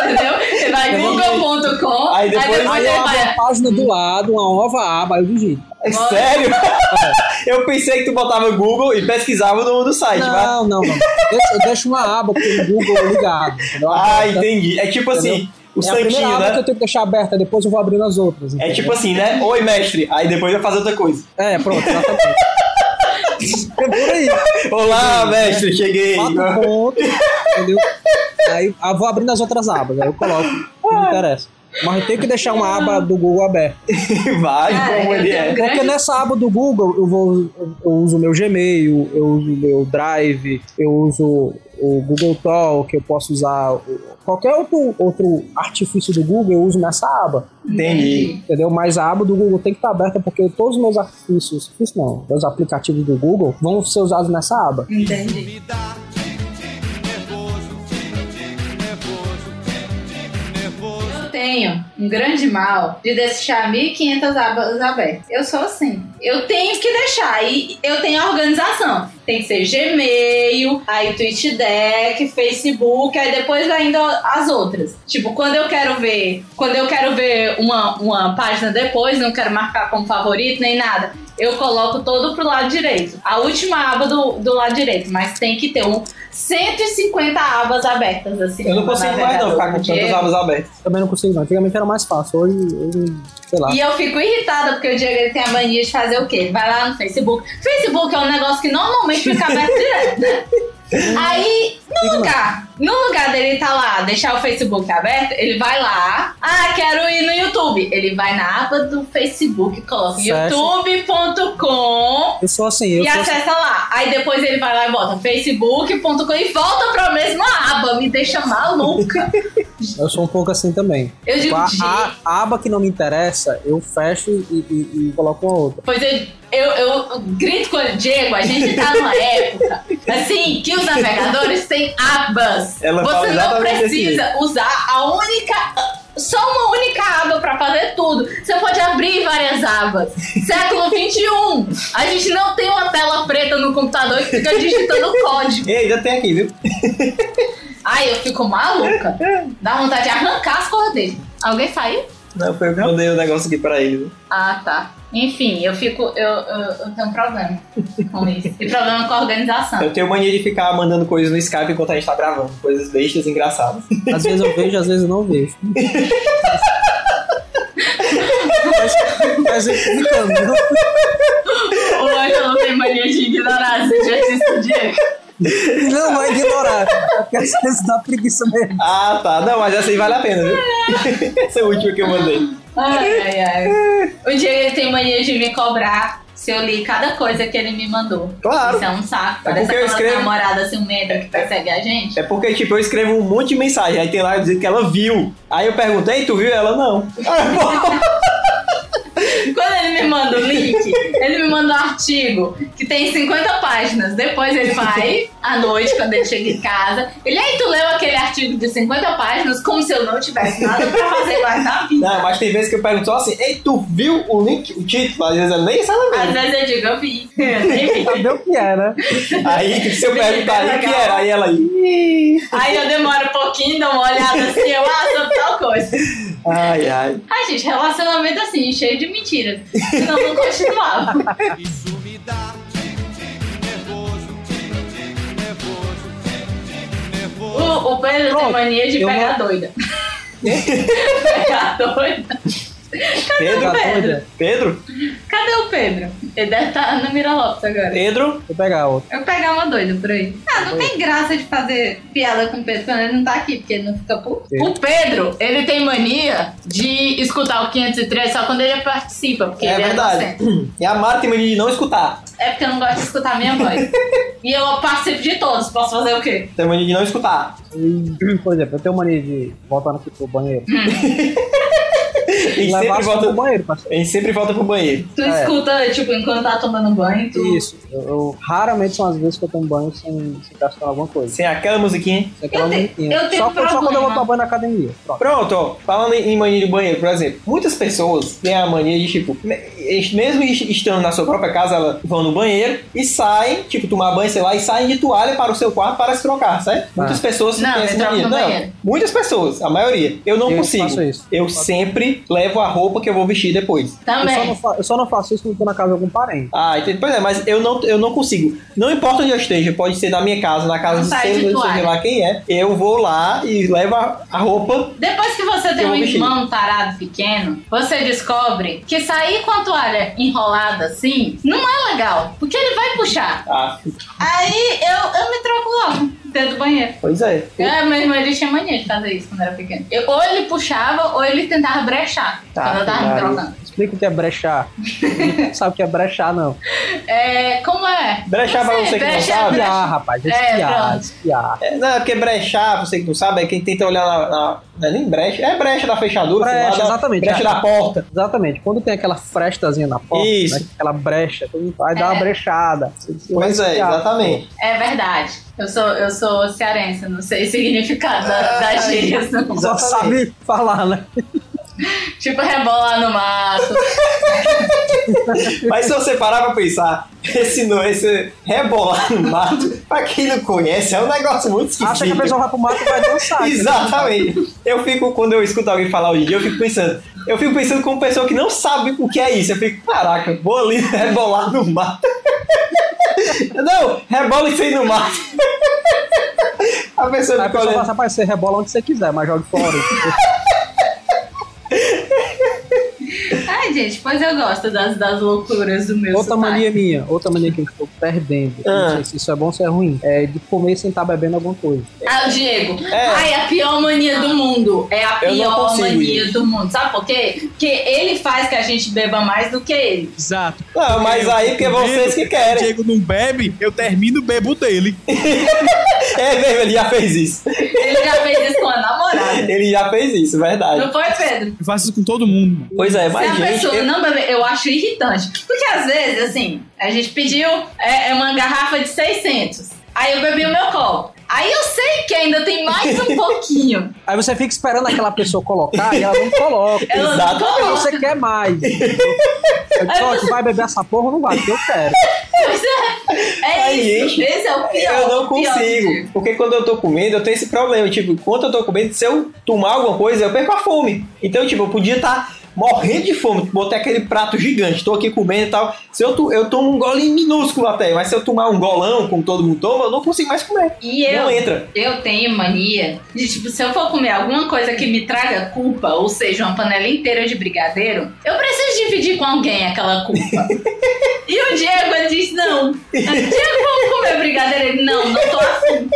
Speaker 1: Entendeu? Você vai em google.com,
Speaker 2: Aí
Speaker 1: aí
Speaker 2: depois-
Speaker 1: depois,
Speaker 4: Aí
Speaker 1: você
Speaker 4: eu abro
Speaker 1: vai.
Speaker 4: a página do lado, uma nova aba, aí eu digito.
Speaker 2: É
Speaker 1: Olha.
Speaker 2: sério? eu pensei que tu botava Google e pesquisava o nome do site, vai.
Speaker 4: Não, não, não. Deixa- Eu deixo uma aba com o Google ligado. entendeu?
Speaker 2: Ah,
Speaker 4: Então,
Speaker 2: entendi. É tipo assim, o
Speaker 4: é a primeira
Speaker 2: santinho,
Speaker 4: aba que eu
Speaker 2: né?
Speaker 4: tenho que deixar aberta, depois eu vou abrindo as outras.
Speaker 2: É
Speaker 4: entendeu?
Speaker 2: tipo assim, né? Oi, mestre. Aí depois eu fazer outra coisa.
Speaker 4: É, pronto, exatamente. é por aí.
Speaker 2: Olá, mestre, cheguei.
Speaker 4: Quatro pontos, entendeu? Aí eu vou abrindo as outras abas, aí eu coloco o que me interessa. Mas eu tenho que deixar uma aba do Google aberta.
Speaker 2: Vai,
Speaker 1: Cara,
Speaker 2: como
Speaker 1: eu
Speaker 2: ele
Speaker 1: tenho
Speaker 2: é.
Speaker 1: um grande
Speaker 4: Porque nessa aba do Google eu vou eu uso o meu Gmail, eu uso o meu Drive, eu uso o Google Talk, eu posso usar o- qualquer outro, outro artifício do Google, eu uso nessa aba,
Speaker 2: Entendi.
Speaker 4: entendeu? Mas a aba do Google tem que estar aberta porque todos os meus artifícios, artifícios não, meus aplicativos do Google vão ser usados nessa aba.
Speaker 1: Entendi. Eu tenho um grande mal de deixar 1.500 abas abertas. Eu sou assim. Eu tenho que deixar. E eu tenho a organização. Tem que ser Gmail, aí TweetDeck, Facebook, aí depois vai indo as outras. Tipo, quando eu quero ver, quando eu quero ver uma, uma página depois, não quero marcar como favorito nem nada. Eu coloco todo pro lado direito. A última aba do, do lado direito, mas tem que ter um 150 abas abertas, assim.
Speaker 2: Eu não
Speaker 1: no
Speaker 2: consigo mais não
Speaker 1: navegador,
Speaker 2: ficar com
Speaker 1: porque-
Speaker 2: tantas abas abertas.
Speaker 4: Também não consigo, não. Antigamente era mais fácil, hoje, hoje, sei lá.
Speaker 1: E eu fico irritada porque o Diego ele tem a mania de fazer o quê? Ele vai lá no Facebook. Facebook é um negócio que normalmente fica aberto direto, né? Aí, no lugar, no lugar dele tá lá, deixar o Facebook aberto, ele vai lá. Ah, quero ir no YouTube. Ele vai na aba do Facebook, coloca
Speaker 4: Certo.
Speaker 1: youtube.com
Speaker 4: Eu sou assim, eu
Speaker 1: e
Speaker 4: sou assim.
Speaker 1: acessa lá. Aí depois ele vai lá e bota facebook.com e volta pra mesma aba. Me deixa maluca.
Speaker 4: Eu sou um pouco assim também.
Speaker 1: Eu digo,
Speaker 4: a,
Speaker 1: gente.
Speaker 4: a- a aba que não me interessa, eu fecho e, e- e coloco uma outra.
Speaker 1: Pois eu, eu, eu grito com o Diego, a gente tá numa época assim que os navegadores têm abas.
Speaker 2: Ela fala
Speaker 1: Você não
Speaker 2: exatamente assim. desse
Speaker 1: precisa usar a única. Só uma única aba pra fazer tudo. Você pode abrir várias abas. Século XXI. A gente não tem uma tela preta no computador que fica digitando código.
Speaker 2: Ei, já tem aqui, viu?
Speaker 1: Ai, eu fico maluca. Dá vontade de arrancar as cordas. Alguém saiu?
Speaker 2: Não, foi eu que mandei o negócio aqui pra ele.
Speaker 1: Ah, tá. Enfim, eu fico. Eu, eu, eu tenho um problema com isso. E problema com a organização.
Speaker 2: Eu tenho mania de ficar mandando coisas no Skype enquanto a gente tá gravando. Coisas bestas, engraçadas.
Speaker 4: Às vezes eu vejo, às vezes eu não vejo. mas, mas eu ficando, não.
Speaker 1: O Ângelo tem mania de ignorar, você já disse o Diego.
Speaker 4: não vai ignorar. É Porque às vezes dá preguiça mesmo.
Speaker 2: Ah, tá. Não, mas essa aí vale a pena, viu? essa é a última que eu mandei.
Speaker 1: Ai, ai, ai. O Diego ele tem mania de me cobrar se eu li cada coisa que ele me mandou.
Speaker 2: Claro.
Speaker 1: Isso é um saco.
Speaker 2: É
Speaker 1: Parece
Speaker 2: porque eu
Speaker 1: aquela
Speaker 2: escrevo.
Speaker 1: namorada ciumenta que persegue a gente.
Speaker 2: É porque, tipo, eu escrevo um monte de mensagem, aí tem lá dizendo que ela viu. Aí eu perguntei, tu viu? Ela não.
Speaker 1: Quando ele me manda o link, ele me manda um artigo que tem 50 páginas. Depois ele vai à noite, quando ele chega em casa. Ele aí, tu leu aquele artigo de 50 páginas como se eu não tivesse nada pra fazer mais na vida.
Speaker 2: Não, mas tem vezes que eu pergunto só assim, ei, tu viu o link, o título? Às vezes ela nem sabe
Speaker 1: Às
Speaker 2: mesmo.
Speaker 1: vezes eu digo, eu vi. Eu nem vi.
Speaker 4: Saber o que é, né?
Speaker 2: Aí se eu perguntar aí o que era, aí ela aí.
Speaker 1: Aí eu demoro um pouquinho, dou uma olhada assim, eu ah, sobre tal coisa.
Speaker 2: Ai, ai.
Speaker 1: Ai, gente, relacionamento assim, cheio de mentiras. Então, Senão eu não continuava. O, o Pedro tem
Speaker 4: Pronto,
Speaker 1: mania de
Speaker 4: eu
Speaker 1: pegar
Speaker 4: não-
Speaker 1: doida. pegar doida?
Speaker 2: Pedro?
Speaker 4: Tá doida?
Speaker 2: Pedro?
Speaker 1: Cadê o Pedro? Ele deve estar no Mira Lopes agora.
Speaker 2: Pedro?
Speaker 4: Vou pegar outra.
Speaker 1: Eu pegar uma doida por aí. Ah, não tem graça de fazer piada com o Pedro quando ele não tá aqui, porque ele não fica puto.
Speaker 4: Sim.
Speaker 1: O Pedro, ele tem mania de escutar o 503 só quando ele participa, porque
Speaker 2: é
Speaker 1: ele é
Speaker 2: verdade.
Speaker 1: docente.
Speaker 2: E a Mara tem mania de não escutar.
Speaker 1: É porque eu não gosto de escutar a minha voz. e eu participo de todos, posso fazer o quê?
Speaker 2: Tem mania de não escutar.
Speaker 4: E, por exemplo, eu tenho mania de voltar aqui pro banheiro.
Speaker 2: E
Speaker 4: Levar
Speaker 2: sempre
Speaker 4: só pro
Speaker 2: volta,
Speaker 4: banheiro, parceiro.
Speaker 2: a gente sempre volta pro banheiro.
Speaker 1: Tu
Speaker 4: É.
Speaker 1: escuta, tipo, enquanto tá tomando banho, tu...
Speaker 4: Isso. Eu, eu- raramente são as vezes que eu tomo banho sem, sem gastar alguma coisa.
Speaker 2: Sem aquela musiquinha.
Speaker 4: Isso aqui é uma
Speaker 1: Eu tenho-
Speaker 4: musiquinha.
Speaker 1: eu tenho
Speaker 4: só, quando- só quando eu vou
Speaker 1: problema.
Speaker 4: tomar banho na academia. Pronto.
Speaker 2: Pronto, ó, falando em em mania de banheiro, por exemplo, muitas pessoas têm a mania de, tipo, me- es- mesmo est- estando na sua própria casa, elas vão no banheiro e saem, tipo, tomar banho, sei lá, e saem de toalha para o seu quarto para se trocar,
Speaker 4: Ah.
Speaker 2: certo? Muitas pessoas
Speaker 1: Não,
Speaker 2: têm
Speaker 1: eu
Speaker 2: essa
Speaker 1: troco
Speaker 2: mania.
Speaker 1: no
Speaker 2: Não,
Speaker 1: banheiro.
Speaker 2: muitas pessoas, a maioria. Eu não
Speaker 4: Eu
Speaker 2: consigo.
Speaker 4: faço isso.
Speaker 2: Eu sempre levo a roupa que eu vou vestir depois.
Speaker 4: Eu só, não
Speaker 1: Também.
Speaker 4: fa- eu só não faço isso quando eu tô na casa de algum parente.
Speaker 2: Ah, entendi. Pois é, mas eu não, eu não consigo. Não importa onde eu esteja, pode ser na minha casa, na casa
Speaker 1: Não
Speaker 2: do
Speaker 1: sai de
Speaker 2: seu, do
Speaker 1: toalha.
Speaker 2: seja lá quem é. Eu vou lá e levo a, a roupa.
Speaker 1: Depois que você tem
Speaker 2: Eu
Speaker 1: um
Speaker 2: vou mexer.
Speaker 1: irmão tarado pequeno, você descobre que sair com a toalha enrolada assim não é legal, porque ele vai puxar.
Speaker 2: Ah,
Speaker 1: Aí eu, eu me troco logo. dentro do banheiro.
Speaker 2: Pois é.
Speaker 1: É, meu irmão, ele tinha mania de fazer isso quando era pequeno. Eu- ou ele puxava, ou ele tentava brechar.
Speaker 2: Tá,
Speaker 1: quando eu tava me
Speaker 2: claro.
Speaker 1: trocando.
Speaker 4: Explica o que é brechar. Não sabe o que é brechar, não.
Speaker 1: É, como é?
Speaker 2: Brechar pra você que não
Speaker 1: brecha-
Speaker 2: sabe.
Speaker 1: brecha-
Speaker 2: Ah.
Speaker 4: Espiar, rapaz.
Speaker 1: É,
Speaker 4: Espiar,
Speaker 1: pronto.
Speaker 4: espiar.
Speaker 2: É, não, é porque brechar, pra você que não sabe, é quem tenta olhar na. na- não é nem brecha, é brecha da fechadura, sei
Speaker 4: Brecha,
Speaker 2: lá, da-
Speaker 4: exatamente, é.
Speaker 2: Brecha
Speaker 4: cara.
Speaker 2: da porta.
Speaker 4: Exatamente. Quando tem aquela frestazinha na porta,
Speaker 2: Isso.
Speaker 4: né, aquela brecha, tu vai dar
Speaker 1: É.
Speaker 4: uma brechada. Você- você vai
Speaker 2: Pois é,
Speaker 4: espiar.
Speaker 2: exatamente.
Speaker 1: É verdade. Eu sou, eu sou cearense, eu não sei o significado da-
Speaker 2: Ah,
Speaker 1: das gírias. não.
Speaker 2: tá.
Speaker 4: Só sabe falar, né?
Speaker 1: Tipo, rebolar no mato.
Speaker 2: Mas se você parar pra pensar, esse, no- esse rebolar no mato, pra quem não conhece, é um negócio muito esquisito.
Speaker 4: Acha que a pessoa vai pro mato e vai dançar. entendeu?
Speaker 2: Exatamente. Eu fico, quando eu escuto alguém falar hoje em dia, eu fico pensando. Eu fico pensando como pessoa que não sabe o que é isso. Eu fico, caraca, vou ali rebolar no mato. não, rebola isso aí no mato. a pessoa
Speaker 4: Aí
Speaker 2: fica
Speaker 4: a pessoa fala, assim,
Speaker 2: olhando.
Speaker 4: rapaz, você rebola onde você quiser, mas joga fora.
Speaker 1: Ai, gente, pois eu gosto das, das loucuras do meu
Speaker 4: outra
Speaker 1: sotaque.
Speaker 4: mania minha, outra mania que eu estou perdendo, eu
Speaker 2: Ah.
Speaker 4: não sei se isso é bom ou se é ruim, é de comer sem estar bebendo alguma coisa.
Speaker 1: Ah, o Diego.
Speaker 2: É.
Speaker 1: Ai, a pior mania do mundo. É a
Speaker 2: Eu não
Speaker 1: pior
Speaker 2: consigo
Speaker 1: mania
Speaker 2: isso.
Speaker 1: do mundo. Sabe por quê? Porque ele faz que a gente beba mais do que ele.
Speaker 3: Exato.
Speaker 2: Não, mas aí porque é vocês que
Speaker 3: O
Speaker 2: querem.
Speaker 3: Diego não bebe, eu termino bebo dele.
Speaker 2: É mesmo, ele já fez isso.
Speaker 1: Ele já fez isso com a namorada.
Speaker 2: Ele já fez isso, verdade.
Speaker 1: Não foi, Pedro?
Speaker 3: Eu faço isso com todo mundo.
Speaker 2: Pois é,
Speaker 1: Se a
Speaker 2: mas gente.
Speaker 1: pessoa né?
Speaker 2: eu-
Speaker 1: não beber, eu acho irritante. Porque às vezes, assim, a gente pediu é, é uma garrafa de 600. Aí eu bebi o meu copo. Aí eu sei que ainda tem mais um pouquinho.
Speaker 4: Aí você fica esperando aquela pessoa colocar e ela não coloca.
Speaker 1: Ela
Speaker 2: Exato.
Speaker 1: não
Speaker 4: Aí
Speaker 1: coloca.
Speaker 4: você quer mais. Só que vai beber essa porra ou não vai? Porque eu quero.
Speaker 1: Pois é. É
Speaker 2: Aí,
Speaker 1: isso. Esse é o pior.
Speaker 2: Eu não
Speaker 1: o pior né?
Speaker 2: consigo.
Speaker 1: motivo.
Speaker 2: Porque quando eu tô comendo, eu tenho esse problema. Tipo, enquanto eu tô comendo, se eu tomar alguma coisa, eu perco a fome. Então, tipo, eu podia estar morrendo de fome. Botei aquele prato gigante, tô aqui comendo e tal. Se eu, to- eu tomo um golinho minúsculo até, mas se eu tomar um golão, como todo mundo toma, eu não consigo mais comer.
Speaker 1: E eu,
Speaker 2: Não entra.
Speaker 1: eu tenho mania de, tipo, se eu for comer alguma coisa que me traga culpa, ou seja, uma panela inteira de brigadeiro, eu preciso dividir com alguém aquela culpa. e o Diego ele disse: não. Diego, vamos comer brigadeiro? Ele: não, não tô afim.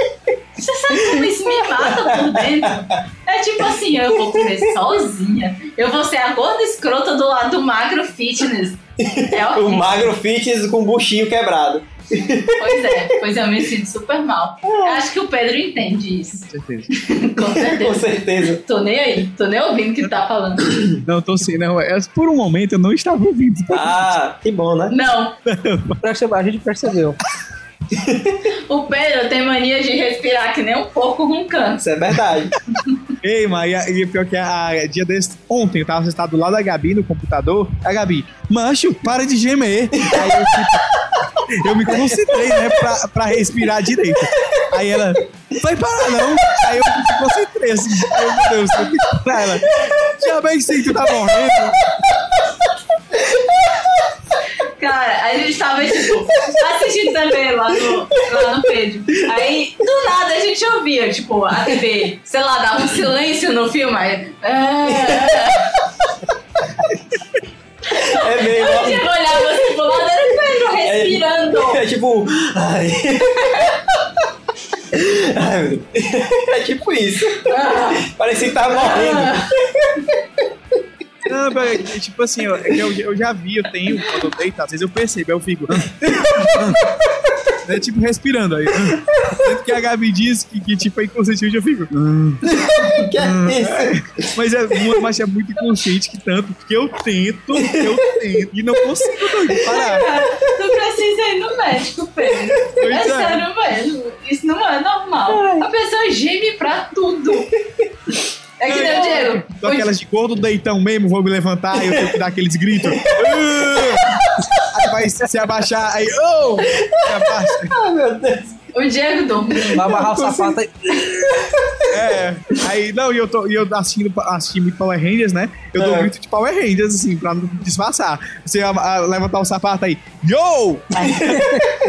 Speaker 1: Você sabe como isso me mata por dentro? É tipo assim, eu vou comer sozinha. Eu vou ser a gorda escrota do lado do magro fitness. É
Speaker 2: O
Speaker 1: horrível.
Speaker 2: magro fitness com o buchinho quebrado.
Speaker 1: Pois é, pois eu me sinto super mal. Eu acho que o Pedro entende isso.
Speaker 3: Com certeza.
Speaker 1: Com
Speaker 2: Com
Speaker 1: certeza.
Speaker 2: certeza.
Speaker 1: Tô nem aí, tô nem ouvindo o que tá falando.
Speaker 3: Não, tô sim, não. é- Por um momento eu não estava ouvindo.
Speaker 2: Ah, que bom, né?
Speaker 1: Não,
Speaker 4: Percebe- A gente percebeu.
Speaker 1: o Pedro tem mania de respirar que nem um porco roncando.
Speaker 2: Isso é verdade.
Speaker 3: Ei, mas e a- e pior que a, a- dia desse, ontem eu tava sentado do lado da Gabi no computador. A Gabi, macho, para de gemer. Aí eu, tipo, eu me concentrei, né, pra, pra respirar direito. Aí ela, vai parar não. Aí eu me concentrei assim, aí, eu, meu Deus, eu tenho que parar ela. Já bem que sei que tu tá morrendo.
Speaker 1: Cara, a gente tava tipo, assistindo também lá no, lá no Pedro. Aí, do nada, a gente ouvia, tipo, a TV, sei lá, dava um silêncio no filme. Aí, é,
Speaker 2: É
Speaker 1: é.
Speaker 2: mesmo.
Speaker 1: Chegou olhava assim pro lado, era o Pedro
Speaker 2: ó. É-
Speaker 1: respirando.
Speaker 2: É tipo. Ai. Ai, meu Deus. É tipo isso.
Speaker 1: Ah.
Speaker 2: Parecia que tava morrendo.
Speaker 3: Não, mas, tipo assim, eu, eu, eu já vi, eu tenho, quando eu deito, às vezes eu percebo, aí eu fico. É tipo respirando aí. Tanto que a Gabi diz que, que tipo, é inconsciente, eu fico.
Speaker 2: Que é isso?
Speaker 3: Mas é, mu- mas é muito inconsciente que tanto que eu tento, eu tento e não consigo doido, parar.
Speaker 1: Cara, Tu precisa ir no assim, médico, Pedro.
Speaker 3: Pois
Speaker 1: é
Speaker 3: é.
Speaker 1: sério mesmo. Isso não é normal. A pessoa geme pra tudo. É que nem o Diego.
Speaker 3: Tô aquelas de gordo deitão mesmo, vou me levantar e eu tenho que dar aqueles gritos. Ah! Aí vai se se abaixar, aí. Oh! Se abaixa.
Speaker 2: Ai, meu Deus.
Speaker 1: O, o Diego dormiu.
Speaker 4: Vai amarrar o sapato aí.
Speaker 3: É, aí, não, e eu, tô, e eu assistindo, assistindo muito Power Rangers, né? Eu dou
Speaker 2: É.
Speaker 3: grito de Power Rangers, assim, pra não disfarçar. Você a, a- levantar o sapato aí, yo!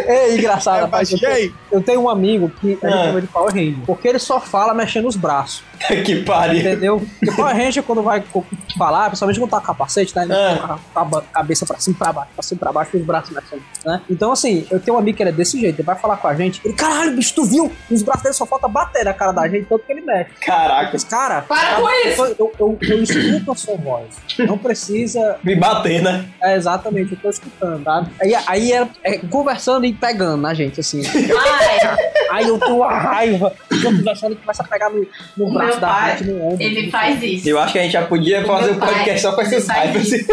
Speaker 4: É engraçado,
Speaker 3: Aí eu
Speaker 4: rapaz.
Speaker 3: baixei.
Speaker 4: Eu tenho, eu tenho um amigo que a
Speaker 2: Ah.
Speaker 4: gente chama de Power Ranger. Porque ele só fala mexendo os braços,
Speaker 2: que pariu.
Speaker 4: entendeu? Porque Power Ranger, quando vai co- falar, principalmente quando tá com capacete, né? Ele
Speaker 2: Ah.
Speaker 4: tá com a- com a cabeça pra cima, pra baixo, pra cima, pra baixo, e os braços mexendo, né? Então, assim, eu tenho um amigo que ele é desse jeito. Ele vai falar com a gente, ele, caralho, bicho, tu viu? Os braços dele só falta bater na cara da gente, tanto que ele mexe.
Speaker 2: Caraca,
Speaker 4: Mas, cara,
Speaker 1: Para com isso!
Speaker 4: eu, eu, eu, eu escuto a sua voz. Não precisa
Speaker 2: me bater, né?
Speaker 4: É exatamente, eu tô escutando, tá? Aí, aí é, é conversando e pegando na gente, assim.
Speaker 1: Ai,
Speaker 4: Aí eu tô a raiva, tô conversando e começa a pegar no, no
Speaker 1: O
Speaker 4: braço
Speaker 1: meu
Speaker 4: da
Speaker 1: pai,
Speaker 4: gente, no ombro.
Speaker 1: ele faz isso.
Speaker 2: Eu acho que a gente já podia
Speaker 1: O
Speaker 2: fazer
Speaker 1: meu
Speaker 2: um
Speaker 1: pai,
Speaker 2: podcast só com
Speaker 1: ele
Speaker 2: esses
Speaker 1: faz
Speaker 2: hypes.
Speaker 1: isso.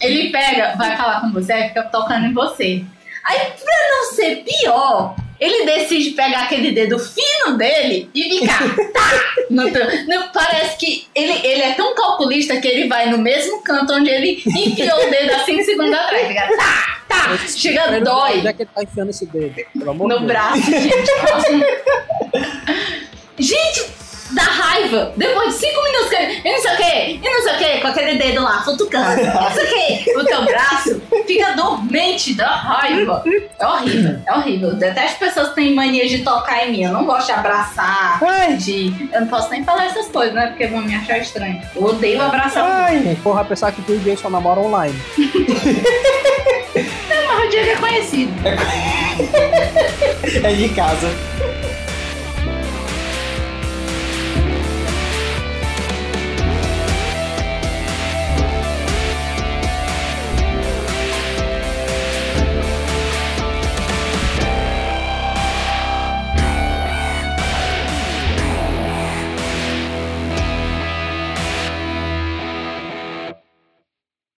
Speaker 1: Ele pega, vai falar com você, fica tocando em você. Aí, pra não ser pior, ele decide pegar aquele dedo fino dele e ficar. tá, no teu- no- parece que ele, ele é tão calculista que ele vai no mesmo canto onde ele enfiou o dedo assim segundos atrás. Fica, tá, tá, chega,
Speaker 4: Primeiro, Onde é
Speaker 1: dói
Speaker 4: que ele tá enfiando esse dedo? Pelo amor
Speaker 1: no
Speaker 4: de Deus.
Speaker 1: braço, gente. assim? gente, dá raiva. Depois de cinco minutos, que ele- e não sei o que, e não sei o que, com aquele dedo lá, futucando, e não sei o que, o teu braço fica dormente, dá raiva. É horrível, é horrível. Eu detesto pessoas que têm mania de tocar em mim. Eu não gosto de abraçar, de. Eu não posso nem falar essas coisas, né? Porque vão me achar estranho. Eu odeio abraçar.
Speaker 4: Quem for vai pensar que tu e o Diego só namoram online.
Speaker 1: Mas o Diego é conhecido.
Speaker 2: É de casa.